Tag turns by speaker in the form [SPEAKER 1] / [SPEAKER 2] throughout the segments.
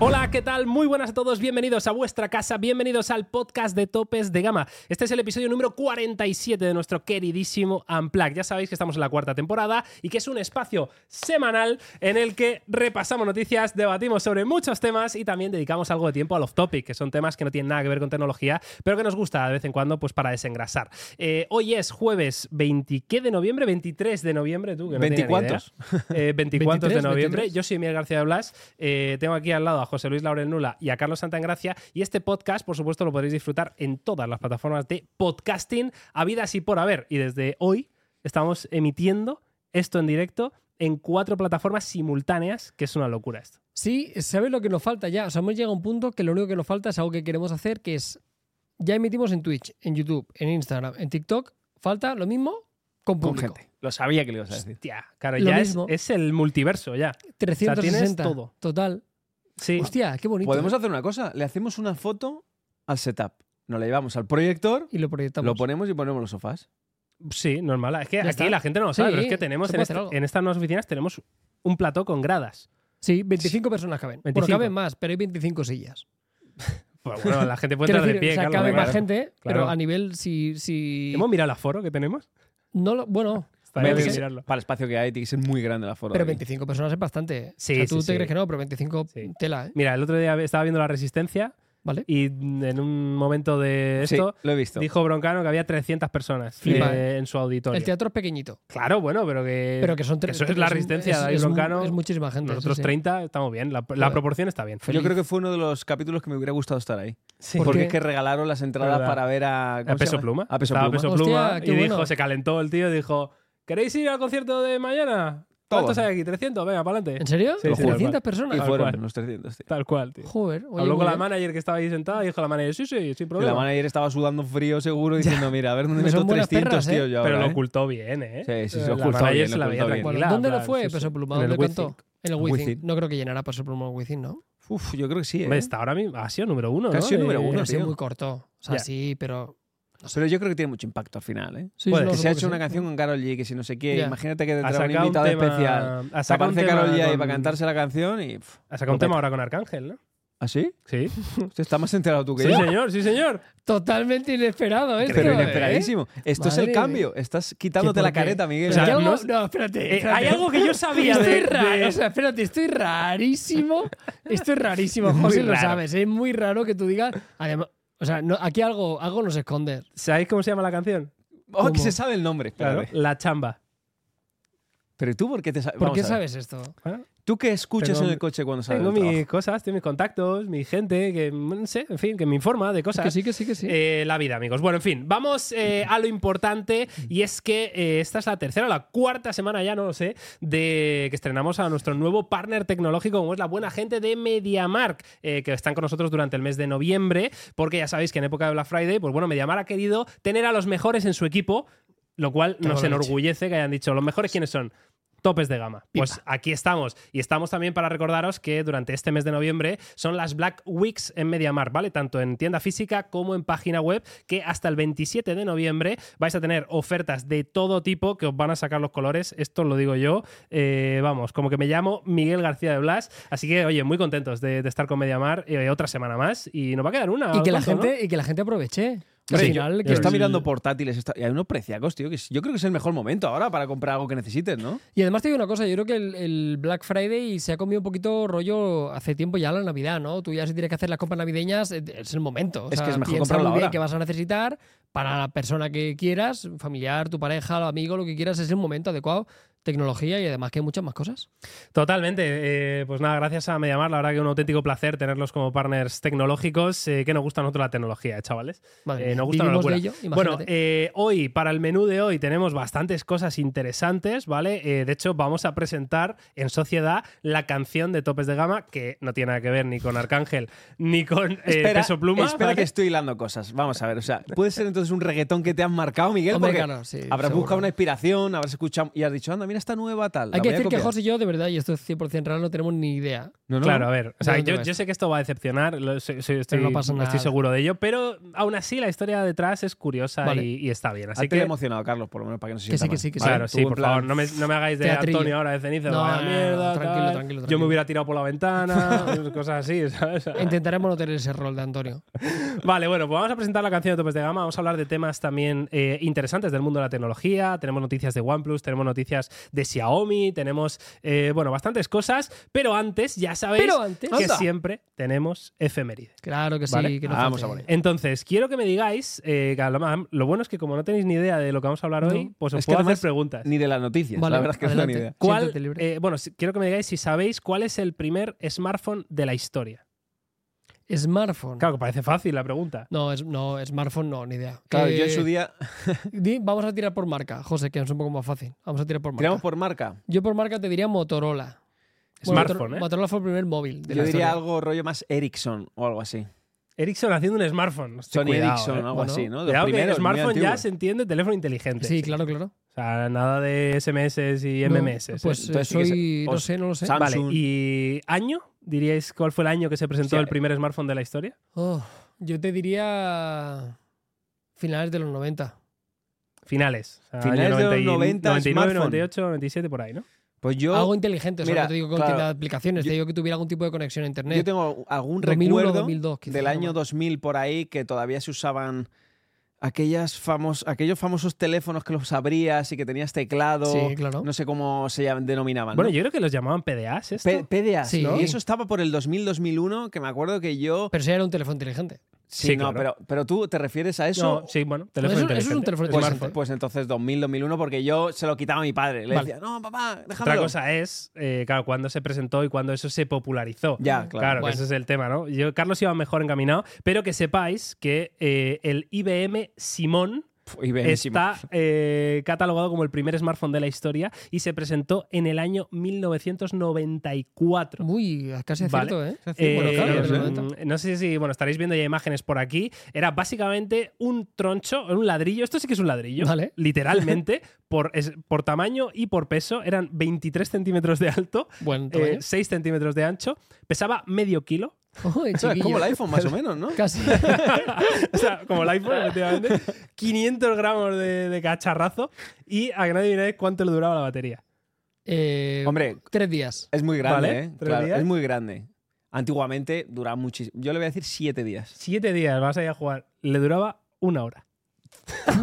[SPEAKER 1] Hola, ¿qué tal? Muy buenas a todos, bienvenidos a vuestra casa, bienvenidos al podcast de Topes de Gama. Este es el episodio número 47 de nuestro queridísimo Unplug. Ya sabéis que estamos en la cuarta temporada y que es un espacio semanal en el que repasamos noticias, debatimos sobre muchos temas y también dedicamos algo de tiempo al off-topic, que son temas que no tienen nada que ver con tecnología, pero que nos gusta de vez en cuando pues para desengrasar. Eh, hoy es jueves 20 ¿qué de noviembre, 23 de noviembre, tú que no
[SPEAKER 2] ¿Veinticuantos?
[SPEAKER 1] tenía ni idea. Eh, 24 de
[SPEAKER 2] 23,
[SPEAKER 1] noviembre.
[SPEAKER 2] 23.
[SPEAKER 1] Yo soy Miguel García de Blas. eh, tengo aquí al lado a José Luis Laurel Nula y a Carlos Santangracia. Y este podcast, por supuesto, lo podréis disfrutar en todas las plataformas de podcasting, habidas y por haber. Y desde hoy estamos emitiendo esto en directo en cuatro plataformas simultáneas, que es una locura esto.
[SPEAKER 3] Sí, ¿sabes lo que nos falta ya? O sea, hemos llegado a un punto que lo único que nos falta es algo que queremos hacer, que es, ya emitimos en Twitch, en YouTube, en Instagram, en TikTok, falta lo mismo con
[SPEAKER 2] Con
[SPEAKER 3] público.
[SPEAKER 2] gente. Lo sabía que le ibas a decir.
[SPEAKER 1] Hostia, claro,
[SPEAKER 3] Lo
[SPEAKER 1] ya es,
[SPEAKER 3] mismo.
[SPEAKER 1] es el multiverso ya.
[SPEAKER 3] 360.
[SPEAKER 1] tienes todo.
[SPEAKER 3] Total.
[SPEAKER 1] Sí.
[SPEAKER 3] Hostia, qué bonito.
[SPEAKER 2] Podemos
[SPEAKER 3] ¿eh?
[SPEAKER 2] hacer una cosa. Le hacemos una foto al setup. Nos la llevamos al proyector,
[SPEAKER 3] Y lo proyectamos.
[SPEAKER 2] lo ponemos y ponemos los sofás.
[SPEAKER 1] Sí, normal. Es que
[SPEAKER 3] Ya
[SPEAKER 1] aquí
[SPEAKER 3] está.
[SPEAKER 1] la gente no lo sabe,
[SPEAKER 3] Sí,
[SPEAKER 1] pero es que tenemos
[SPEAKER 3] se
[SPEAKER 1] en,
[SPEAKER 3] puede
[SPEAKER 1] este-
[SPEAKER 3] hacer algo.
[SPEAKER 1] en estas nuevas oficinas tenemos un plató con gradas.
[SPEAKER 3] Sí, 25 personas caben. Bueno,
[SPEAKER 1] 25.
[SPEAKER 3] caben más, pero hay 25 sillas.
[SPEAKER 1] Pues bueno, la gente puede
[SPEAKER 3] Quiero
[SPEAKER 1] estar de
[SPEAKER 3] decir,
[SPEAKER 1] pie,
[SPEAKER 3] o sea,
[SPEAKER 1] Carlos,
[SPEAKER 3] cabe
[SPEAKER 1] claro.
[SPEAKER 3] más gente,
[SPEAKER 1] Claro.
[SPEAKER 3] pero a nivel si... si
[SPEAKER 1] ¿Hemos mirado el aforo que tenemos?
[SPEAKER 3] no lo- bueno,
[SPEAKER 1] Estaría
[SPEAKER 2] Hombre,
[SPEAKER 1] bien
[SPEAKER 2] sí.
[SPEAKER 1] mirarlo.
[SPEAKER 2] Para el espacio que hay, tiene que ser muy grande la foto.
[SPEAKER 3] pero 25 personas es bastante. ¿eh?
[SPEAKER 1] Sí,
[SPEAKER 3] o sea, tú
[SPEAKER 1] sí,
[SPEAKER 3] te
[SPEAKER 1] sí.
[SPEAKER 3] crees que no, pero 25
[SPEAKER 1] Sí.
[SPEAKER 3] tela, ¿eh?
[SPEAKER 1] Mira, el otro día estaba viendo La Resistencia
[SPEAKER 3] ¿Vale?
[SPEAKER 1] y en un momento de esto
[SPEAKER 2] lo he visto.
[SPEAKER 1] dijo Broncano que había 300 personas
[SPEAKER 3] Flipa,
[SPEAKER 1] eh, en su auditorio.
[SPEAKER 3] El teatro es pequeñito.
[SPEAKER 1] Claro, bueno, pero que,
[SPEAKER 3] Pero que son tres.
[SPEAKER 1] eso es la resistencia, David
[SPEAKER 3] es, un-
[SPEAKER 1] Broncano.
[SPEAKER 3] es muchísima gente.
[SPEAKER 1] nosotros
[SPEAKER 3] sí, sí.
[SPEAKER 1] 30 estamos bien, la, la
[SPEAKER 3] Joder.
[SPEAKER 1] proporción está bien.
[SPEAKER 2] Yo creo que fue uno de los capítulos que me hubiera gustado estar ahí.
[SPEAKER 1] Sí.
[SPEAKER 3] ¿Por
[SPEAKER 2] Porque
[SPEAKER 3] qué?
[SPEAKER 2] es que regalaron las entradas
[SPEAKER 1] Verdad.
[SPEAKER 2] para ver a.
[SPEAKER 1] A
[SPEAKER 2] ¿cómo se
[SPEAKER 1] peso
[SPEAKER 2] llama?
[SPEAKER 1] pluma.
[SPEAKER 2] A peso
[SPEAKER 1] Estaba
[SPEAKER 2] pluma.
[SPEAKER 1] Peso Pluma
[SPEAKER 3] Hostia, qué
[SPEAKER 1] y
[SPEAKER 3] bueno.
[SPEAKER 1] dijo, se calentó el tío y dijo, ¿queréis ir al concierto de mañana? ¿Cuántos
[SPEAKER 2] Todos.
[SPEAKER 1] hay aquí? 300, venga, para adelante.
[SPEAKER 3] ¿En serio?
[SPEAKER 1] Sí,
[SPEAKER 2] sí, sí.
[SPEAKER 3] 300
[SPEAKER 2] Y
[SPEAKER 3] personas.
[SPEAKER 1] Tal
[SPEAKER 2] fueron
[SPEAKER 1] cual.
[SPEAKER 2] los 300, tío.
[SPEAKER 1] Tal cual, tío.
[SPEAKER 3] Joder, oye,
[SPEAKER 1] Habló
[SPEAKER 3] muy
[SPEAKER 1] con la
[SPEAKER 3] bien.
[SPEAKER 1] manager que estaba ahí sentada y dijo la manager, sí, sí, sin
[SPEAKER 2] Y la
[SPEAKER 1] problema.
[SPEAKER 2] manager estaba sudando frío, seguro, diciendo: Mira, a ver dónde
[SPEAKER 3] No
[SPEAKER 2] meto
[SPEAKER 3] son buenas
[SPEAKER 2] 300,
[SPEAKER 3] perras, ¿eh?
[SPEAKER 2] tío. yo
[SPEAKER 1] Pero
[SPEAKER 2] ahora,
[SPEAKER 1] lo
[SPEAKER 2] ¿eh?".
[SPEAKER 1] ocultó bien, ¿eh?
[SPEAKER 2] Sí, sí, se
[SPEAKER 1] la
[SPEAKER 2] ocultó
[SPEAKER 1] manager
[SPEAKER 2] bien,
[SPEAKER 1] se
[SPEAKER 2] lo
[SPEAKER 1] la veía
[SPEAKER 2] ocultó bien.
[SPEAKER 3] Bueno,
[SPEAKER 1] tranquila.
[SPEAKER 3] ¿Dónde
[SPEAKER 1] en
[SPEAKER 3] lo
[SPEAKER 1] plan,
[SPEAKER 3] fue
[SPEAKER 1] sí, sí.
[SPEAKER 3] Peso Pluma?
[SPEAKER 1] En el
[SPEAKER 3] ¿Dónde
[SPEAKER 1] Wizzing.
[SPEAKER 3] cantó? En el
[SPEAKER 2] Wizzing.
[SPEAKER 3] Wizzing. No creo que llenara Peso Pluma el Wizzing, ¿no?
[SPEAKER 2] Uf, yo creo que sí. ¿eh?
[SPEAKER 1] Hombre, está ahora mismo, ha sido número uno,
[SPEAKER 2] Que ha
[SPEAKER 1] ¿no?
[SPEAKER 2] sido número
[SPEAKER 1] De-
[SPEAKER 2] uno,
[SPEAKER 3] Pero sí,
[SPEAKER 2] tío.
[SPEAKER 3] muy corto. O sea,
[SPEAKER 1] Ya.
[SPEAKER 3] sí, pero.
[SPEAKER 2] Pero yo creo que tiene mucho impacto al final, ¿eh?
[SPEAKER 3] Sí,
[SPEAKER 1] Puede
[SPEAKER 2] que se
[SPEAKER 3] sí, lo
[SPEAKER 2] ha
[SPEAKER 3] supongo
[SPEAKER 2] hecho
[SPEAKER 3] que
[SPEAKER 2] una
[SPEAKER 3] sí.
[SPEAKER 2] canción con Carol G, que si no sé qué,
[SPEAKER 3] Ya.
[SPEAKER 2] imagínate que
[SPEAKER 1] Ha
[SPEAKER 2] tendrá un
[SPEAKER 1] sacado un
[SPEAKER 2] invitado
[SPEAKER 1] tema-
[SPEAKER 2] especial.
[SPEAKER 1] ha
[SPEAKER 2] Se
[SPEAKER 1] sacado un
[SPEAKER 2] aparece
[SPEAKER 1] tema
[SPEAKER 2] Carol G ahí
[SPEAKER 1] con-
[SPEAKER 2] para cantarse la canción y. pf,
[SPEAKER 1] Ha sacado un
[SPEAKER 2] lo
[SPEAKER 1] tema
[SPEAKER 2] peta.
[SPEAKER 1] ahora con Arcángel, ¿no?
[SPEAKER 2] ¿Ah, sí?
[SPEAKER 1] Sí.
[SPEAKER 2] Usted está más enterado tú que
[SPEAKER 1] Mm. Sí,
[SPEAKER 2] yo.
[SPEAKER 1] señor, sí, señor.
[SPEAKER 3] Totalmente inesperado, ¿eh?
[SPEAKER 2] Pero
[SPEAKER 1] Creo,
[SPEAKER 2] inesperadísimo. Esto es
[SPEAKER 3] Madre
[SPEAKER 2] el cambio. Estás quitándote
[SPEAKER 3] ¿Qué,
[SPEAKER 2] la
[SPEAKER 3] por qué?
[SPEAKER 2] careta, Miguel.
[SPEAKER 1] O sea,
[SPEAKER 3] no,
[SPEAKER 1] no-
[SPEAKER 3] no, espérate.
[SPEAKER 1] Eh,
[SPEAKER 3] espérate.
[SPEAKER 1] hay algo que yo sabía
[SPEAKER 3] Estoy
[SPEAKER 1] de...
[SPEAKER 3] raro,
[SPEAKER 1] de-
[SPEAKER 3] o sea, espérate, estoy rarísimo. Esto es rarísimo,
[SPEAKER 1] Muy
[SPEAKER 3] José, lo
[SPEAKER 1] raro.
[SPEAKER 3] sabes. Es muy raro que tú digas. Además, o sea, no- aquí algo, algo nos esconde.
[SPEAKER 1] ¿Sabéis cómo se llama la canción?
[SPEAKER 2] Oh, que
[SPEAKER 3] ¿cómo?
[SPEAKER 2] se sabe el nombre.
[SPEAKER 1] Claro.
[SPEAKER 2] espérate.
[SPEAKER 1] La chamba.
[SPEAKER 2] Pero tú, ¿por qué te sabes?
[SPEAKER 3] ¿Por qué sabes esto?
[SPEAKER 2] ¿Tú qué escuchas
[SPEAKER 1] Tengo
[SPEAKER 2] en
[SPEAKER 1] mi-
[SPEAKER 2] el coche cuando sales
[SPEAKER 1] Tengo
[SPEAKER 2] del trabajo?
[SPEAKER 1] mis cosas, tengo mis contactos, mi gente, que no sé, en fin, que me informa de cosas.
[SPEAKER 3] Que sí, que sí, que sí.
[SPEAKER 1] Eh, la vida, amigos. Bueno, en fin, vamos eh, a lo importante y es que eh, esta es la tercera o la cuarta semana, ya no lo sé, de que estrenamos a nuestro nuevo partner tecnológico, como es la buena gente de MediaMark, eh, que están con nosotros durante el mes de noviembre, porque ya sabéis que en época de Black Friday, pues bueno, MediaMark ha querido tener a los mejores en su equipo, lo cual
[SPEAKER 3] Cago
[SPEAKER 1] nos
[SPEAKER 3] en la leche.
[SPEAKER 1] enorgullece que hayan dicho, ¿los mejores quiénes son? Topes de gama. Pues aquí estamos. Y estamos también para recordaros que durante este mes de noviembre son las Black Weeks en MediaMar, ¿vale? Tanto en tienda física como en página web, que hasta el 27 de noviembre vais a tener ofertas de todo tipo que os van a sacar los colores. Esto lo digo yo. Eh, vamos, como que me llamo Miguel García de Blas. Así que, oye, muy contentos de, de estar con MediaMar eh, otra semana más. Y nos va a quedar una.
[SPEAKER 3] y, que la
[SPEAKER 1] Alfonso, ¿no?
[SPEAKER 3] gente, y que la gente aproveche.
[SPEAKER 2] Hombre,
[SPEAKER 3] Al
[SPEAKER 2] yo-
[SPEAKER 3] final,
[SPEAKER 2] yo
[SPEAKER 3] que
[SPEAKER 2] está
[SPEAKER 3] el-
[SPEAKER 2] mirando portátiles está- y hay unos preciacos, tío. Que es- yo creo que es el mejor momento ahora para comprar algo que necesites, ¿no?
[SPEAKER 3] Y además te digo una cosa, yo creo que el, el Black Friday se ha comido un poquito rollo hace tiempo ya la Navidad, ¿no? Tú ya si tienes que hacer las compras navideñas, eh, es el momento. O
[SPEAKER 2] Es
[SPEAKER 3] sea,
[SPEAKER 2] que es mejor
[SPEAKER 3] piensa
[SPEAKER 2] comprarlo
[SPEAKER 3] muy bien
[SPEAKER 2] ahora.
[SPEAKER 3] que vas a necesitar para la persona que quieras, familiar, tu pareja, amigo, lo que quieras, es el momento adecuado. Tecnología y además que hay muchas más cosas.
[SPEAKER 1] Totalmente. Eh, pues nada, gracias a Mediamar. La verdad que un auténtico placer tenerlos como partners tecnológicos. eh, que nos gusta a nosotros la tecnología, eh, chavales.
[SPEAKER 3] Madre
[SPEAKER 1] Eh,
[SPEAKER 3] mía,
[SPEAKER 1] nos gusta una
[SPEAKER 3] vivimos
[SPEAKER 1] locura.
[SPEAKER 3] de ello,
[SPEAKER 1] Bueno,
[SPEAKER 3] imagínate.
[SPEAKER 1] eh, hoy, para el menú de hoy, tenemos bastantes cosas interesantes, ¿vale? Eh, de hecho, vamos a presentar en sociedad la canción de Topes de Gama, que no tiene nada que ver ni con Arcángel ni con eh, Peso Pluma.
[SPEAKER 2] espera
[SPEAKER 1] ¿vale?
[SPEAKER 2] que estoy hilando cosas. Vamos a ver, o sea, puede ser entonces un reggaetón que te has marcado, Miguel,
[SPEAKER 3] Hombre,
[SPEAKER 2] porque
[SPEAKER 3] claro, sí,
[SPEAKER 2] habrás
[SPEAKER 3] seguro.
[SPEAKER 2] buscado una inspiración, habrás escuchado y has dicho, anda, mira esta nueva tal. la
[SPEAKER 3] Hay que
[SPEAKER 2] voy a
[SPEAKER 3] decir que
[SPEAKER 2] copiar".
[SPEAKER 3] José y yo, de verdad, y esto es 100% real, no tenemos ni idea.
[SPEAKER 2] No, no.
[SPEAKER 1] Claro, a ver. O sea,
[SPEAKER 3] No, no
[SPEAKER 1] yo,
[SPEAKER 3] te ves.
[SPEAKER 1] yo sé que esto va a decepcionar, lo- sé- sé- estoy,
[SPEAKER 3] no pasa nada.
[SPEAKER 1] estoy seguro de ello, pero aún así la historia detrás es curiosa
[SPEAKER 3] Vale.
[SPEAKER 1] y, y está bien. Así
[SPEAKER 2] Hazte
[SPEAKER 1] que.
[SPEAKER 2] emocionado, Carlos, por lo menos para que no se
[SPEAKER 3] Que sí,
[SPEAKER 2] sienta
[SPEAKER 3] que
[SPEAKER 2] mal.
[SPEAKER 3] sí, que sí.
[SPEAKER 1] Claro,
[SPEAKER 2] Tú,
[SPEAKER 1] sí,
[SPEAKER 2] en
[SPEAKER 1] por
[SPEAKER 2] plan,
[SPEAKER 1] favor, no me, no me hagáis de
[SPEAKER 3] Teatrillo.
[SPEAKER 1] Antonio ahora de ceniza.
[SPEAKER 3] No,
[SPEAKER 1] vaya
[SPEAKER 3] no, no,
[SPEAKER 1] mierda,
[SPEAKER 3] tranquilo,
[SPEAKER 1] tal.
[SPEAKER 3] tranquilo,
[SPEAKER 1] Yo me
[SPEAKER 3] tranquilo.
[SPEAKER 1] hubiera tirado por la ventana, cosas así, ¿sabes?
[SPEAKER 3] Intentaremos no tener ese rol de Antonio.
[SPEAKER 1] Vale, bueno, pues vamos a presentar la canción de Topes de Gama. Vamos a hablar de temas también eh, interesantes del mundo de la tecnología. Tenemos noticias de OnePlus, tenemos noticias de Xiaomi, tenemos, eh, bueno, bastantes cosas. Pero antes, ya sabéis
[SPEAKER 3] Pero antes-
[SPEAKER 1] que
[SPEAKER 3] Anda.
[SPEAKER 1] siempre tenemos efemérides.
[SPEAKER 3] Claro que sí,
[SPEAKER 1] Vale.
[SPEAKER 3] que no
[SPEAKER 2] Ah, Vamos
[SPEAKER 3] falte.
[SPEAKER 2] a poner.
[SPEAKER 1] Entonces, quiero que me digáis, eh, que a lo- lo bueno es que como no tenéis ni idea de lo que vamos a hablar
[SPEAKER 3] No.
[SPEAKER 1] hoy, pues os
[SPEAKER 2] Es que
[SPEAKER 1] puedo hacer
[SPEAKER 2] además-
[SPEAKER 1] preguntas.
[SPEAKER 2] Ni de las noticias,
[SPEAKER 3] Vale,
[SPEAKER 2] la verdad es que no tengo ni
[SPEAKER 3] adelante.
[SPEAKER 2] idea.
[SPEAKER 1] ¿Cuál,
[SPEAKER 3] Siéntete libre.
[SPEAKER 1] eh, bueno, si- quiero que me digáis si sabéis cuál es el primer smartphone de la historia.
[SPEAKER 3] Smartphone.
[SPEAKER 1] Claro, que parece fácil la pregunta.
[SPEAKER 3] No, es, no, smartphone no, ni idea.
[SPEAKER 2] Claro, yo en
[SPEAKER 3] Eh,
[SPEAKER 2] su día.
[SPEAKER 3] di- vamos a tirar por marca, José, que es un poco más fácil. Vamos a tirar por marca.
[SPEAKER 2] Tiramos por marca.
[SPEAKER 3] Yo por marca te diría Motorola. Bueno,
[SPEAKER 1] Smartphone,
[SPEAKER 3] Motor-
[SPEAKER 1] ¿eh?
[SPEAKER 3] Motorola fue el primer móvil. De
[SPEAKER 2] Yo diría
[SPEAKER 3] la historia.
[SPEAKER 2] algo rollo más Ericsson o algo así.
[SPEAKER 1] Ericsson haciendo un smartphone. Hostia,
[SPEAKER 2] Sony
[SPEAKER 1] cuidado,
[SPEAKER 2] Ericsson
[SPEAKER 1] eh.
[SPEAKER 2] o algo
[SPEAKER 3] Bueno,
[SPEAKER 2] así, ¿no? De los
[SPEAKER 1] Cuidado que
[SPEAKER 2] primeros, muy
[SPEAKER 1] smartphone ya
[SPEAKER 2] antiguos.
[SPEAKER 1] se entiende teléfono inteligente.
[SPEAKER 3] Sí, claro, claro.
[SPEAKER 1] O sea, nada de SMS y
[SPEAKER 3] No,
[SPEAKER 1] MMS. ¿eh?
[SPEAKER 3] pues eh,
[SPEAKER 2] Entonces sí que
[SPEAKER 3] soy.
[SPEAKER 2] se-
[SPEAKER 3] No
[SPEAKER 2] os-
[SPEAKER 3] sé, no lo sé.
[SPEAKER 2] Sam-
[SPEAKER 1] vale,
[SPEAKER 2] Samsung.
[SPEAKER 1] ¿y año? ¿Diríais cuál fue el año que se presentó
[SPEAKER 2] Sí,
[SPEAKER 1] el primer smartphone de la historia?
[SPEAKER 3] Oh, yo te diría. Finales de los 90.
[SPEAKER 1] Finales. O sea, año
[SPEAKER 2] Finales de los
[SPEAKER 1] 90,
[SPEAKER 2] 90,
[SPEAKER 1] 99,
[SPEAKER 2] smartphone.
[SPEAKER 1] 98, 97, por ahí, ¿no?
[SPEAKER 2] Pues yo,
[SPEAKER 3] Algo inteligente, o sea,
[SPEAKER 2] mira,
[SPEAKER 3] no te digo con
[SPEAKER 2] claro,
[SPEAKER 3] tienda de aplicaciones, te
[SPEAKER 2] yo-
[SPEAKER 3] digo que tuviera algún tipo de conexión a internet.
[SPEAKER 2] yo tengo algún
[SPEAKER 3] 2001,
[SPEAKER 2] recuerdo
[SPEAKER 3] 2002, quizá,
[SPEAKER 2] del
[SPEAKER 3] ¿no?
[SPEAKER 2] año 2000 por ahí que todavía se usaban aquellas famos, aquellos famosos teléfonos que los abrías y que tenías teclado.
[SPEAKER 3] Sí, claro.
[SPEAKER 2] No sé cómo se llaman- denominaban.
[SPEAKER 1] Bueno,
[SPEAKER 2] Ah, ¿no?
[SPEAKER 1] yo creo que los llamaban PDAs esto.
[SPEAKER 2] P- PDAs,
[SPEAKER 3] Sí.
[SPEAKER 2] ¿no? Y eso estaba por el 2000-2001, que me acuerdo que yo...
[SPEAKER 3] Pero si era un teléfono inteligente.
[SPEAKER 2] sí,
[SPEAKER 1] Sí,
[SPEAKER 2] no,
[SPEAKER 1] claro.
[SPEAKER 2] pero, pero tú te refieres a eso...
[SPEAKER 1] No, sí, bueno, teléfono
[SPEAKER 3] eso- eso es un
[SPEAKER 1] inteligente.
[SPEAKER 3] teléfono
[SPEAKER 2] Pues,
[SPEAKER 3] Smartphone.
[SPEAKER 2] pues entonces 2000-2001, porque yo se lo quitaba a mi padre. Le
[SPEAKER 3] Vale.
[SPEAKER 2] decía, no, papá,
[SPEAKER 1] Otra
[SPEAKER 2] déjamelo.
[SPEAKER 1] cosa es, eh, claro, cuándo se presentó y cuándo eso se popularizó.
[SPEAKER 2] Ya, claro.
[SPEAKER 1] Claro, que
[SPEAKER 3] Bueno.
[SPEAKER 1] ese es el tema, ¿no? Yo, Carlos iba mejor encaminado, pero que sepáis que eh, el IBM Simón
[SPEAKER 2] Pf, y buenísimo.
[SPEAKER 1] está eh, catalogado como el primer smartphone de la historia y se presentó en el año 1994.
[SPEAKER 3] Uy, casi
[SPEAKER 1] Vale.
[SPEAKER 3] acierto, ¿eh?
[SPEAKER 1] Eh, mm,
[SPEAKER 3] bueno, claro,
[SPEAKER 2] eh,
[SPEAKER 3] de los
[SPEAKER 2] eh,
[SPEAKER 3] 90.
[SPEAKER 1] no sé si bueno estaréis viendo ya imágenes por aquí. Era básicamente un troncho, un ladrillo. Esto sí que es un ladrillo.
[SPEAKER 3] Vale.
[SPEAKER 1] Literalmente, por, es- por tamaño y por peso, eran 23 centímetros de alto,
[SPEAKER 3] Buen
[SPEAKER 1] eh,
[SPEAKER 3] tamaño.
[SPEAKER 1] 6 centímetros de ancho, pesaba medio kilo.
[SPEAKER 3] Ojo, de
[SPEAKER 2] Eso es como el
[SPEAKER 3] chiquillo.
[SPEAKER 2] iPhone, más o menos, ¿no?
[SPEAKER 3] Casi.
[SPEAKER 1] o sea, como el iPhone, efectivamente. 500 gramos de, de cacharrazo. Y a que nadie adivináis cuánto le duraba la batería.
[SPEAKER 3] Eh,
[SPEAKER 2] Hombre,
[SPEAKER 3] Tres días.
[SPEAKER 2] es muy grande,
[SPEAKER 1] Vale,
[SPEAKER 2] ¿eh?
[SPEAKER 1] tres
[SPEAKER 2] Claro,
[SPEAKER 1] días.
[SPEAKER 2] es muy grande. Antiguamente duraba muchísimo. Yo le voy a decir siete días.
[SPEAKER 1] Siete días vas a ir a jugar. Le duraba una hora.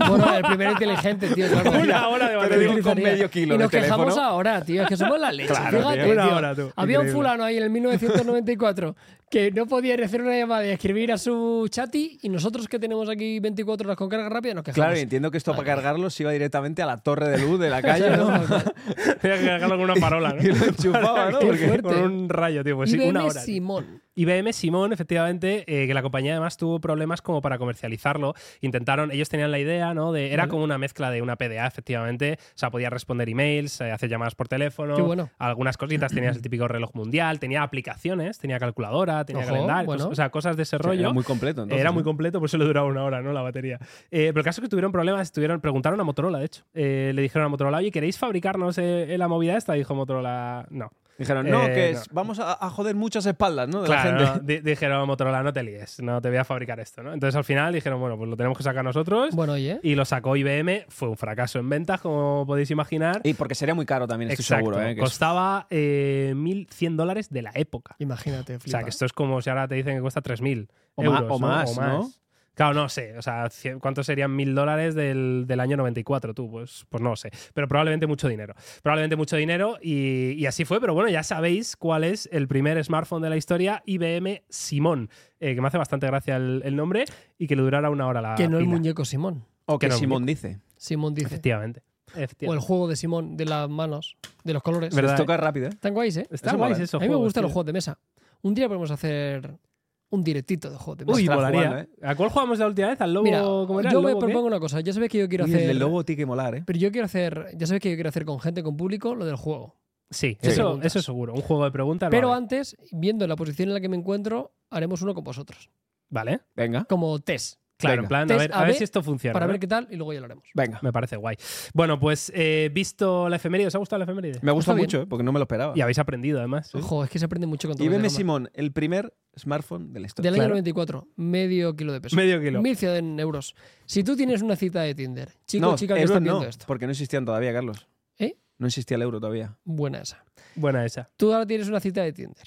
[SPEAKER 3] Bueno, el primer inteligente, tío. claro.
[SPEAKER 1] Una hora de batería.
[SPEAKER 2] digo, con medio kilo
[SPEAKER 3] y
[SPEAKER 2] de
[SPEAKER 3] nos quejamos
[SPEAKER 2] teléfono.
[SPEAKER 3] ahora, tío. Es que somos la leche.
[SPEAKER 2] Claro,
[SPEAKER 3] Fíjate,
[SPEAKER 2] tío.
[SPEAKER 1] Una
[SPEAKER 3] tío.
[SPEAKER 1] hora, tú.
[SPEAKER 3] Había
[SPEAKER 1] Increíble.
[SPEAKER 3] un fulano ahí en el 1994 que no podía ni hacer una llamada y escribir a su chati y nosotros que tenemos aquí 24 horas con carga rápida nos quejamos.
[SPEAKER 2] Claro, y entiendo que esto
[SPEAKER 3] Vale.
[SPEAKER 2] para cargarlo se iba directamente a la torre de luz de la calle,
[SPEAKER 3] Claro,
[SPEAKER 2] ¿no?
[SPEAKER 3] claro.
[SPEAKER 1] Tenía que cargarlo con una parola, ¿no?
[SPEAKER 2] y lo enchufaba, ¿no?
[SPEAKER 3] Qué
[SPEAKER 2] Porque-
[SPEAKER 3] fuerte.
[SPEAKER 1] Con un rayo, tío. Pues sí,
[SPEAKER 3] IBM
[SPEAKER 1] una hora. tío.
[SPEAKER 3] Simón.
[SPEAKER 1] IBM Simón, efectivamente, eh, que la compañía además tuvo problemas como para comercializarlo. Intentaron, ellos tenían la idea, ¿no? De, era
[SPEAKER 3] Vale.
[SPEAKER 1] como una mezcla de una PDA, efectivamente. O sea, podías responder emails, eh, hacer llamadas por teléfono,
[SPEAKER 3] Qué bueno.
[SPEAKER 1] algunas cositas. Tenías el típico reloj mundial, tenía aplicaciones, tenía calculadora, tenía
[SPEAKER 3] Ojo,
[SPEAKER 1] calendario,
[SPEAKER 3] bueno.
[SPEAKER 1] cos- o sea, cosas de ese rollo.
[SPEAKER 2] Era muy completo, entonces.
[SPEAKER 1] Era muy
[SPEAKER 2] ¿no?
[SPEAKER 1] completo, por eso le duraba una hora, ¿no? La batería. Eh, pero el caso es que tuvieron problemas, tuvieron, preguntaron a Motorola, de hecho. Eh, le dijeron a Motorola, oye, ¿queréis fabricarnos eh, la movida esta? Dijo Motorola, no.
[SPEAKER 2] Dijeron, no,
[SPEAKER 1] Eh,
[SPEAKER 2] que
[SPEAKER 1] no.
[SPEAKER 2] es- vamos a, a joder muchas espaldas, ¿no? De
[SPEAKER 1] Claro,
[SPEAKER 2] la
[SPEAKER 1] no,
[SPEAKER 2] gente.
[SPEAKER 1] di- dijeron Motorola, no te líes, no te voy a fabricar esto, ¿no? Entonces al final dijeron, bueno, pues lo tenemos que sacar nosotros.
[SPEAKER 3] Bueno, oye.
[SPEAKER 1] Y lo sacó IBM, fue un fracaso en ventas, como podéis imaginar.
[SPEAKER 2] Y porque sería muy caro también, estoy
[SPEAKER 1] Exacto,
[SPEAKER 2] seguro, ¿eh? Que es-
[SPEAKER 1] costaba eh, 1.100 dólares de la época.
[SPEAKER 3] Imagínate,
[SPEAKER 1] O sea,
[SPEAKER 3] flipa.
[SPEAKER 1] que esto es como si ahora te dicen que cuesta 3.000
[SPEAKER 2] O
[SPEAKER 1] euros.
[SPEAKER 2] ma- o más, ¿no?
[SPEAKER 1] Claro, no sé. O sea, cien- ¿cuántos serían 1.000 dólares del, del año 94 tú? Pues, pues no sé. Pero probablemente mucho dinero. Probablemente mucho dinero y, y así fue. Pero bueno, ya sabéis cuál es el primer smartphone de la historia, IBM Simón. eh, que me hace bastante gracia el, el nombre y que le durara una hora la
[SPEAKER 3] que no el
[SPEAKER 1] pila.
[SPEAKER 3] muñeco Simón.
[SPEAKER 2] o
[SPEAKER 1] que
[SPEAKER 2] que
[SPEAKER 1] no,
[SPEAKER 2] Simón dice.
[SPEAKER 3] Simón dice.
[SPEAKER 1] Efectivamente.
[SPEAKER 3] O el
[SPEAKER 1] efectivamente.
[SPEAKER 3] juego de Simón, de las manos, de los colores.
[SPEAKER 1] Verdad,
[SPEAKER 2] Les toca rápido, ¿eh?
[SPEAKER 3] Están guays, ¿eh?
[SPEAKER 1] Está
[SPEAKER 2] eso
[SPEAKER 1] guay
[SPEAKER 2] mola.
[SPEAKER 1] eso.
[SPEAKER 3] A mí me gustan los juegos de mesa. Un día podemos hacer un directito de juegos de mesa.
[SPEAKER 1] Uy,
[SPEAKER 2] Ostras,
[SPEAKER 1] volaría.
[SPEAKER 2] jugando,
[SPEAKER 1] ¿A cuál jugamos la última vez? ¿Al lobo?
[SPEAKER 3] ¿eh? Mira,
[SPEAKER 1] ¿cómo era? ¿El
[SPEAKER 3] yo me
[SPEAKER 1] lobo qué?
[SPEAKER 3] propongo una cosa. Ya sabes que yo quiero
[SPEAKER 2] Y
[SPEAKER 3] hacer.
[SPEAKER 2] el del lobo tiene que molar, ¿eh?
[SPEAKER 3] Pero yo quiero hacer. Ya sabes que yo quiero hacer con gente, con público, lo del juego.
[SPEAKER 1] Sí,
[SPEAKER 2] Sí.
[SPEAKER 1] Eso,
[SPEAKER 3] Preguntas.
[SPEAKER 1] eso seguro. Un juego de preguntas.
[SPEAKER 3] Pero
[SPEAKER 1] vale.
[SPEAKER 3] antes, viendo la posición en la que me encuentro, haremos uno con vosotros.
[SPEAKER 1] Vale.
[SPEAKER 2] Venga.
[SPEAKER 3] Como test.
[SPEAKER 1] Claro,
[SPEAKER 2] Venga.
[SPEAKER 1] en plan, a
[SPEAKER 3] Test
[SPEAKER 1] ver, a
[SPEAKER 3] AB
[SPEAKER 1] ver si esto funciona.
[SPEAKER 3] para
[SPEAKER 1] ¿no?
[SPEAKER 3] ver qué tal y luego ya lo haremos.
[SPEAKER 2] Venga.
[SPEAKER 1] Me parece guay. Bueno, pues eh, visto la efeméride, ¿os ha gustado la efeméride?
[SPEAKER 2] Me gusta
[SPEAKER 3] Está bien.
[SPEAKER 2] mucho, eh, porque no me lo esperaba.
[SPEAKER 1] Y habéis aprendido además. ¿sí?
[SPEAKER 3] Ojo, es que se aprende mucho con todo
[SPEAKER 2] Y
[SPEAKER 3] este
[SPEAKER 2] veme
[SPEAKER 3] programa.
[SPEAKER 2] Simón, el primer smartphone de la historia.
[SPEAKER 3] Del año
[SPEAKER 1] Claro.
[SPEAKER 3] 94, medio kilo de peso.
[SPEAKER 1] Medio kilo.
[SPEAKER 3] 1.100 euros. Si tú tienes una cita de Tinder, chico
[SPEAKER 2] no,
[SPEAKER 3] o chica que
[SPEAKER 2] euros
[SPEAKER 3] estás
[SPEAKER 2] no,
[SPEAKER 3] viendo esto,
[SPEAKER 2] porque no existían todavía, Carlos.
[SPEAKER 3] ¿Eh?
[SPEAKER 2] No existía el euro todavía.
[SPEAKER 3] buena esa.
[SPEAKER 1] Buena esa.
[SPEAKER 3] Tú ahora tienes una cita de Tinder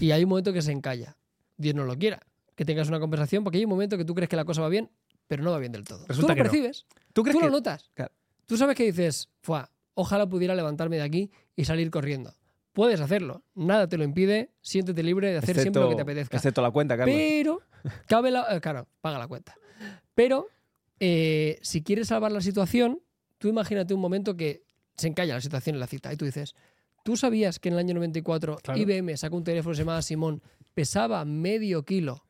[SPEAKER 3] y hay un momento que se encalla. Dios no lo quiera, que tengas una conversación, porque hay un momento que tú crees que la cosa va bien, pero no va bien del todo. tú
[SPEAKER 1] Resulta
[SPEAKER 3] lo
[SPEAKER 1] que no.
[SPEAKER 3] percibes,
[SPEAKER 2] ¿Tú crees
[SPEAKER 3] tú
[SPEAKER 2] que
[SPEAKER 3] lo notas.
[SPEAKER 2] Claro.
[SPEAKER 3] Tú sabes que dices, "Fua, ojalá pudiera levantarme de aquí y salir corriendo. Puedes hacerlo, nada te lo impide, siéntete libre de hacer siempre lo que te apetezca.
[SPEAKER 2] Excepto la cuenta, Carlos.
[SPEAKER 3] Pero, cabe la. eh, Claro, paga la cuenta. Pero, eh, si quieres salvar la situación, tú imagínate un momento que se encalla la situación en la cita y tú dices, ¿tú sabías que en el año 94
[SPEAKER 1] Claro.
[SPEAKER 3] IBM sacó un teléfono llamado Simón, pesaba medio kilo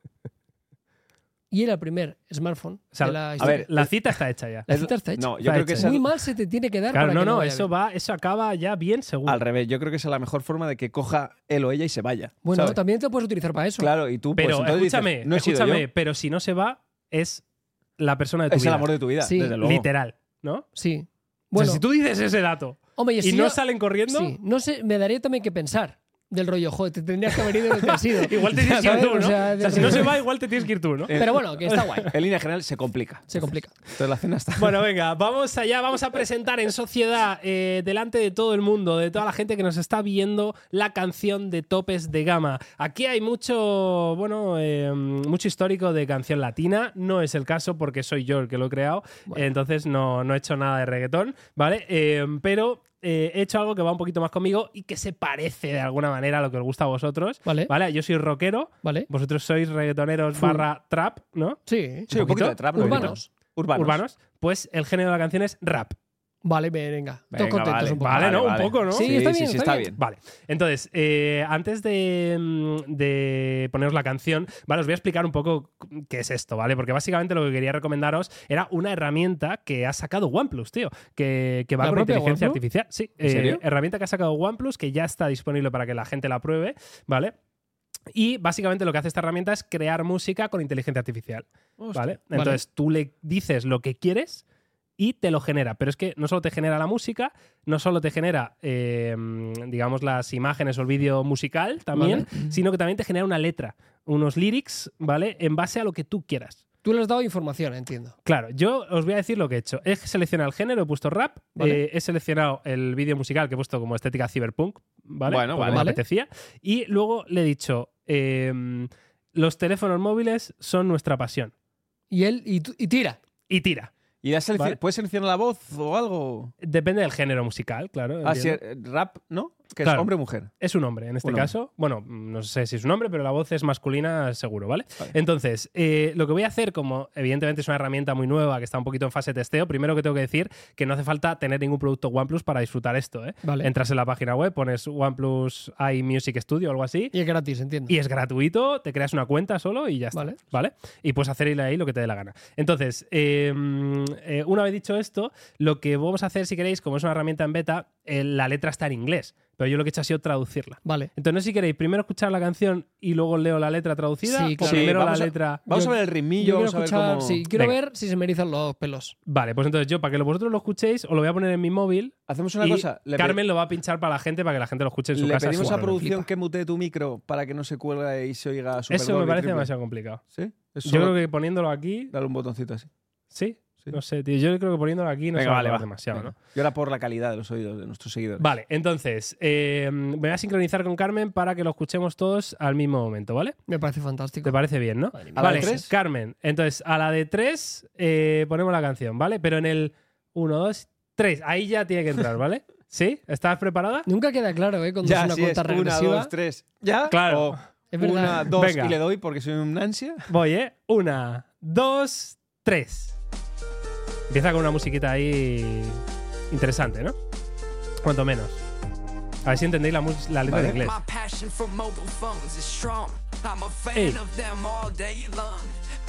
[SPEAKER 3] y era el primer smartphone
[SPEAKER 1] O sea,
[SPEAKER 3] de la
[SPEAKER 2] a
[SPEAKER 3] historia?
[SPEAKER 2] ver,
[SPEAKER 1] La cita está hecha ya.
[SPEAKER 3] la cita está hecha.
[SPEAKER 2] No, yo
[SPEAKER 1] Está
[SPEAKER 2] creo que
[SPEAKER 1] hecha.
[SPEAKER 2] esa-
[SPEAKER 3] Muy mal se te tiene que dar
[SPEAKER 1] Claro,
[SPEAKER 3] eh, para
[SPEAKER 1] no,
[SPEAKER 3] que no,
[SPEAKER 1] no,
[SPEAKER 3] vaya
[SPEAKER 1] eso
[SPEAKER 3] bien.
[SPEAKER 1] va, eso acaba ya bien seguro.
[SPEAKER 2] al revés. Yo creo que esa es la mejor forma de que coja él o ella y se vaya.
[SPEAKER 3] Bueno,
[SPEAKER 2] ¿sabes?
[SPEAKER 3] también te puedes utilizar para eso.
[SPEAKER 2] Claro, y tú, pues,
[SPEAKER 1] Pero
[SPEAKER 2] entonces dices,
[SPEAKER 1] escúchame,
[SPEAKER 2] no he sido yo.
[SPEAKER 1] escúchame, pero si no se va, es la persona de tu
[SPEAKER 2] Es el
[SPEAKER 1] vida.
[SPEAKER 2] amor de tu vida,
[SPEAKER 3] Sí.
[SPEAKER 2] desde luego.
[SPEAKER 1] Literal, ¿no?
[SPEAKER 3] Sí.
[SPEAKER 1] Bueno,
[SPEAKER 3] Bueno,
[SPEAKER 1] si tú dices ese dato
[SPEAKER 3] hombre,
[SPEAKER 1] y
[SPEAKER 3] si
[SPEAKER 1] no
[SPEAKER 3] yo-
[SPEAKER 1] salen corriendo,
[SPEAKER 3] Sí, no sé, me daría también que pensar del rollo, joder, te tendrías que haber ido donde te has ido.
[SPEAKER 1] igual te tienes que ir
[SPEAKER 3] ¿Sabes?
[SPEAKER 1] tú, ¿no?
[SPEAKER 3] O
[SPEAKER 1] O
[SPEAKER 3] sea,
[SPEAKER 1] sea,
[SPEAKER 3] de-
[SPEAKER 1] si no se va, igual te tienes que ir tú, ¿no?
[SPEAKER 2] Eh,
[SPEAKER 3] Pero bueno, que está guay,
[SPEAKER 2] En línea general se complica.
[SPEAKER 3] se complica.
[SPEAKER 2] Entonces la cena está.
[SPEAKER 1] Bueno, venga, vamos allá, vamos a presentar en sociedad, eh, delante de todo el mundo, de toda la gente que nos está viendo, la canción de Topes de Gama. Aquí hay mucho, bueno, eh, mucho histórico de canción latina. No es el caso porque soy yo el que lo he creado,
[SPEAKER 3] Bueno.
[SPEAKER 1] entonces no, no he hecho nada de reggaetón, ¿vale? Eh, pero eh, he hecho algo que va un poquito más conmigo y que se parece de alguna manera a lo que os gusta a vosotros,
[SPEAKER 3] Vale, vale.
[SPEAKER 1] ¿vale? Yo soy rockero, vosotros sois reggaetoneros
[SPEAKER 3] Full.
[SPEAKER 1] barra trap, ¿no?
[SPEAKER 3] Sí.
[SPEAKER 2] Sí, un poquito de trap, ¿no?
[SPEAKER 3] Urbanos.
[SPEAKER 2] Urbanos.
[SPEAKER 1] Urbanos, pues el género de la canción es rap.
[SPEAKER 3] Vale, venga.
[SPEAKER 2] Venga,
[SPEAKER 3] Todos contentos
[SPEAKER 2] vale,
[SPEAKER 3] un poco.
[SPEAKER 1] Vale, ¿no? Un poco, ¿no?
[SPEAKER 3] Sí, está bien,
[SPEAKER 2] sí,
[SPEAKER 3] está
[SPEAKER 2] está
[SPEAKER 3] bien.
[SPEAKER 2] bien.
[SPEAKER 1] Vale, entonces, eh, antes de, mm, de poneros la canción, vale, os voy a explicar un poco qué es esto, ¿vale? Porque básicamente lo que quería recomendaros era una herramienta que ha sacado OnePlus, tío, que, que va
[SPEAKER 3] ¿La
[SPEAKER 1] con
[SPEAKER 3] propia
[SPEAKER 1] inteligencia
[SPEAKER 3] OnePlus?
[SPEAKER 1] artificial. Sí,
[SPEAKER 2] ¿En
[SPEAKER 1] eh,
[SPEAKER 2] serio?
[SPEAKER 1] herramienta que ha sacado OnePlus, que ya está disponible para que la gente la pruebe, ¿vale? Y básicamente lo que hace esta herrmienta es crear música con inteligencia artificial. ¿Vale?
[SPEAKER 3] Vale.
[SPEAKER 1] Entonces tú le dices lo que quieres y te lo genera. Pero es que no solo te genera la música, no solo te genera, eh, digamos, las imágenes o el vídeo musical también, sino que también te genera una letra, unos lyrics, ¿vale? En base a lo que tú quieras.
[SPEAKER 3] Tú le has dado información, entiendo.
[SPEAKER 1] Claro, yo os voy a decir lo que he hecho. He seleccionado el género, he puesto rap,
[SPEAKER 3] Vale.
[SPEAKER 1] eh, he seleccionado el vídeo musical que he puesto como estética cyberpunk, ¿vale?
[SPEAKER 2] Bueno,
[SPEAKER 1] Porque
[SPEAKER 2] vale.
[SPEAKER 1] me
[SPEAKER 3] Vale.
[SPEAKER 1] apetecía. Y luego le he dicho, eh, los teléfonos móviles son nuestra pasión.
[SPEAKER 3] Y él, y, tú- y tira.
[SPEAKER 1] Y tira.
[SPEAKER 2] ¿Y has selec-
[SPEAKER 1] Vale.
[SPEAKER 2] puedes seleccionar la voz o algo?
[SPEAKER 1] Depende del género musical, claro.
[SPEAKER 2] Así,
[SPEAKER 1] entiendo.
[SPEAKER 2] rap, ¿no? Que es
[SPEAKER 1] Claro.
[SPEAKER 2] hombre o mujer.
[SPEAKER 1] Es un hombre, en este
[SPEAKER 2] Ah, Un hombre.
[SPEAKER 1] caso. Bueno, mm, no sé si es un hombre, pero la voz es masculina seguro, ¿vale?
[SPEAKER 2] Vale.
[SPEAKER 1] Entonces, eh, lo que voy a hacer, como evidentemente es una herramienta muy nueva que está un poquito en fase de testeo, primero que tengo que decir que no hace falta tener ningún producto OnePlus para disfrutar esto, ¿eh?
[SPEAKER 3] Vale.
[SPEAKER 1] Entras en la página web, pones OnePlus iMusic Studio o algo así.
[SPEAKER 3] Y es gratis, entiendo.
[SPEAKER 1] Y es gratuito, te creas una cuenta solo y ya está.
[SPEAKER 3] Vale.
[SPEAKER 1] Vale. Y puedes hacer ahí lo que te dé la gana. Entonces, eh, mm, eh, una vez dicho esto, lo que vamos a hacer, si queréis, como es una herramienta en beta, eh, la letra está en inglés. Pero yo lo que he hecho ha sido traducirla.
[SPEAKER 3] Vale.
[SPEAKER 1] Entonces, no sé si queréis, primero escuchar la canción y luego leo la letra traducida.
[SPEAKER 3] Sí,
[SPEAKER 1] o
[SPEAKER 3] claro.
[SPEAKER 2] Sí,
[SPEAKER 1] primero la
[SPEAKER 2] vamos a-
[SPEAKER 1] letra.
[SPEAKER 2] Vamos
[SPEAKER 3] Yo-
[SPEAKER 2] a ver el
[SPEAKER 3] Yo
[SPEAKER 2] ritmillo,
[SPEAKER 3] quiero
[SPEAKER 2] vamos a ver
[SPEAKER 3] escuchar,
[SPEAKER 2] cómo...
[SPEAKER 3] sí, quiero
[SPEAKER 1] Venga.
[SPEAKER 3] ver si se me erizan los pelos.
[SPEAKER 1] Vale, pues entonces yo, para que lo- vosotros lo escuchéis, os lo voy a poner en mi móvil.
[SPEAKER 2] Hacemos una
[SPEAKER 1] y
[SPEAKER 2] cosa. Le, pe-
[SPEAKER 1] Carmen lo va a pinchar para la gente, para que la gente lo escuche en su
[SPEAKER 2] le
[SPEAKER 1] casa. en su
[SPEAKER 2] pedimos a
[SPEAKER 1] ordenador.
[SPEAKER 2] producción
[SPEAKER 3] Flipa.
[SPEAKER 2] que mutee tu micro para que no se cuelgue y se oiga super
[SPEAKER 1] Eso me
[SPEAKER 2] doble,
[SPEAKER 1] parece
[SPEAKER 2] triple.
[SPEAKER 1] demasiado complicado.
[SPEAKER 2] ¿Sí? Es
[SPEAKER 1] Yo
[SPEAKER 2] solo
[SPEAKER 1] creo que poniéndolo aquí.
[SPEAKER 2] Dale un botoncito así.
[SPEAKER 1] Sí.
[SPEAKER 2] Sí.
[SPEAKER 1] No sé, tío. Yo creo que poniéndolo aquí no
[SPEAKER 2] Venga,
[SPEAKER 1] se va a
[SPEAKER 2] vale,
[SPEAKER 1] acabar
[SPEAKER 2] va.
[SPEAKER 1] demasiado,
[SPEAKER 2] Venga.
[SPEAKER 1] ¿no?
[SPEAKER 2] Y ahora por la calidad de los oídos de nuestros seguidores.
[SPEAKER 1] Vale, entonces, eh, me voy a sincronizar con Carmen para que lo escuchemos todos al mismo momento, ¿vale?
[SPEAKER 3] Me parece fantástico.
[SPEAKER 1] ¿Te parece bien, no?
[SPEAKER 3] Madre mía.
[SPEAKER 2] A la de
[SPEAKER 1] Vale,
[SPEAKER 2] tres.
[SPEAKER 1] Carmen. Entonces, a la de tres eh, ponemos la canción, ¿vale? Pero en el 1, 2, 3. Ahí ya tiene que entrar, ¿vale? ¿Sí? ¿Estás preparada?
[SPEAKER 3] Nunca queda claro, ¿eh? Cuando
[SPEAKER 2] Ya,
[SPEAKER 3] es una
[SPEAKER 2] si
[SPEAKER 3] cuenta
[SPEAKER 2] es
[SPEAKER 3] regresiva.
[SPEAKER 2] una, dos, tres. ¿Ya?
[SPEAKER 1] Claro.
[SPEAKER 2] O
[SPEAKER 3] Es verdad.
[SPEAKER 2] una, dos
[SPEAKER 1] Venga.
[SPEAKER 2] y le doy porque soy un ansia.
[SPEAKER 1] Voy, ¿eh? Una, dos, tres. Empieza con una musiquita ahí interesante, ¿no? Cuanto menos. A ver si entendéis la, mus- la letra
[SPEAKER 2] Vale.
[SPEAKER 1] en inglés.
[SPEAKER 4] My passion for mobile phones is strong. I'm a fan
[SPEAKER 1] Ey.
[SPEAKER 4] of them all day long.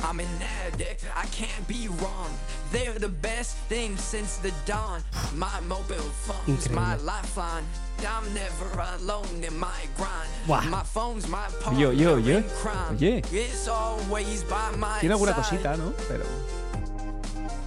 [SPEAKER 4] I'm an addict, I can't be wrong. They're the best thing since the dawn. My mobile phone's my lifeline. I'm never alone in my grind.
[SPEAKER 3] Buah.
[SPEAKER 4] My phone's my partner
[SPEAKER 2] Yo, yo, yo.
[SPEAKER 4] in crime.
[SPEAKER 2] Oye.
[SPEAKER 4] It's always by my
[SPEAKER 2] Tiene alguna
[SPEAKER 4] side.
[SPEAKER 2] cosita, ¿no? Pero.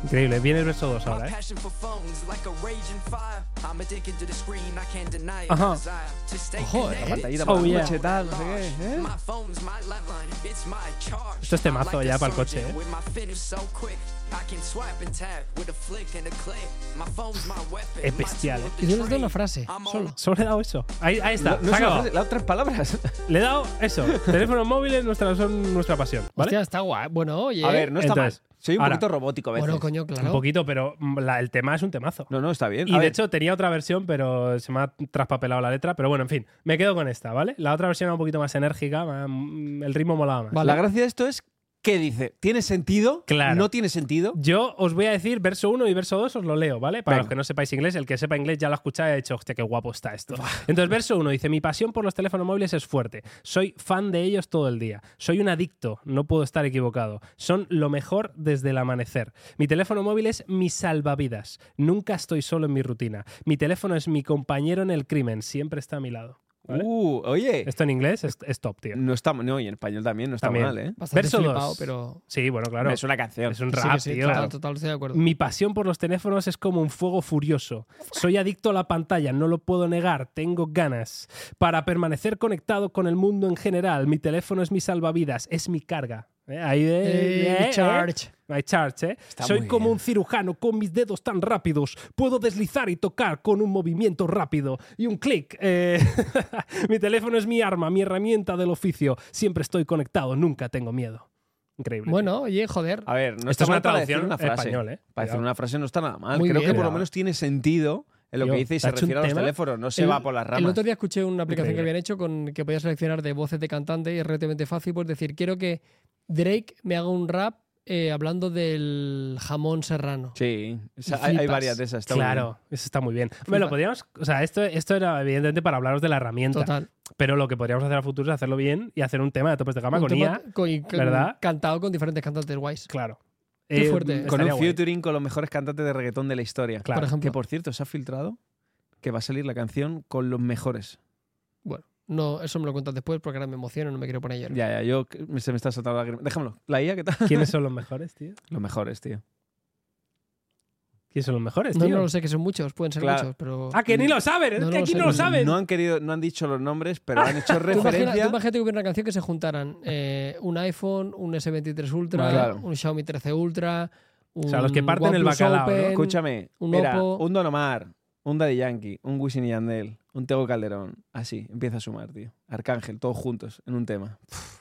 [SPEAKER 1] Increíble, viene el verso 2
[SPEAKER 4] My
[SPEAKER 1] ahora, ¿eh?
[SPEAKER 4] passion for phones like a raging fire. I'm addicted to the screen, I can't deny it.
[SPEAKER 1] Ajá.
[SPEAKER 4] Desire to stay
[SPEAKER 3] Ojo, eh.
[SPEAKER 4] connected.
[SPEAKER 2] Pantallita
[SPEAKER 1] Oh,
[SPEAKER 2] para la
[SPEAKER 1] yeah.
[SPEAKER 2] noche, tal, no sé qué, ¿eh?
[SPEAKER 4] My phone's my lifeline, it's my charge.
[SPEAKER 1] Esto es temazo
[SPEAKER 4] I'm like
[SPEAKER 1] ya
[SPEAKER 4] a
[SPEAKER 1] pa'l coche,
[SPEAKER 4] surgeon
[SPEAKER 1] eh.
[SPEAKER 4] with my finish so quick. I can swipe and tap with a flick and a click. My phone's my weapon,
[SPEAKER 1] Es
[SPEAKER 4] my
[SPEAKER 1] bestial, eh.
[SPEAKER 4] tool of the
[SPEAKER 3] Y yo les doy una
[SPEAKER 4] trade.
[SPEAKER 3] frase,
[SPEAKER 4] I'm all
[SPEAKER 3] solo.
[SPEAKER 1] Solo he dado eso. Ahí, ahí está,
[SPEAKER 2] No, no
[SPEAKER 1] se
[SPEAKER 2] es una
[SPEAKER 1] acabó.
[SPEAKER 2] frase, las tres palabras.
[SPEAKER 1] Le he dado eso. Teléfonos móviles nuestra, son nuestra pasión, ¿vale?
[SPEAKER 3] Hostia, está guay. Bueno, oye.
[SPEAKER 2] A ver, no está
[SPEAKER 1] Entonces,
[SPEAKER 2] mal. Soy un
[SPEAKER 1] ahora.
[SPEAKER 2] poquito robótico a veces.
[SPEAKER 3] bueno, coño, claro.
[SPEAKER 1] Un poquito, pero mm, la- el tema es un temazo.
[SPEAKER 2] No, no, está bien.
[SPEAKER 1] Y
[SPEAKER 2] A
[SPEAKER 1] de
[SPEAKER 2] ver,
[SPEAKER 1] hecho tenía otra versión, pero se me ha traspapelado la letra. Pero bueno, en fin, me quedo con esta, ¿vale? La otra versión era un poquito más enérgica, más- mm, el ritmo molaba más.
[SPEAKER 3] Vale.
[SPEAKER 2] la gracia de esto es que dice, ¿tiene sentido?
[SPEAKER 1] Claro.
[SPEAKER 2] ¿No tiene sentido?
[SPEAKER 1] Yo os voy a decir verso 1 y verso 2, os lo leo, ¿vale? Para
[SPEAKER 2] Venga.
[SPEAKER 1] los que no sepáis inglés, el que sepa inglés ya lo ha escuchado y ha dicho, hostia, qué guapo está esto. Entonces, verso 1 dice, mi pasión por los teléfonos móviles es fuerte. Soy fan de ellos todo el día. Soy un adicto, no puedo estar equivocado. Son lo mejor desde el amanecer. Mi teléfono móvil es mi salvavidas. Nunca estoy solo en mi rutina. Mi teléfono es mi compañero en el crimen, siempre está a mi lado. ¿Vale?
[SPEAKER 2] Uh,
[SPEAKER 3] Eh.
[SPEAKER 2] oye.
[SPEAKER 1] Esto en inglés es, es top, tío.
[SPEAKER 2] No está, no, y en español también no está
[SPEAKER 1] También.
[SPEAKER 2] mal, ¿eh?
[SPEAKER 3] Bastante
[SPEAKER 1] Verso
[SPEAKER 3] flipado,
[SPEAKER 1] dos.
[SPEAKER 3] pero.
[SPEAKER 1] Sí, bueno, claro.
[SPEAKER 2] Es una canción.
[SPEAKER 1] Es un
[SPEAKER 3] Sí, que
[SPEAKER 1] rap,
[SPEAKER 3] sí,
[SPEAKER 1] tío.
[SPEAKER 3] total,
[SPEAKER 1] Claro.
[SPEAKER 3] total, estoy de acuerdo.
[SPEAKER 1] Mi pasión por los teléfonos es como un fuego furioso. Soy adicto a la pantalla, no lo puedo negar, tengo ganas. Para permanecer conectado con el mundo en general, mi teléfono es mi salvavidas, es mi carga. Eh, Ahí eh,
[SPEAKER 3] Ey,
[SPEAKER 1] eh, eh.
[SPEAKER 3] Charge.
[SPEAKER 1] My charge, ¿eh?
[SPEAKER 2] Está
[SPEAKER 1] Soy
[SPEAKER 2] muy
[SPEAKER 1] como
[SPEAKER 2] bien.
[SPEAKER 1] un cirujano con mis dedos tan rápidos. Puedo deslizar y tocar con un movimiento rápido y un clic. eh. mi teléfono es mi arma, mi herramienta del oficio. Siempre estoy conectado, nunca tengo miedo. Increíble.
[SPEAKER 3] Bueno, oye, joder.
[SPEAKER 2] A ver, no
[SPEAKER 1] Esto
[SPEAKER 2] está
[SPEAKER 1] es una
[SPEAKER 2] mal para decir
[SPEAKER 1] traducción
[SPEAKER 2] una frase.
[SPEAKER 1] español, ¿eh?
[SPEAKER 2] Para decir
[SPEAKER 1] Cuidado.
[SPEAKER 2] una frase no está nada mal.
[SPEAKER 3] Muy
[SPEAKER 2] Creo
[SPEAKER 3] bien.
[SPEAKER 2] que por lo
[SPEAKER 1] Cuidado.
[SPEAKER 2] menos tiene sentido en lo
[SPEAKER 1] Tío,
[SPEAKER 2] que dice y
[SPEAKER 1] te ha
[SPEAKER 2] se
[SPEAKER 1] hecho
[SPEAKER 2] refiere
[SPEAKER 1] un
[SPEAKER 2] a los
[SPEAKER 1] tema.
[SPEAKER 2] teléfonos, no se
[SPEAKER 3] El-
[SPEAKER 2] va por las
[SPEAKER 3] El
[SPEAKER 2] ramas.
[SPEAKER 3] otro día escuché una aplicación
[SPEAKER 1] Increíble.
[SPEAKER 3] que habían hecho con que podías seleccionar de voces de cantante y es relativamente fácil. Pues decir, quiero que Drake me haga un rap eh, hablando del jamón serrano.
[SPEAKER 2] Sí, o sea, hay,
[SPEAKER 3] Y
[SPEAKER 2] hay
[SPEAKER 3] flipas.
[SPEAKER 2] varias de esas. está muy bien.
[SPEAKER 1] claro, eso está muy bien. Hombre, lo
[SPEAKER 3] Flipa.
[SPEAKER 1] podríamos, o sea, esto, esto era evidentemente para hablaros de la herramienta,
[SPEAKER 3] Total.
[SPEAKER 1] pero lo que podríamos hacer a futuro es hacerlo bien y hacer un tema de topes de gama
[SPEAKER 3] Un
[SPEAKER 1] con
[SPEAKER 3] tema
[SPEAKER 1] IA.
[SPEAKER 3] co- y- con-
[SPEAKER 1] ¿verdad?
[SPEAKER 3] Cantado con diferentes cantantes guays.
[SPEAKER 1] Claro.
[SPEAKER 3] Qué fuerte, ¿eh?
[SPEAKER 2] Con
[SPEAKER 1] estaría
[SPEAKER 2] un
[SPEAKER 1] guay.
[SPEAKER 2] featuring con los mejores cantantes de reggaetón de la historia.
[SPEAKER 1] Claro.
[SPEAKER 3] por ejemplo.
[SPEAKER 2] Que por cierto, se ha filtrado que va a salir la canción con los mejores.
[SPEAKER 3] Bueno, no, eso me lo cuentas después porque ahora me emociono, no me quiero poner a llorar.
[SPEAKER 2] Ya, ya, yo me- se me está saltando la lágrima. Déjamelo. La IA, ¿qué tal?
[SPEAKER 1] ¿Quiénes son los mejores, tío?
[SPEAKER 2] Los mejores, tío.
[SPEAKER 1] ¿Quiénes son los mejores,
[SPEAKER 3] No,
[SPEAKER 1] tío?
[SPEAKER 3] no lo sé, que son muchos, pueden ser
[SPEAKER 2] Claro.
[SPEAKER 3] muchos, pero.
[SPEAKER 1] Ah, que ni lo saben, es
[SPEAKER 3] No,
[SPEAKER 1] que
[SPEAKER 3] no lo
[SPEAKER 1] aquí
[SPEAKER 3] sé,
[SPEAKER 1] no lo saben.
[SPEAKER 2] No han querido, no han dicho los nombres, pero han hecho
[SPEAKER 3] Tú imagina- tú
[SPEAKER 2] referencia.
[SPEAKER 3] imagínate que hubiera una canción que se juntaran eh, un iPhone, un S23 Ultra,
[SPEAKER 2] Claro.
[SPEAKER 3] un Xiaomi 13 Ultra, un
[SPEAKER 1] sea, los que parten el
[SPEAKER 3] OnePlus
[SPEAKER 1] bacalao, ¿no?
[SPEAKER 3] Open.
[SPEAKER 2] Escúchame,
[SPEAKER 3] un
[SPEAKER 2] era
[SPEAKER 3] Oppo.
[SPEAKER 2] un Don Omar, un Daddy Yankee, un Wisin y Yandel, un Tego Calderón. Así, empieza a sumar, tío. Arcángel, todos juntos, en un tema. Pff.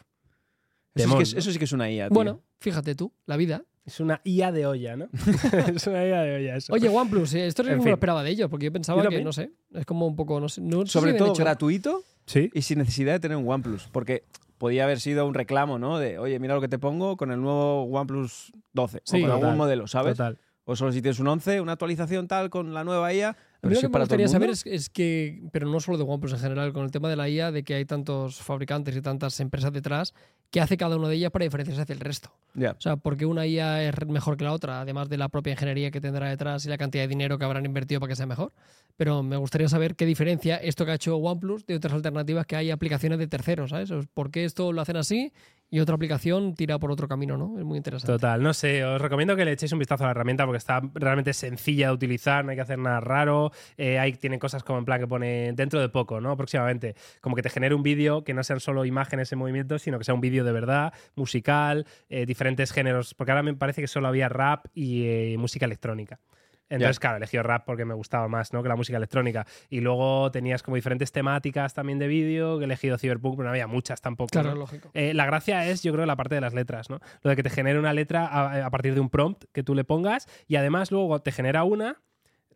[SPEAKER 2] Eso,
[SPEAKER 1] Demon,
[SPEAKER 2] sí que es,
[SPEAKER 1] ¿no?
[SPEAKER 2] eso sí que es una IA, tío.
[SPEAKER 3] Bueno, fíjate tú, la vida.
[SPEAKER 1] Es una IA de olla, ¿no? es una IA de olla eso.
[SPEAKER 3] Oye, OnePlus, eh, esto es
[SPEAKER 1] En
[SPEAKER 3] que no
[SPEAKER 1] fin.
[SPEAKER 3] lo esperaba de ellos, porque yo pensaba
[SPEAKER 1] Yo
[SPEAKER 3] que,
[SPEAKER 1] también.
[SPEAKER 3] no sé, es como un poco, no sé. No sé
[SPEAKER 2] Sobre
[SPEAKER 3] si habían
[SPEAKER 2] todo
[SPEAKER 3] hecho-
[SPEAKER 2] gratuito
[SPEAKER 1] sí.
[SPEAKER 2] y sin necesidad de tener un OnePlus, porque podía haber sido un reclamo, ¿no? De, oye, mira lo que te pongo con el nuevo OnePlus 12
[SPEAKER 1] Sí,
[SPEAKER 2] o con
[SPEAKER 1] total,
[SPEAKER 2] algún modelo, ¿sabes?
[SPEAKER 1] Total.
[SPEAKER 2] O solo si tienes un 11, una actualización tal con la nueva IA.
[SPEAKER 3] A
[SPEAKER 2] Pero
[SPEAKER 3] mí lo
[SPEAKER 2] eso
[SPEAKER 3] que
[SPEAKER 2] es
[SPEAKER 3] me
[SPEAKER 2] para todo el
[SPEAKER 3] gustaría saber
[SPEAKER 2] mundo.
[SPEAKER 3] es, es que, pero no solo de OnePlus en general, con el tema de la IA, de que hay tantos fabricantes y tantas empresas detrás, ¿qué hace cada una de ellas para diferenciarse del resto?
[SPEAKER 2] Ya.
[SPEAKER 3] O sea, porque una IA es mejor que la otra, además de la propia ingeniería que tendrá detrás y la cantidad de dinero que habrán invertido para que sea mejor. Pero me gustaría saber qué diferencia esto que ha hecho OnePlus de otras alternativas que hay aplicaciones de terceros, ¿sabes? O ¿Por qué esto lo hacen así y otra aplicación tira por otro camino, ¿no? Es muy interesante.
[SPEAKER 1] Total, no sé, os recomiendo que le echéis un vistazo a la herramienta porque está realmente sencilla de utilizar, no hay que hacer nada raro, eh, ahí tienen cosas como en plan que pone dentro de poco, ¿no? Próximamente, como que te genere un vídeo que no sean solo imágenes en movimiento, sino que sea un vídeo de verdad, musical, eh, diferentes géneros, porque ahora me parece que solo había rap y eh, música electrónica. Entonces,
[SPEAKER 2] Ya.
[SPEAKER 1] claro, elegí rap porque me gustaba más ¿no? que la música electrónica. Y luego tenías como diferentes temáticas también de vídeo, que he elegido Cyberpunk, pero no había muchas tampoco.
[SPEAKER 3] Claro,
[SPEAKER 1] ¿no?
[SPEAKER 3] lógico.
[SPEAKER 1] Eh, la gracia es, yo creo, la parte de las letras, ¿no? Lo de que te genere una letra a, a partir de un prompt que tú le pongas y además luego te genera una,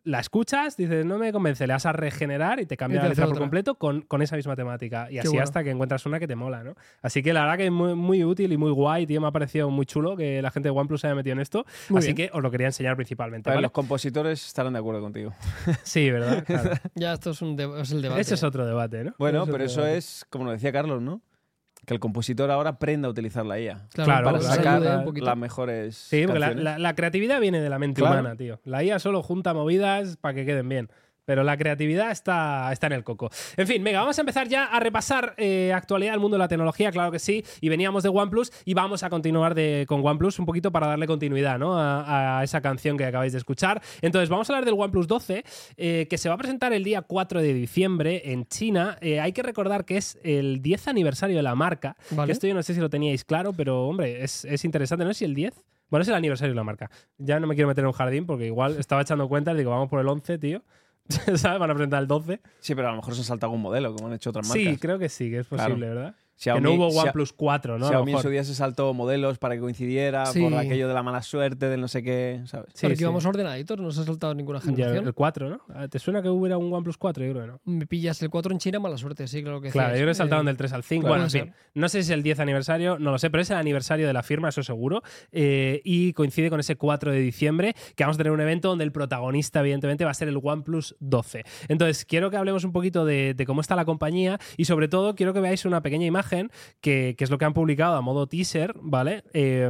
[SPEAKER 1] la escuchas, dices, no me convence, le vas a regenerar y te cambia
[SPEAKER 3] Y te
[SPEAKER 1] la
[SPEAKER 3] hace
[SPEAKER 1] letra por
[SPEAKER 3] otra.
[SPEAKER 1] completo con, con esa misma temática. Y así
[SPEAKER 3] bueno.
[SPEAKER 1] hasta que encuentras una que te mola, ¿no? Así que la verdad que es muy, muy útil y muy guay, tío. Me ha parecido muy chulo que la gente de OnePlus se haya metido en esto.
[SPEAKER 3] Muy
[SPEAKER 1] así
[SPEAKER 3] bien.
[SPEAKER 1] que os lo quería enseñar principalmente.
[SPEAKER 2] A ver,
[SPEAKER 1] ¿vale?
[SPEAKER 2] los compositores estarán de acuerdo contigo.
[SPEAKER 1] Sí, ¿verdad? Claro.
[SPEAKER 3] Ya esto es, un de- es el debate.
[SPEAKER 1] Ese es otro debate, ¿no?
[SPEAKER 2] Bueno,
[SPEAKER 1] Ese
[SPEAKER 2] pero
[SPEAKER 1] otro
[SPEAKER 2] eso
[SPEAKER 1] debate.
[SPEAKER 2] es, como lo decía Carlos, ¿no? que el compositor ahora aprenda a utilizar la IA.
[SPEAKER 1] Claro,
[SPEAKER 2] para
[SPEAKER 1] que
[SPEAKER 3] nos
[SPEAKER 2] sacar
[SPEAKER 3] ayude
[SPEAKER 1] la-
[SPEAKER 3] un poquito.
[SPEAKER 2] las mejores.
[SPEAKER 1] Sí, porque la,
[SPEAKER 2] canciones.
[SPEAKER 1] la- la creatividad viene de la mente
[SPEAKER 2] Claro.
[SPEAKER 1] humana, tío. La IA solo junta movidas para que queden bien. Pero la creatividad está, está en el coco. En fin, venga, vamos a empezar ya a repasar eh, actualidad del mundo de la tecnología, claro que sí. Y veníamos de OnePlus y vamos a continuar de, con OnePlus un poquito para darle continuidad ¿no? a, a esa canción que acabáis de escuchar. Entonces, vamos a hablar del OnePlus 12, eh, que se va a presentar el día 4 de diciembre en China. Eh, hay que recordar que es el 10 aniversario de la marca.
[SPEAKER 3] Vale.
[SPEAKER 1] Que esto yo no sé si lo teníais claro, pero hombre, es, es interesante. No sé si el 10. Bueno, es el aniversario de la marca. Ya no me quiero meter en un jardín porque igual estaba echando cuentas. Digo, vamos por el 11, tío. ¿Sabes? Van a presentar el 12.
[SPEAKER 2] Sí, pero a lo mejor se han saltado un modelo, como han hecho otras marcas.
[SPEAKER 1] Sí, creo que sí, que es
[SPEAKER 2] Claro.
[SPEAKER 1] posible, ¿verdad?
[SPEAKER 2] Xiaomi-
[SPEAKER 1] que no hubo
[SPEAKER 2] Xia-
[SPEAKER 1] OnePlus 4, ¿no? A lo
[SPEAKER 2] Xiaomi en
[SPEAKER 1] mejor.
[SPEAKER 2] su día se saltó modelos para que coincidiera
[SPEAKER 3] Sí.
[SPEAKER 2] por aquello de la mala suerte, del no sé qué, ¿sabes?
[SPEAKER 1] Sí,
[SPEAKER 3] Porque
[SPEAKER 1] sí.
[SPEAKER 3] íbamos ordenaditos, no se ha saltado ninguna
[SPEAKER 1] Ya, eh,
[SPEAKER 3] generación.
[SPEAKER 1] el 4, ¿no? Ah, ¿Te suena que hubiera un OnePlus 4? Yo creo que no.
[SPEAKER 3] Me pillas el 4 en China, mala suerte, sí, claro que
[SPEAKER 1] Claro, yo creo que saltaron del 3 al 5.
[SPEAKER 3] claro,
[SPEAKER 1] bueno, en
[SPEAKER 3] puede
[SPEAKER 1] fin, no sé si es el 10 aniversario, no lo sé, pero es el aniversario de la firma, eso seguro. eh, y coincide con ese 4 de diciembre, que vamos a tener un evento donde el protagonista, evidentemente, va a ser el OnePlus 12. Entonces, quiero que hablemos un poquito de, de cómo está la compañía y, sobre todo, quiero que veáis una pequeña imagen, que, que es lo que han publicado a modo teaser, ¿vale? Eh,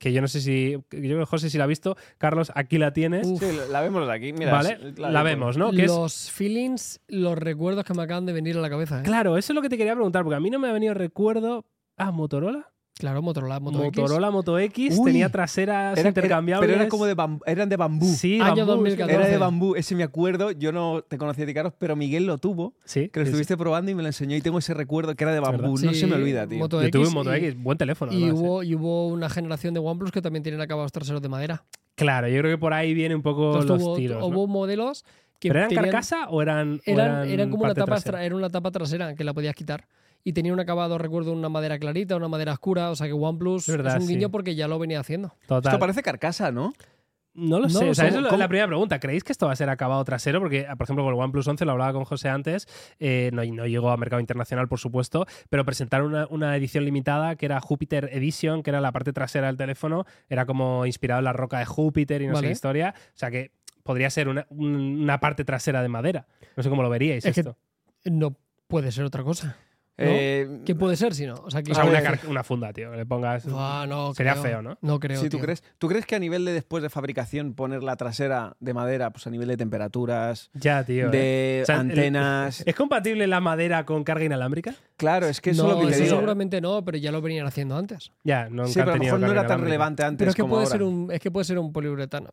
[SPEAKER 1] que yo no sé si. Yo creo que José si la ha visto. Carlos, aquí la tienes.
[SPEAKER 3] Uf,
[SPEAKER 2] Sí, la- la vemos aquí, Uh, mira.
[SPEAKER 1] ¿Vale?
[SPEAKER 2] es-
[SPEAKER 1] La vemos, ¿no? Que es-
[SPEAKER 3] Los feelings, los recuerdos que me acaban de venir a la cabeza. ¿eh?
[SPEAKER 1] Claro, eso es lo que te quería preguntar, porque a mí no me ha venido recuerdo. Ah, Motorola.
[SPEAKER 3] Claro, Motorola, Moto X.
[SPEAKER 1] Motorola Moto X
[SPEAKER 2] Uy,
[SPEAKER 1] tenía traseras
[SPEAKER 2] Era- era-
[SPEAKER 1] intercambiables.
[SPEAKER 2] pero eran como de bam- eran de bambú.
[SPEAKER 1] Sí,
[SPEAKER 3] Año
[SPEAKER 1] bambú,
[SPEAKER 3] 2014.
[SPEAKER 2] Era de bambú, ese me acuerdo. Yo no te conocí a ti, Carlos, pero Miguel lo tuvo.
[SPEAKER 1] Sí,
[SPEAKER 2] Que lo
[SPEAKER 1] sí, sí.
[SPEAKER 2] estuviste probando y me lo enseñó y tengo ese recuerdo que era de bambú.
[SPEAKER 3] ¿Verdad?
[SPEAKER 2] No
[SPEAKER 3] Sí,
[SPEAKER 2] se me olvida, tío.
[SPEAKER 3] Moto
[SPEAKER 1] Yo tuve
[SPEAKER 3] X
[SPEAKER 1] un Moto
[SPEAKER 3] y-
[SPEAKER 1] X, buen teléfono.
[SPEAKER 3] Y
[SPEAKER 1] además, ¿eh?
[SPEAKER 3] hubo, y hubo una generación de OnePlus que también tienen acabados traseros de madera.
[SPEAKER 1] Claro, yo creo que por ahí vienen un poco
[SPEAKER 3] Entonces,
[SPEAKER 1] los
[SPEAKER 3] hubo,
[SPEAKER 1] tiros. ¿no?
[SPEAKER 3] hubo modelos que
[SPEAKER 1] ¿Pero eran
[SPEAKER 3] tenían-
[SPEAKER 1] carcasa o eran.? o
[SPEAKER 3] eran, eran como una
[SPEAKER 1] parte
[SPEAKER 3] tapa,
[SPEAKER 1] trasera?
[SPEAKER 3] tra- era una tapa trasera que la podías quitar. Y tenía un acabado, recuerdo, una madera clarita, una madera oscura. O sea que OnePlus
[SPEAKER 1] Es
[SPEAKER 3] es,
[SPEAKER 1] verdad,
[SPEAKER 3] un guiño
[SPEAKER 1] sí.
[SPEAKER 3] porque ya lo venía haciendo.
[SPEAKER 1] Total.
[SPEAKER 2] Esto parece carcasa, ¿no?
[SPEAKER 1] No lo
[SPEAKER 3] No
[SPEAKER 1] sé.
[SPEAKER 3] lo
[SPEAKER 1] o sea,
[SPEAKER 3] sé.
[SPEAKER 1] esa es la-
[SPEAKER 3] ¿Cómo?
[SPEAKER 1] la primera pregunta. ¿Creéis que esto va a ser acabado trasero? Porque, ah, por ejemplo, con el OnePlus 11, lo hablaba con José antes, eh, no, no llegó a mercado internacional, por supuesto, pero presentaron una, una edición limitada que era Júpiter Edition, que era la parte trasera del teléfono, era como inspirado en la roca de Júpiter y no sé
[SPEAKER 3] Vale.
[SPEAKER 1] qué historia. O sea que podría ser una, un- una parte trasera de madera. No sé cómo lo veríais
[SPEAKER 3] Es que-
[SPEAKER 1] esto.
[SPEAKER 3] No puede ser otra cosa. ¿No?
[SPEAKER 2] Eh,
[SPEAKER 3] ¿Qué puede ser si no? O sea, que
[SPEAKER 1] O sea, una,
[SPEAKER 2] Hombre.
[SPEAKER 1] car- una funda, tío, que le pongas.
[SPEAKER 3] Buah, no
[SPEAKER 1] Sería
[SPEAKER 3] creo.
[SPEAKER 1] feo, ¿no?
[SPEAKER 3] No creo.
[SPEAKER 2] sí, ¿tú
[SPEAKER 3] tío.
[SPEAKER 2] crees? ¿Tú crees que a nivel de después de fabricación poner la trasera de madera, pues a nivel de temperaturas,
[SPEAKER 1] Ya, tío. eh.
[SPEAKER 2] de
[SPEAKER 1] O sea, el-
[SPEAKER 2] antenas,
[SPEAKER 1] ¿Es compatible la madera con carga inalámbrica?
[SPEAKER 2] Claro, es que eso
[SPEAKER 3] no,
[SPEAKER 2] es lo que te
[SPEAKER 3] eso
[SPEAKER 2] digo.
[SPEAKER 3] seguramente no, pero ya lo venían haciendo antes.
[SPEAKER 1] Ya, no nunca
[SPEAKER 2] Sí, pero a
[SPEAKER 1] han
[SPEAKER 2] lo
[SPEAKER 1] tenido
[SPEAKER 2] mejor no
[SPEAKER 1] carga
[SPEAKER 2] era tan
[SPEAKER 1] inalámbrica.
[SPEAKER 2] relevante antes
[SPEAKER 3] Pero es que
[SPEAKER 2] como
[SPEAKER 3] puede
[SPEAKER 2] ahora.
[SPEAKER 3] ser un, es que puede ser un poliuretano.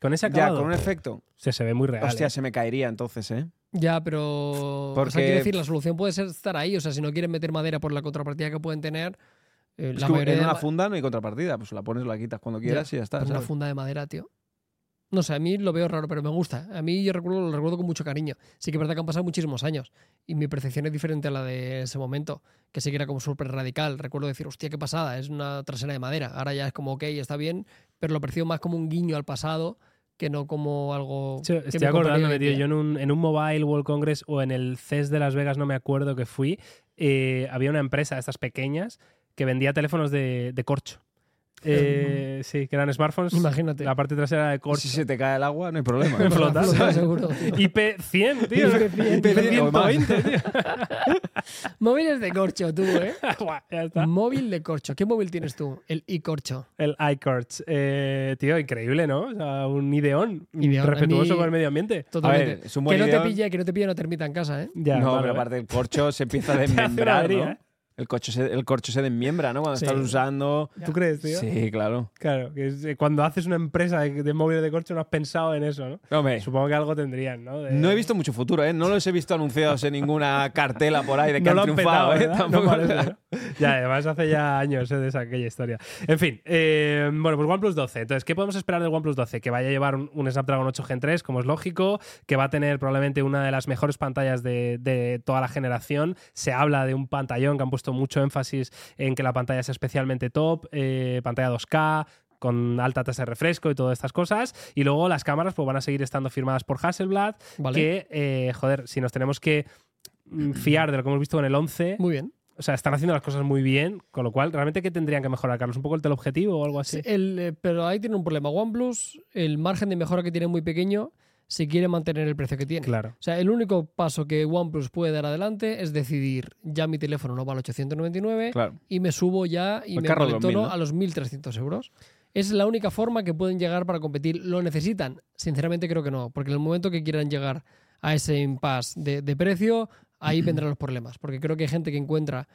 [SPEAKER 1] Con ese
[SPEAKER 2] Ya,
[SPEAKER 1] acabado.
[SPEAKER 2] con un efecto.
[SPEAKER 1] Se, se ve muy real.
[SPEAKER 2] Hostia,
[SPEAKER 1] eh.
[SPEAKER 2] se me caería entonces, ¿eh?
[SPEAKER 3] Ya, pero. O
[SPEAKER 2] Porque-
[SPEAKER 3] sea, quiero decir, la solución puede ser estar ahí. O sea, si no quieren meter madera por la contrapartida que pueden tener, eh,
[SPEAKER 2] Es
[SPEAKER 3] la
[SPEAKER 2] que
[SPEAKER 3] mayoría
[SPEAKER 2] en
[SPEAKER 3] de
[SPEAKER 2] una
[SPEAKER 3] ma-
[SPEAKER 2] funda no hay contrapartida. Pues la pones, la quitas cuando quieras y ya está.
[SPEAKER 3] Pero una
[SPEAKER 2] ¿sabes?
[SPEAKER 3] funda de madera, tío. No sé, a mí lo veo raro, pero me gusta. A mí yo recuerdo, lo recuerdo con mucho cariño. Sí que es verdad que han pasado muchísimos años y mi percepción es diferente a la de ese momento, que sí que era como súper radical. Recuerdo decir, hostia, qué pasada, es una trasera de madera. Ahora ya es como, ok, está bien, pero lo percibo más como un guiño al pasado que no como algo...
[SPEAKER 1] Sí,
[SPEAKER 3] que me
[SPEAKER 1] estoy
[SPEAKER 3] compraría hoy
[SPEAKER 1] acordándome,
[SPEAKER 3] en
[SPEAKER 1] tío.
[SPEAKER 3] día.
[SPEAKER 1] Yo en un, en un Mobile World Congress o en el CES de Las Vegas, no me acuerdo que fui, eh, había una empresa de estas pequeñas que vendía teléfonos de, de corcho. Eh, sí, que eran smartphones.
[SPEAKER 3] Imagínate.
[SPEAKER 1] La parte trasera era de corcho.
[SPEAKER 2] Si se te cae el agua, no hay problema.
[SPEAKER 1] Me
[SPEAKER 2] ¿no?
[SPEAKER 1] flota.
[SPEAKER 3] Flota, seguro. tío.
[SPEAKER 1] IP100, tío. IP120, tío.
[SPEAKER 3] Móviles de corcho, tú, ¿eh?
[SPEAKER 1] Buah, ya
[SPEAKER 2] ¿Ah?
[SPEAKER 1] está.
[SPEAKER 3] Móvil de corcho. ¿Qué móvil tienes tú? El iCorcho.
[SPEAKER 1] El iCorch. Eh, tío, increíble, ¿no? O sea, un ideón,
[SPEAKER 3] Ideón.
[SPEAKER 1] respetuoso
[SPEAKER 3] A mí-
[SPEAKER 1] con el medio ambiente.
[SPEAKER 3] Totalmente.
[SPEAKER 2] es un buen
[SPEAKER 3] que no
[SPEAKER 2] ideón.
[SPEAKER 3] te pille, que no te pille una termita en casa, ¿eh?
[SPEAKER 1] Ya,
[SPEAKER 2] no,
[SPEAKER 1] vale,
[SPEAKER 2] pero
[SPEAKER 1] vale.
[SPEAKER 2] aparte el corcho se empieza a
[SPEAKER 1] una
[SPEAKER 2] desmembrar,
[SPEAKER 1] avería,
[SPEAKER 2] ¿no?
[SPEAKER 1] ¿eh?
[SPEAKER 2] El corcho, se, el corcho se desmiembra, ¿no? Cuando
[SPEAKER 3] Sí.
[SPEAKER 2] estás usando...
[SPEAKER 1] ¿Tú crees, tío?
[SPEAKER 2] Sí, claro.
[SPEAKER 1] Claro, que es- eh, cuando haces una empresa de, de móviles de corcho no has pensado en eso, ¿no?
[SPEAKER 2] No, hombre,
[SPEAKER 1] Supongo que algo tendrían, ¿no? De-
[SPEAKER 2] no he visto mucho futuro, ¿eh? No los he visto anunciados en ninguna cartela por ahí de que
[SPEAKER 1] No
[SPEAKER 2] han
[SPEAKER 1] lo han
[SPEAKER 2] triunfado,
[SPEAKER 1] petado,
[SPEAKER 2] ¿eh?
[SPEAKER 1] ¿verdad?
[SPEAKER 2] Tampoco-
[SPEAKER 1] No parece, ¿no? Ya, además hace ya años eh, de esa aquella historia. En fin, eh, bueno, pues OnePlus 12. Entonces, ¿qué podemos esperar del OnePlus 12? Que vaya a llevar un, un Snapdragon 8 Gen 3, como es lógico, que va a tener probablemente una de las mejores pantallas de, de toda la generación. Se habla de un pantallón que han puesto mucho énfasis en que la pantalla es especialmente top, eh, pantalla 2K con alta tasa de refresco y todas estas cosas. Y luego las cámaras pues, van a seguir estando firmadas por Hasselblad,
[SPEAKER 3] Vale.
[SPEAKER 1] que, eh, joder, si nos tenemos que mm, fiar de lo que hemos visto con el 11,
[SPEAKER 3] Muy bien.
[SPEAKER 1] o sea, están haciendo las cosas muy bien, con lo cual, ¿realmente qué tendrían que mejorar, Carlos? ¿Un poco el
[SPEAKER 2] Ah,
[SPEAKER 1] teleobjetivo o algo así?
[SPEAKER 3] El, eh, pero ahí tiene un problema. OnePlus, el margen de mejora que tiene es muy pequeño si quiere mantener el precio que
[SPEAKER 2] eh,
[SPEAKER 3] tiene.
[SPEAKER 1] Claro.
[SPEAKER 3] O sea, el único paso que OnePlus puede dar adelante es decidir, ya mi teléfono no vale 899
[SPEAKER 2] Claro.
[SPEAKER 3] y me subo ya y
[SPEAKER 2] El
[SPEAKER 3] me
[SPEAKER 2] carro de los
[SPEAKER 3] conecto
[SPEAKER 2] 1000, ¿no?
[SPEAKER 3] a los 1.300 euros. Es la única forma que pueden llegar para competir. ¿Lo necesitan? Sinceramente creo que no, porque en el momento que quieran llegar a ese impasse de, de precio, ahí vendrán los problemas, porque creo que hay gente que encuentra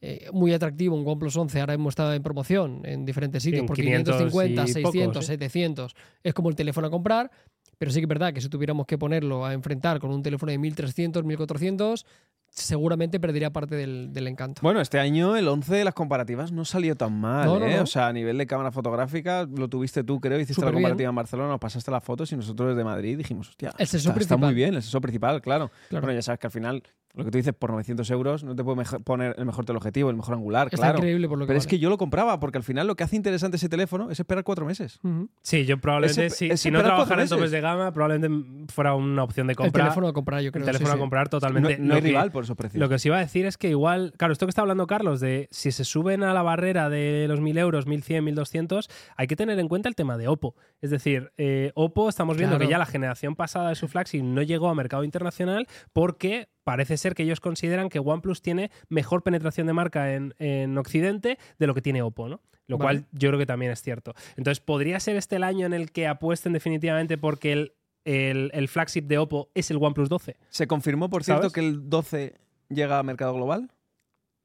[SPEAKER 3] eh, muy atractivo un OnePlus 11, ahora hemos estado en promoción en diferentes sitios,
[SPEAKER 1] En
[SPEAKER 3] por
[SPEAKER 1] 500 y
[SPEAKER 3] 550,
[SPEAKER 1] pocos,
[SPEAKER 3] 600,
[SPEAKER 1] ¿eh?
[SPEAKER 3] 700, es como el teléfono a comprar, pero sí que es verdad que si tuviéramos que ponerlo a enfrentar con un teléfono de 1.300, 1.400, seguramente perdería parte del, del encanto.
[SPEAKER 2] Bueno, este año el 11 de las comparativas no salió tan mal,
[SPEAKER 3] No, no,
[SPEAKER 2] ¿eh?
[SPEAKER 3] no.
[SPEAKER 2] O sea, a nivel de cámara fotográfica, lo tuviste tú, creo, hiciste la
[SPEAKER 3] Superbién.
[SPEAKER 2] comparativa en Barcelona, nos pasaste las fotos y nosotros desde Madrid dijimos, hostia,
[SPEAKER 3] El sensor
[SPEAKER 2] está, está
[SPEAKER 3] principal.
[SPEAKER 2] muy bien, el sensor principal, claro.
[SPEAKER 3] Claro.
[SPEAKER 2] Bueno, ya sabes que al final, lo que tú dices, por 900 euros no te puede mejo- poner el mejor teleobjetivo, el mejor
[SPEAKER 1] Pues
[SPEAKER 2] angular,
[SPEAKER 3] Está
[SPEAKER 2] claro.
[SPEAKER 3] increíble por lo que
[SPEAKER 2] Pero es que
[SPEAKER 3] vale.
[SPEAKER 2] yo lo compraba, porque al final lo que hace interesante ese teléfono es esperar cuatro meses.
[SPEAKER 3] Ujú.
[SPEAKER 1] Sí, yo probablemente,
[SPEAKER 2] Ese-
[SPEAKER 1] si,
[SPEAKER 2] ese
[SPEAKER 1] si no
[SPEAKER 2] esperar cuatro
[SPEAKER 1] trabajara en topes
[SPEAKER 2] meses.
[SPEAKER 1] de gama, probablemente fuera una opción de
[SPEAKER 3] El
[SPEAKER 1] compra.
[SPEAKER 3] teléfono a comprar, yo
[SPEAKER 1] el
[SPEAKER 3] creo.
[SPEAKER 1] teléfono
[SPEAKER 3] sí, sí.
[SPEAKER 1] a comprar
[SPEAKER 2] No,
[SPEAKER 1] totalmente.
[SPEAKER 2] no hay
[SPEAKER 1] Lo que-
[SPEAKER 2] rival por esos precios.
[SPEAKER 1] Lo que os iba a decir es que igual, claro, esto que está hablando Carlos, de si se suben a la barrera de los 1000 euros, 1100, 1200, hay que tener en cuenta el tema de Oppo. Es decir, eh, Oppo estamos viendo
[SPEAKER 3] Claro.
[SPEAKER 1] que ya la generación pasada de su flagship no llegó a mercado internacional porque parece ser que ellos consideran que OnePlus tiene mejor penetración de marca en, en Occidente de lo que tiene Oppo, ¿no? Lo
[SPEAKER 3] Vale.
[SPEAKER 1] cual yo creo que también es cierto. Entonces, ¿podría ser este el año en el que apuesten definitivamente porque el, el, el flagship de Oppo es el OnePlus 12?
[SPEAKER 2] Se confirmó, por
[SPEAKER 1] ¿Sabes?
[SPEAKER 2] cierto, que el 12 llega a mercado global.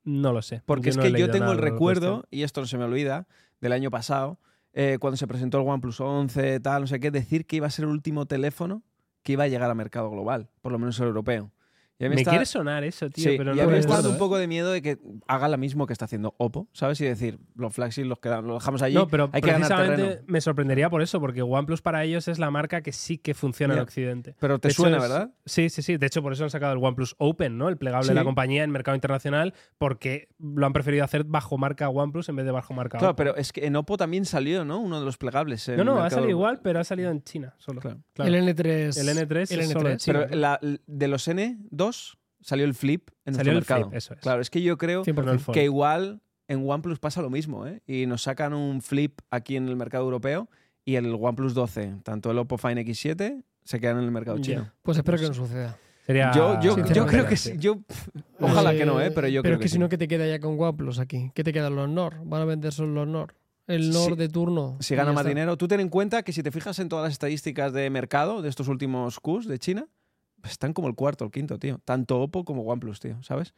[SPEAKER 1] No lo sé.
[SPEAKER 2] Porque es
[SPEAKER 1] no he
[SPEAKER 2] que
[SPEAKER 1] leído
[SPEAKER 2] yo tengo
[SPEAKER 1] nada
[SPEAKER 2] el
[SPEAKER 1] al
[SPEAKER 2] recuerdo, y esto no se me olvida, del año pasado, eh, cuando se presentó el OnePlus 11, tal, no sé qué, decir que iba a ser el último teléfono que iba a llegar a mercado global, por lo menos el europeo. Y a mí
[SPEAKER 1] Me
[SPEAKER 2] está-
[SPEAKER 1] quiere sonar eso, tío,
[SPEAKER 2] sí,
[SPEAKER 1] pero
[SPEAKER 2] y
[SPEAKER 1] no
[SPEAKER 2] a mí
[SPEAKER 1] me
[SPEAKER 2] me está
[SPEAKER 1] acuerdo,
[SPEAKER 2] dando un
[SPEAKER 1] ¿eh?
[SPEAKER 2] poco de miedo de que haga lo mismo que está haciendo Oppo, ¿sabes? Y decir, los flagships los, quedamos, los dejamos allí,
[SPEAKER 1] No, pero
[SPEAKER 2] hay que ganar terreno.
[SPEAKER 1] precisamente me sorprendería por eso, porque OnePlus para ellos es la marca que sí que funciona en
[SPEAKER 2] Ya.
[SPEAKER 1] Occidente.
[SPEAKER 2] Pero te
[SPEAKER 1] De hecho,
[SPEAKER 2] suena,
[SPEAKER 1] es-
[SPEAKER 2] ¿verdad?
[SPEAKER 1] Sí, sí, sí. De hecho, por eso han sacado el OnePlus Open, ¿no? El plegable de
[SPEAKER 2] Sí.
[SPEAKER 1] la compañía en mercado internacional, porque lo han preferido hacer bajo marca OnePlus en vez de bajo marca
[SPEAKER 2] Claro,
[SPEAKER 1] Oppo.
[SPEAKER 2] pero es que en Oppo también salió, ¿no? Uno de los plegables. en
[SPEAKER 1] No, no, ha
[SPEAKER 2] mercado
[SPEAKER 1] salido
[SPEAKER 2] global.
[SPEAKER 1] igual, pero ha salido en China solo.
[SPEAKER 2] Claro.
[SPEAKER 1] Claro.
[SPEAKER 3] El N3.
[SPEAKER 1] El N3
[SPEAKER 3] El
[SPEAKER 1] es solo de
[SPEAKER 3] N3.
[SPEAKER 1] China.
[SPEAKER 2] Pero la- de los N2 salió el flip en
[SPEAKER 1] Salió
[SPEAKER 2] nuestro
[SPEAKER 1] el
[SPEAKER 2] mercado.
[SPEAKER 1] Flip, eso es.
[SPEAKER 2] Claro, es que yo creo
[SPEAKER 3] 100%.
[SPEAKER 1] No el Fold.
[SPEAKER 2] que igual en OnePlus pasa lo mismo, ¿eh? Y nos sacan un flip aquí en el mercado europeo y el OnePlus 12, tanto el Oppo Find X7, se quedan en el mercado
[SPEAKER 1] Ya.
[SPEAKER 2] chino.
[SPEAKER 3] Pues espero que no suceda.
[SPEAKER 1] Sería-
[SPEAKER 2] Yo, yo,
[SPEAKER 3] sí,
[SPEAKER 2] yo
[SPEAKER 3] sí,
[SPEAKER 2] creo que
[SPEAKER 1] sí.
[SPEAKER 2] sí. Yo, ojalá que no, ¿eh? Pero yo creo
[SPEAKER 3] es que, si no, ¿qué te queda ya con OnePlus aquí? ¿Qué te quedan los Nord? Van a vender solo los Nord. El Nord
[SPEAKER 2] Si-
[SPEAKER 3] de turno.
[SPEAKER 2] Si
[SPEAKER 3] y
[SPEAKER 2] gana
[SPEAKER 3] ya
[SPEAKER 2] más
[SPEAKER 3] está.
[SPEAKER 2] dinero, tú ten en cuenta que si te fijas en todas las estadísticas de mercado de estos últimos Qs de China, están como el cuarto, el quinto, tío. Tanto Oppo como OnePlus, tío, ¿sabes?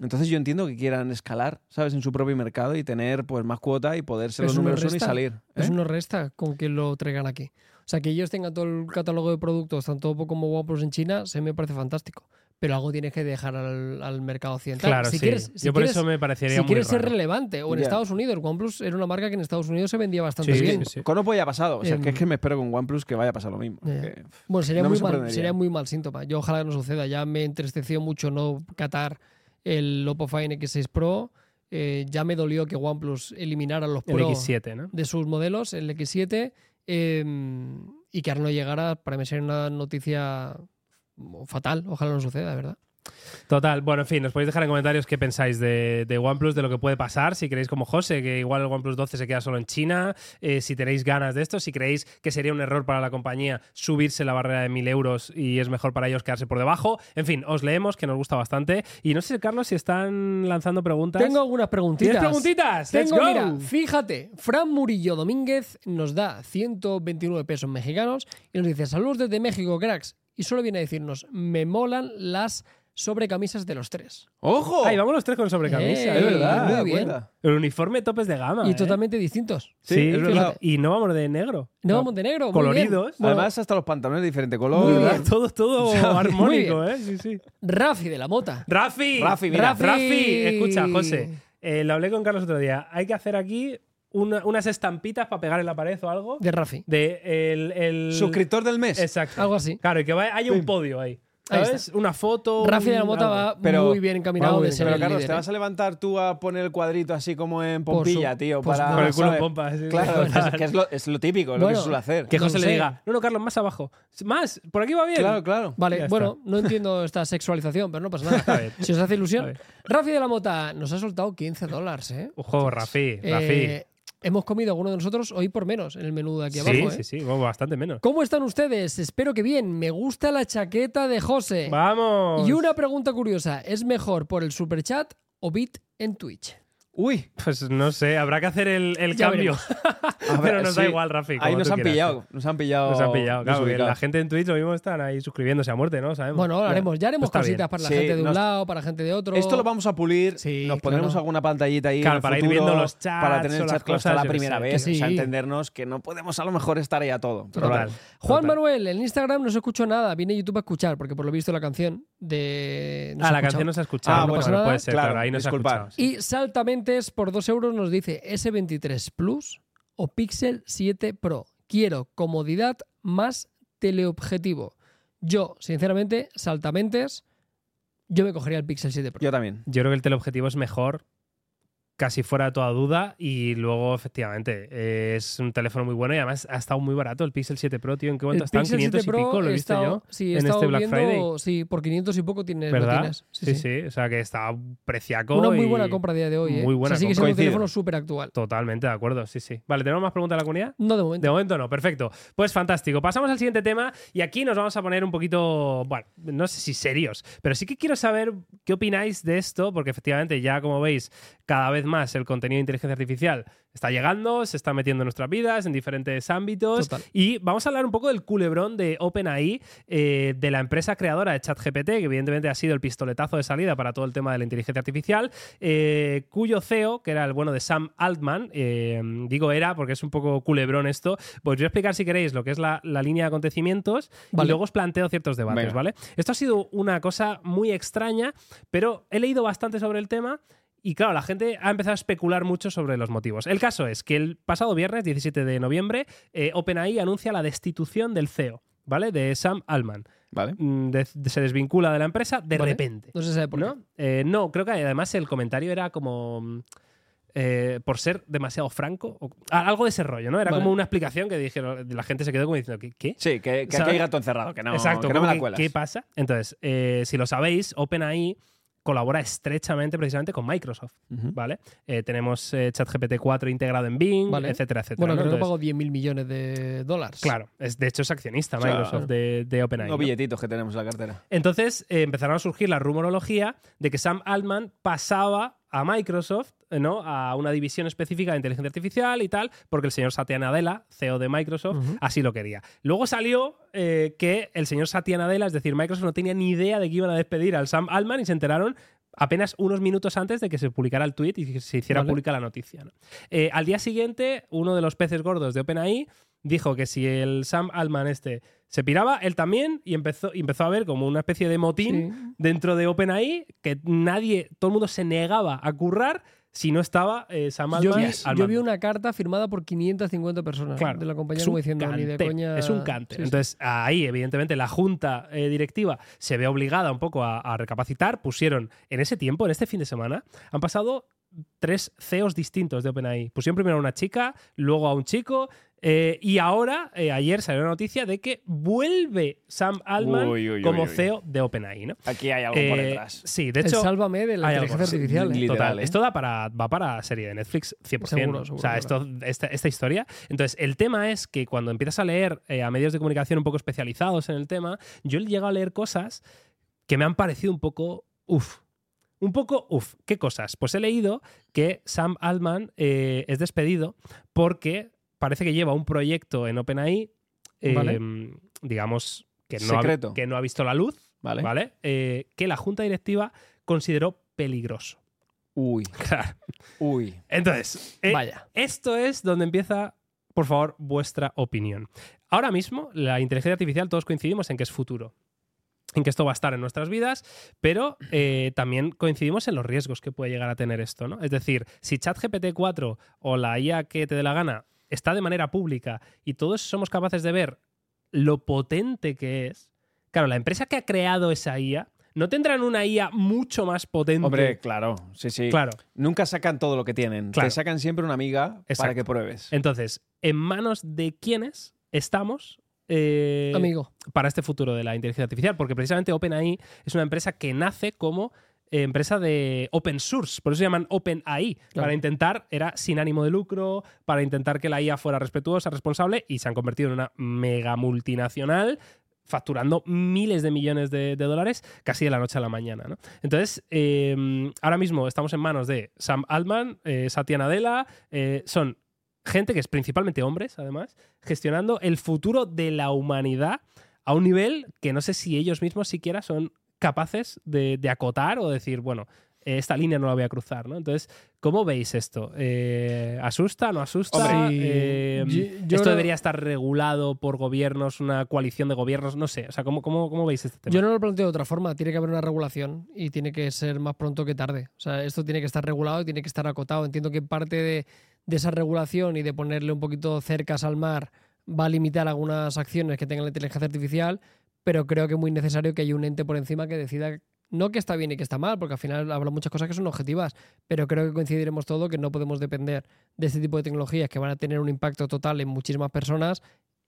[SPEAKER 2] Entonces yo entiendo que quieran escalar, ¿sabes? En su propio mercado y tener pues más cuota y poder ser
[SPEAKER 3] Pero
[SPEAKER 2] los
[SPEAKER 3] eso no
[SPEAKER 2] números uno y
[SPEAKER 3] resta.
[SPEAKER 2] salir. ¿eh?
[SPEAKER 3] Eso Pues no resta con que lo traigan aquí. O sea, que ellos tengan todo el catálogo de productos, tanto Oppo como OnePlus en China, se me parece fantástico. Pero algo tienes que dejar al, al mercado occidental.
[SPEAKER 1] Claro,
[SPEAKER 3] si
[SPEAKER 1] sí.
[SPEAKER 3] Quieres, si
[SPEAKER 1] yo por
[SPEAKER 3] quieres-
[SPEAKER 1] eso me parecería
[SPEAKER 3] si
[SPEAKER 1] muy
[SPEAKER 3] quieres ser
[SPEAKER 1] raro.
[SPEAKER 3] relevante, o en
[SPEAKER 2] Ya.
[SPEAKER 3] Estados Unidos, OnePlus era una marca que en Estados Unidos se vendía bastante
[SPEAKER 1] Sí,
[SPEAKER 3] bien.
[SPEAKER 1] sí, sí.
[SPEAKER 2] Con Oppo Pues ya ha pasado. O sea,
[SPEAKER 3] Em,
[SPEAKER 2] que es que me espero con OnePlus que vaya a pasar lo mismo.
[SPEAKER 3] Ya, ya.
[SPEAKER 2] Que-
[SPEAKER 3] Bueno, sería,
[SPEAKER 2] No me
[SPEAKER 3] muy mal,
[SPEAKER 2] sorprendería.
[SPEAKER 3] sería muy mal síntoma. Yo ojalá que no suceda. Ya me entristeció mucho no catar el Oppo Find X6 Pro. Eh, ya me dolió que OnePlus eliminara los
[SPEAKER 1] El
[SPEAKER 3] Pro
[SPEAKER 1] X7, ¿no?
[SPEAKER 3] de sus modelos, el X7, eh, y que ahora no llegara, para mí sería una noticia fatal. Ojalá no suceda, ¿verdad?
[SPEAKER 1] Total, bueno, en fin, nos podéis dejar en comentarios qué pensáis de, de OnePlus, de lo que puede pasar, si creéis como José, que igual el OnePlus 12 se queda solo en China, eh, si tenéis ganas de esto, si creéis que sería un error para la compañía subirse la barrera de 1000 euros y es mejor para ellos quedarse por debajo. En fin, os leemos, que nos gusta bastante. Y no sé, Carlos, si están lanzando preguntas.
[SPEAKER 3] Tengo algunas preguntitas.
[SPEAKER 1] ¿Tienes preguntitas?
[SPEAKER 3] Tengo,
[SPEAKER 1] ¡Let's go!
[SPEAKER 3] mira, fíjate, Fran Murillo Domínguez nos da 129 pesos mexicanos y nos dice, saludos desde México, cracks. Y solo viene a decirnos, me molan las sobrecamisas de los tres.
[SPEAKER 2] ¡Ojo!
[SPEAKER 1] Ahí vamos los tres con sobrecamisa. eh.
[SPEAKER 3] Ey,
[SPEAKER 2] Eh, Es verdad,
[SPEAKER 3] muy
[SPEAKER 2] da
[SPEAKER 3] bien.
[SPEAKER 2] cuenta.
[SPEAKER 1] El uniforme topes de gama.
[SPEAKER 3] y
[SPEAKER 1] ¿eh?
[SPEAKER 3] totalmente distintos.
[SPEAKER 1] Sí,
[SPEAKER 2] Sí, es
[SPEAKER 1] fíjate.
[SPEAKER 2] verdad.
[SPEAKER 1] Y no vamos de negro.
[SPEAKER 3] No, Montenegro. muy
[SPEAKER 1] Coloridos.
[SPEAKER 3] bien. Bueno,
[SPEAKER 2] Además, hasta los pantalones de diferente
[SPEAKER 3] Muy
[SPEAKER 2] color.
[SPEAKER 3] bien.
[SPEAKER 2] ¿verdad?
[SPEAKER 1] Todo, todo armónico,
[SPEAKER 3] bien.
[SPEAKER 1] ¿eh? Sí, sí.
[SPEAKER 3] Rafi de la Mota.
[SPEAKER 1] Rafi.
[SPEAKER 2] Rafi, mira.
[SPEAKER 1] Rafi, escucha, José. eh, lo hablé con Carlos otro día. Hay que hacer aquí una- unas estampitas para pegar en la pared o algo.
[SPEAKER 3] De Rafi.
[SPEAKER 1] De el, el-
[SPEAKER 2] Suscriptor del mes.
[SPEAKER 1] Exacto.
[SPEAKER 3] Algo así.
[SPEAKER 1] Claro, y que vaya- haya un podio ahí.
[SPEAKER 3] Ahí
[SPEAKER 1] ¿Sabes? Una foto.
[SPEAKER 3] Rafi de la
[SPEAKER 1] un-
[SPEAKER 3] Mota
[SPEAKER 1] algo.
[SPEAKER 3] va
[SPEAKER 2] Pero-
[SPEAKER 3] muy bien encaminado
[SPEAKER 2] Vamos,
[SPEAKER 3] de ser
[SPEAKER 2] pero
[SPEAKER 3] el
[SPEAKER 2] Carlos,
[SPEAKER 3] líder,
[SPEAKER 2] te
[SPEAKER 3] ¿eh?
[SPEAKER 2] vas a levantar tú a poner el cuadrito así como en
[SPEAKER 3] Por su-
[SPEAKER 2] pompilla, tío,
[SPEAKER 3] por
[SPEAKER 2] para...
[SPEAKER 1] Con el culo en
[SPEAKER 2] ¿sabes?
[SPEAKER 1] pompa. sí, sí.
[SPEAKER 2] Ah, Claro, es, que es lo, es lo típico, es lo que
[SPEAKER 3] Bueno,
[SPEAKER 2] se suele hacer.
[SPEAKER 1] Que
[SPEAKER 3] No
[SPEAKER 1] José
[SPEAKER 3] lo
[SPEAKER 1] le
[SPEAKER 3] sé.
[SPEAKER 1] diga, no, no, Carlos, más abajo. Más, por aquí va bien.
[SPEAKER 2] Claro, claro.
[SPEAKER 1] Ya
[SPEAKER 3] Vale,
[SPEAKER 1] está.
[SPEAKER 3] bueno, no entiendo esta sexualización, pero no pasa
[SPEAKER 1] A
[SPEAKER 3] nada.
[SPEAKER 1] ver.
[SPEAKER 3] si os hace
[SPEAKER 1] A
[SPEAKER 3] ilusión.
[SPEAKER 1] ver.
[SPEAKER 3] Rafi de la Mota nos ha soltado 15 dólares, ¿eh?
[SPEAKER 1] Ojo, Rafi, Rafi.
[SPEAKER 3] Eh, hemos comido alguno de nosotros hoy por menos en el menú de aquí
[SPEAKER 1] Sí,
[SPEAKER 3] abajo. ¿eh?
[SPEAKER 1] sí, sí, bueno, bastante menos.
[SPEAKER 3] ¿Cómo están ustedes? Espero que bien. Me gusta la chaqueta de José.
[SPEAKER 1] Vamos.
[SPEAKER 3] Eh. Y una pregunta curiosa. ¿Es mejor por el superchat o bit en Twitch?
[SPEAKER 2] Uy,
[SPEAKER 1] Pues no sé, habrá que hacer el, el
[SPEAKER 3] Ya
[SPEAKER 1] cambio.
[SPEAKER 2] a
[SPEAKER 1] Pero
[SPEAKER 2] ver,
[SPEAKER 1] nos da
[SPEAKER 2] sí.
[SPEAKER 1] igual, Rafi.
[SPEAKER 2] Ahí
[SPEAKER 1] como
[SPEAKER 2] nos
[SPEAKER 1] tú
[SPEAKER 2] han
[SPEAKER 1] quieras.
[SPEAKER 2] pillado, nos han pillado.
[SPEAKER 1] Nos han pillado, claro. que
[SPEAKER 2] desubicados.
[SPEAKER 1] La gente en Twitch lo mismo están ahí suscribiéndose a muerte, ¿no? Sabemos.
[SPEAKER 3] Bueno, lo haremos. Ya haremos
[SPEAKER 1] Pues Está
[SPEAKER 3] cositas
[SPEAKER 1] bien.
[SPEAKER 3] para la
[SPEAKER 2] Sí,
[SPEAKER 3] gente de un
[SPEAKER 2] nos-
[SPEAKER 3] lado, para la gente de otro.
[SPEAKER 2] Esto lo vamos a pulir,
[SPEAKER 3] Sí,
[SPEAKER 2] nos pondremos
[SPEAKER 3] claro.
[SPEAKER 2] alguna pantallita ahí. en
[SPEAKER 1] Claro,
[SPEAKER 2] el
[SPEAKER 1] para ir
[SPEAKER 2] futuro,
[SPEAKER 1] viendo los chats
[SPEAKER 2] Para tener
[SPEAKER 1] o
[SPEAKER 2] el
[SPEAKER 1] las
[SPEAKER 2] chat claro, está
[SPEAKER 1] cosas,
[SPEAKER 2] la
[SPEAKER 1] yo qué
[SPEAKER 2] primera
[SPEAKER 1] sé,
[SPEAKER 2] vez.
[SPEAKER 3] que
[SPEAKER 2] o sea,
[SPEAKER 3] sí.
[SPEAKER 2] entendernos que no podemos a lo mejor estar ahí a todo. pero
[SPEAKER 1] Total.
[SPEAKER 2] bueno,
[SPEAKER 3] Juan
[SPEAKER 1] Total.
[SPEAKER 3] Manuel, en Instagram no se escuchó nada. Vine a YouTube a escuchar, porque por lo visto la canción de. no se
[SPEAKER 1] Ah,
[SPEAKER 3] ha
[SPEAKER 1] la
[SPEAKER 3] escuchado.
[SPEAKER 1] canción no se ha escuchado.
[SPEAKER 2] Ah,
[SPEAKER 1] no
[SPEAKER 2] bueno,
[SPEAKER 1] pasa nada.
[SPEAKER 3] claro,
[SPEAKER 1] puede ser, claro. Ahí no se ha
[SPEAKER 2] disculpad.
[SPEAKER 1] escuchado.
[SPEAKER 3] Y Saltamentes por 2 euros nos dice S23 Plus o Pixel 7 Pro. Quiero comodidad más teleobjetivo. Yo, sinceramente, Saltamentes, yo me cogería el Pixel 7 Pro.
[SPEAKER 2] Yo también.
[SPEAKER 1] Yo creo que el teleobjetivo es mejor, casi fuera de toda duda, y luego, efectivamente, eh, es un teléfono muy bueno y además ha estado muy barato el Pixel 7 Pro, tío. ¿En qué
[SPEAKER 3] el
[SPEAKER 1] cuánto está? En
[SPEAKER 3] Pixel
[SPEAKER 1] 500 y pico, lo he
[SPEAKER 3] he
[SPEAKER 1] visto
[SPEAKER 3] estado-
[SPEAKER 1] yo.
[SPEAKER 3] sí, he
[SPEAKER 1] en
[SPEAKER 3] estado
[SPEAKER 1] este Black
[SPEAKER 3] viendo-
[SPEAKER 1] Friday.
[SPEAKER 3] Sí, por 500 y poco tienes, lo
[SPEAKER 1] ¿Verdad?
[SPEAKER 3] tienes.
[SPEAKER 1] Sí sí, o sea que está preciaco.
[SPEAKER 3] Una muy
[SPEAKER 1] y-
[SPEAKER 3] buena compra a día de hoy. ¿eh?
[SPEAKER 1] muy buena
[SPEAKER 3] o sea, sigue siendo
[SPEAKER 2] compra.
[SPEAKER 3] un
[SPEAKER 2] Coincido.
[SPEAKER 3] teléfono súper actual.
[SPEAKER 1] Totalmente de acuerdo, sí, sí. Vale, ¿tenemos más preguntas de la comunidad?
[SPEAKER 3] No de momento.
[SPEAKER 1] De momento no, perfecto. Pues fantástico. Pasamos al siguiente tema y aquí nos vamos a poner un poquito, bueno, no sé si serios, pero sí que quiero saber qué opináis de esto, porque efectivamente ya como veis, cada vez más el contenido de inteligencia artificial está llegando, se está metiendo en nuestras vidas, en diferentes ámbitos.
[SPEAKER 3] Total.
[SPEAKER 1] Y vamos a hablar un poco del culebrón de OpenAI, eh, de la empresa creadora de ChatGPT, que evidentemente ha sido el pistoletazo de salida para todo el tema de la inteligencia artificial, eh, cuyo CEO, que era el bueno de Sam Altman, eh, digo era porque es un poco culebrón esto, pues yo voy a explicar si queréis lo que es la, la línea de acontecimientos
[SPEAKER 3] Vale.
[SPEAKER 1] y luego os planteo ciertos debates,
[SPEAKER 2] Venga.
[SPEAKER 1] ¿vale? Esto ha sido una cosa muy extraña, pero he leído bastante sobre el tema y claro, la gente ha empezado a especular mucho sobre los motivos. El caso es que el pasado viernes, 17 de noviembre, eh, OpenAI anuncia la destitución del CEO, ¿vale? De Sam Allman.
[SPEAKER 2] ¿Vale?
[SPEAKER 1] Mm, de- de- se desvincula de la empresa de
[SPEAKER 3] Vale.
[SPEAKER 1] repente.
[SPEAKER 3] No se sabe por qué.
[SPEAKER 1] ¿No? Eh, no, creo que además el comentario era como. mm, eh, por ser demasiado franco. o- a- algo de ese rollo, ¿no? Era
[SPEAKER 3] Vale.
[SPEAKER 1] como una explicación que dijeron. La gente se quedó como diciendo, ¿qué? ¿Qué?
[SPEAKER 2] Sí, que, que aquí
[SPEAKER 1] ¿Sabes?
[SPEAKER 2] hay gato encerrado, que no,
[SPEAKER 1] Exacto,
[SPEAKER 2] que no me
[SPEAKER 1] como
[SPEAKER 2] la
[SPEAKER 1] que,
[SPEAKER 2] cuelas.
[SPEAKER 1] ¿Qué pasa? Entonces, eh, si lo sabéis, OpenAI colabora estrechamente precisamente con Microsoft,
[SPEAKER 2] Ujú.
[SPEAKER 1] ¿vale? Eh, tenemos eh, ChatGPT 4 integrado en Bing,
[SPEAKER 3] Vale.
[SPEAKER 1] etcétera, etcétera.
[SPEAKER 3] Bueno,
[SPEAKER 1] ¿no?
[SPEAKER 3] creo que
[SPEAKER 1] Entonces,
[SPEAKER 3] pago 10.000 millones de dólares.
[SPEAKER 1] Claro, es, de hecho es accionista
[SPEAKER 2] O sea,
[SPEAKER 1] Microsoft de, de OpenAI. ¿no?
[SPEAKER 2] Unos billetitos que tenemos en la cartera.
[SPEAKER 1] Entonces eh, empezaron a surgir la rumorología de que Sam Altman pasaba a Microsoft, eh, ¿no? A una división específica de inteligencia artificial y tal, porque el señor Satya Nadella, CEO de Microsoft,
[SPEAKER 3] Ujú.
[SPEAKER 1] así lo quería. Luego salió eh, que el señor Satya Nadella, es decir, Microsoft no tenía ni idea de que iban a despedir al Sam Altman y se enteraron apenas unos minutos antes de que se publicara el tweet y que se hiciera
[SPEAKER 3] Vale.
[SPEAKER 1] pública la noticia. ¿no? Eh, al día siguiente, uno de los peces gordos de OpenAI dijo que si el Sam Altman este se piraba, él también, y empezó, y empezó a ver como una especie de motín
[SPEAKER 3] Sí.
[SPEAKER 1] dentro de OpenAI, que nadie, todo el mundo se negaba a currar si no estaba eh, Sam
[SPEAKER 3] Yo
[SPEAKER 1] Altman
[SPEAKER 3] vi,
[SPEAKER 1] al
[SPEAKER 3] yo
[SPEAKER 1] mando.
[SPEAKER 3] vi una carta firmada por 550 personas
[SPEAKER 1] Claro,
[SPEAKER 3] de la compañía
[SPEAKER 1] Es
[SPEAKER 3] como
[SPEAKER 1] un
[SPEAKER 3] diciendo ni de
[SPEAKER 1] cante,
[SPEAKER 3] coña.
[SPEAKER 1] es un cante.
[SPEAKER 3] Sí, sí.
[SPEAKER 1] Entonces, ahí, evidentemente, la junta eh, directiva se ve obligada un poco a, a recapacitar. Pusieron, en ese tiempo, en este fin de semana, han pasado tres CEOs distintos de OpenAI. Pusieron primero a una chica, luego a un chico, eh, y ahora, eh, ayer salió la noticia de que vuelve Sam Altman
[SPEAKER 2] Uy, uy, uy,
[SPEAKER 1] como
[SPEAKER 2] uy, uy.
[SPEAKER 1] CEO de OpenAI, ¿no?
[SPEAKER 2] Aquí hay algo por
[SPEAKER 1] Eh,
[SPEAKER 2] detrás.
[SPEAKER 1] sí, de
[SPEAKER 3] El
[SPEAKER 1] hecho,
[SPEAKER 3] sálvame de la
[SPEAKER 1] hay algo,
[SPEAKER 3] inteligencia
[SPEAKER 1] sí,
[SPEAKER 3] artificial. ¿eh?
[SPEAKER 2] li-
[SPEAKER 1] Total,
[SPEAKER 2] Literal, ¿eh?
[SPEAKER 1] Esto da para, va para serie de Netflix 100%.
[SPEAKER 3] Seguro,
[SPEAKER 1] o
[SPEAKER 3] seguro,
[SPEAKER 1] sea, esto, esta, esta historia. Entonces, el tema es que cuando empiezas a leer eh, a medios de comunicación un poco especializados en el tema, yo he llegado a leer cosas que me han parecido un poco uff. Un poco uff. ¿Qué cosas? Pues he leído que Sam Altman eh, es despedido porque parece que lleva un proyecto en OpenAI, eh,
[SPEAKER 3] Vale.
[SPEAKER 1] digamos, que no, ha,
[SPEAKER 2] Secreto.
[SPEAKER 1] que no ha visto la luz,
[SPEAKER 2] ¿Vale?
[SPEAKER 1] ¿vale? Eh, que la junta directiva consideró peligroso.
[SPEAKER 2] Uy,
[SPEAKER 1] Claro.
[SPEAKER 2] uy.
[SPEAKER 1] Entonces, eh,
[SPEAKER 3] Vaya.
[SPEAKER 1] esto es donde empieza, por favor, vuestra opinión. Ahora mismo, la inteligencia artificial, todos coincidimos en que es futuro, en que esto va a estar en nuestras vidas, pero eh, también coincidimos en los riesgos que puede llegar a tener esto, ¿no? Es decir, si ChatGPT-4 o la IA que te dé la gana está de manera pública y todos somos capaces de ver lo potente que es, claro, la empresa que ha creado esa IA no tendrán una IA mucho más potente.
[SPEAKER 2] Hombre, claro. Sí, sí.
[SPEAKER 1] claro.
[SPEAKER 2] Nunca sacan todo lo que tienen.
[SPEAKER 1] Claro.
[SPEAKER 2] Te sacan siempre una amiga
[SPEAKER 1] Exacto.
[SPEAKER 2] para que pruebes.
[SPEAKER 1] Entonces, ¿en manos de quiénes estamos eh,
[SPEAKER 3] Amigo.
[SPEAKER 1] para este futuro de la inteligencia artificial? Porque precisamente OpenAI es una empresa que nace como eh, empresa de open source, por eso se llaman OpenAI, para intentar, era sin ánimo de lucro, para intentar que la IA fuera respetuosa, responsable, y se han convertido en una mega multinacional facturando miles de millones de, de dólares casi de la noche a la mañana. ¿no? Entonces, eh, ahora mismo estamos en manos de Sam Altman, eh, Satya Nadella, eh, son gente que es principalmente hombres, además, gestionando el futuro de la humanidad a un nivel que no sé si ellos mismos siquiera son capaces de, de acotar o decir, bueno, eh, esta línea no la voy a cruzar, ¿no? Entonces, ¿cómo veis esto? Eh, ¿Asusta? ¿No asusta?
[SPEAKER 3] Hombre, sí.
[SPEAKER 1] Eh,
[SPEAKER 3] Yo- yo
[SPEAKER 1] ¿Esto
[SPEAKER 3] no-
[SPEAKER 1] debería estar regulado por gobiernos, una coalición de gobiernos? No sé, o sea, ¿cómo, cómo, cómo veis este tema?
[SPEAKER 3] Yo no lo planteo de otra forma. Tiene que haber una regulación y tiene que ser más pronto que tarde. O sea, esto tiene que estar regulado y tiene que estar acotado. Entiendo que parte de, de esa regulación y de ponerle un poquito cercas al mar va a limitar algunas acciones que tenga la inteligencia artificial, pero creo que es muy necesario que haya un ente por encima que decida no que está bien y que está mal, porque al final habrá muchas cosas que son objetivas, pero creo que coincidiremos todo que no podemos depender de este tipo de tecnologías que van a tener un impacto total en muchísimas personas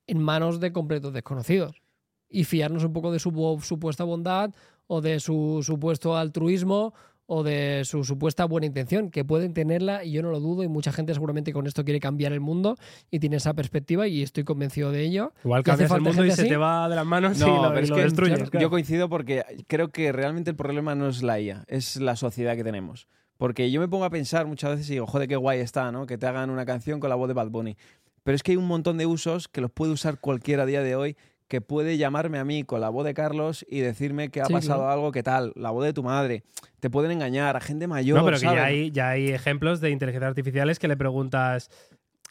[SPEAKER 3] en manos de completos desconocidos y fiarnos un poco de su bo- supuesta bondad o de su supuesto altruismo o de su supuesta buena intención, que pueden tenerla y yo no lo dudo y mucha gente seguramente con esto quiere cambiar el mundo y tiene esa perspectiva y estoy convencido de ello.
[SPEAKER 1] Igual
[SPEAKER 3] ¿Y hace
[SPEAKER 1] cambias el
[SPEAKER 3] falta
[SPEAKER 1] mundo y
[SPEAKER 3] gente
[SPEAKER 1] se te
[SPEAKER 3] así?
[SPEAKER 1] va de las manos y
[SPEAKER 2] No,
[SPEAKER 1] lo,
[SPEAKER 2] pero
[SPEAKER 1] y
[SPEAKER 2] es
[SPEAKER 1] lo
[SPEAKER 2] que
[SPEAKER 1] destruyes.
[SPEAKER 2] yo-
[SPEAKER 1] claro.
[SPEAKER 2] yo coincido porque creo que realmente el problema no es la IA, es la sociedad que tenemos. Porque yo me pongo a pensar muchas veces y digo, joder, qué guay está, ¿no? Que te hagan una canción con la voz de Bad Bunny. Pero es que hay un montón de usos que los puede usar cualquiera a día de hoy, que puede llamarme a mí con la voz de Carlos y decirme que ha
[SPEAKER 3] Sí,
[SPEAKER 2] pasado
[SPEAKER 3] claro.
[SPEAKER 2] algo, que tal, la voz de tu madre. Te pueden engañar a gente mayor.
[SPEAKER 1] no, pero que
[SPEAKER 2] ¿sabes?
[SPEAKER 1] ya hay, ya hay ejemplos de inteligencias artificiales que le preguntas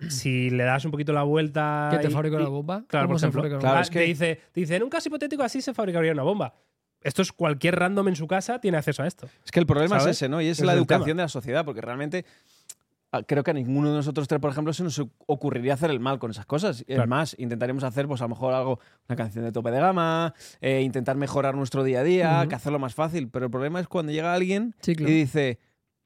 [SPEAKER 1] si le das un poquito la vuelta.
[SPEAKER 3] que te
[SPEAKER 1] y-
[SPEAKER 3] fabrica
[SPEAKER 1] y-
[SPEAKER 3] una bomba.
[SPEAKER 1] Claro,
[SPEAKER 3] ¿Cómo
[SPEAKER 1] por
[SPEAKER 3] se
[SPEAKER 1] ejemplo.
[SPEAKER 3] fabrica una
[SPEAKER 2] Claro,
[SPEAKER 1] Ah,
[SPEAKER 2] es que-
[SPEAKER 1] te, dice, te dice, en un caso hipotético así se fabricaría una bomba. Esto es cualquier random en su casa tiene acceso a esto.
[SPEAKER 2] Es que el problema
[SPEAKER 1] ¿Sabes?
[SPEAKER 2] es ese, ¿no? Y es
[SPEAKER 1] Ese
[SPEAKER 2] la
[SPEAKER 1] es el
[SPEAKER 2] educación
[SPEAKER 1] tema.
[SPEAKER 2] de la sociedad, porque realmente ah, creo que a ninguno de nosotros tres, por ejemplo, se nos ocurriría hacer el mal con esas cosas.
[SPEAKER 1] Claro.
[SPEAKER 2] Es más, intentaríamos hacer, pues a lo mejor algo, una canción de tope de gama, eh, intentar mejorar nuestro día a día,
[SPEAKER 3] Ujú.
[SPEAKER 2] que hacerlo más fácil. Pero el problema es cuando llega alguien
[SPEAKER 3] Sí, claro.
[SPEAKER 2] y dice,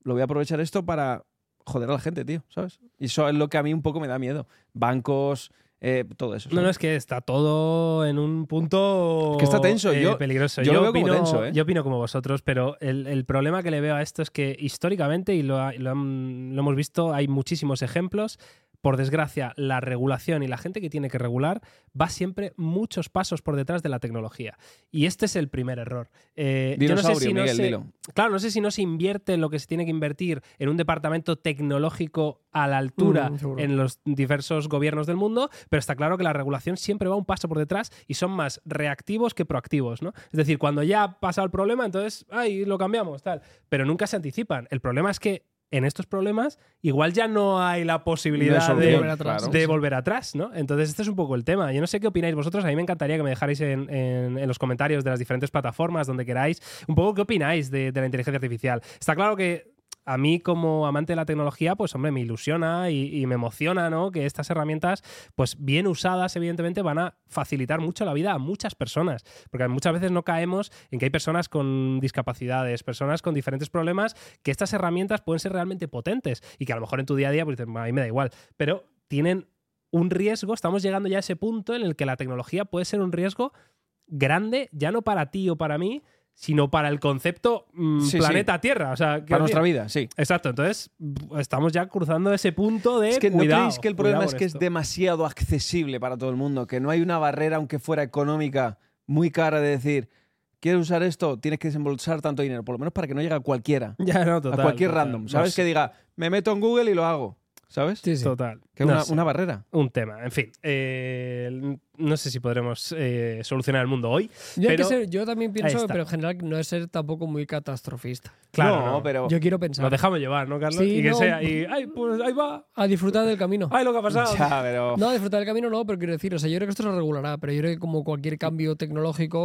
[SPEAKER 2] lo voy a aprovechar esto para joder a la gente, tío, ¿sabes? Y eso es lo que a mí un poco me da miedo. Bancos, eh, todo eso.
[SPEAKER 1] No, no,
[SPEAKER 2] ¿sabes?
[SPEAKER 1] es que está todo en un punto eh,
[SPEAKER 2] Es que está tenso, yo-
[SPEAKER 1] peligroso.
[SPEAKER 2] yo lo veo como tenso, ¿eh?
[SPEAKER 1] yo opino como vosotros, pero el, el problema que le veo a esto es que históricamente, y lo, ha- lo han- lo hemos visto, hay muchísimos ejemplos. Por desgracia, la regulación y la gente que tiene que regular va siempre muchos pasos por detrás de la tecnología. Y este es el primer error. Eh, yo no sé
[SPEAKER 2] Dinosaurio,
[SPEAKER 1] si no
[SPEAKER 2] Miguel,
[SPEAKER 1] se-
[SPEAKER 2] dilo.
[SPEAKER 1] Claro, no sé si no se invierte lo que se tiene que invertir en un departamento tecnológico a la altura
[SPEAKER 3] Mm, seguro.
[SPEAKER 1] en los diversos gobiernos del mundo, pero está claro que la regulación siempre va un paso por detrás y son más reactivos que proactivos, ¿no? Es decir, cuando ya ha pasado el problema, entonces, ay, lo cambiamos, tal. Pero nunca se anticipan. El problema es que en estos problemas igual ya no hay la posibilidad
[SPEAKER 2] No hay
[SPEAKER 1] de,
[SPEAKER 2] solución, claro.
[SPEAKER 1] de volver atrás, ¿no? Entonces, este es un poco el tema. Yo no sé qué opináis vosotros, a mí me encantaría que me dejarais en, en- en los comentarios de las diferentes plataformas, donde queráis, un poco qué opináis de, de la inteligencia artificial. Está claro que a mí, como amante de la tecnología, pues hombre, me ilusiona y, y me emociona, ¿no? Que estas herramientas, pues bien usadas, evidentemente, van a facilitar mucho la vida a muchas personas. Porque muchas veces no caemos en que hay personas con discapacidades, personas con diferentes problemas, que estas herramientas pueden ser realmente potentes y que a lo mejor en tu día a día, pues dices, a mí me da igual, pero tienen un riesgo, estamos llegando ya a ese punto en el que la tecnología puede ser un riesgo grande, ya no para ti o para mí, sino para el concepto mm,
[SPEAKER 2] Sí, sí.
[SPEAKER 1] planeta Tierra. O sea,
[SPEAKER 2] Para
[SPEAKER 1] quiero decir-
[SPEAKER 2] nuestra vida, sí.
[SPEAKER 1] Exacto, entonces b- estamos ya cruzando ese punto de.
[SPEAKER 2] Es que
[SPEAKER 1] cuidado,
[SPEAKER 2] no creéis que el problema
[SPEAKER 1] cuidado
[SPEAKER 2] es
[SPEAKER 1] con
[SPEAKER 2] que
[SPEAKER 1] esto.
[SPEAKER 2] es demasiado accesible para todo el mundo, que no hay una barrera, aunque fuera económica, muy cara de decir, quieres usar esto, tienes que desembolsar tanto dinero, por lo menos para que no llegue a cualquiera,
[SPEAKER 1] Ya, no, total,
[SPEAKER 2] a cualquier
[SPEAKER 1] total.
[SPEAKER 2] random,
[SPEAKER 1] No
[SPEAKER 2] ¿sabes?
[SPEAKER 1] sé,
[SPEAKER 2] Que diga, me meto en Google y lo hago, ¿sabes?
[SPEAKER 3] Sí, sí.
[SPEAKER 1] Total.
[SPEAKER 2] Que es
[SPEAKER 1] No
[SPEAKER 2] una,
[SPEAKER 1] sé.
[SPEAKER 2] una barrera.
[SPEAKER 1] Un tema, en fin. eh, no sé si podremos eh, solucionar el mundo hoy.
[SPEAKER 3] Yo, hay que
[SPEAKER 1] Pero-
[SPEAKER 3] ser- yo también pienso,
[SPEAKER 1] está.
[SPEAKER 3] pero en general no es ser tampoco muy catastrofista.
[SPEAKER 1] Claro,
[SPEAKER 2] no,
[SPEAKER 1] no.
[SPEAKER 2] pero
[SPEAKER 3] Yo quiero pensar
[SPEAKER 1] Nos dejamos llevar, ¿no, Carlos?
[SPEAKER 3] Sí,
[SPEAKER 1] y que
[SPEAKER 3] no.
[SPEAKER 1] sea. Y, ay, pues ahí va.
[SPEAKER 3] a disfrutar del camino.
[SPEAKER 1] Ay, lo que ha pasado.
[SPEAKER 2] Ya, pero-
[SPEAKER 3] No, disfrutar del camino no, pero quiero decir, o sea, yo creo que esto se regulará, pero yo creo que como cualquier cambio tecnológico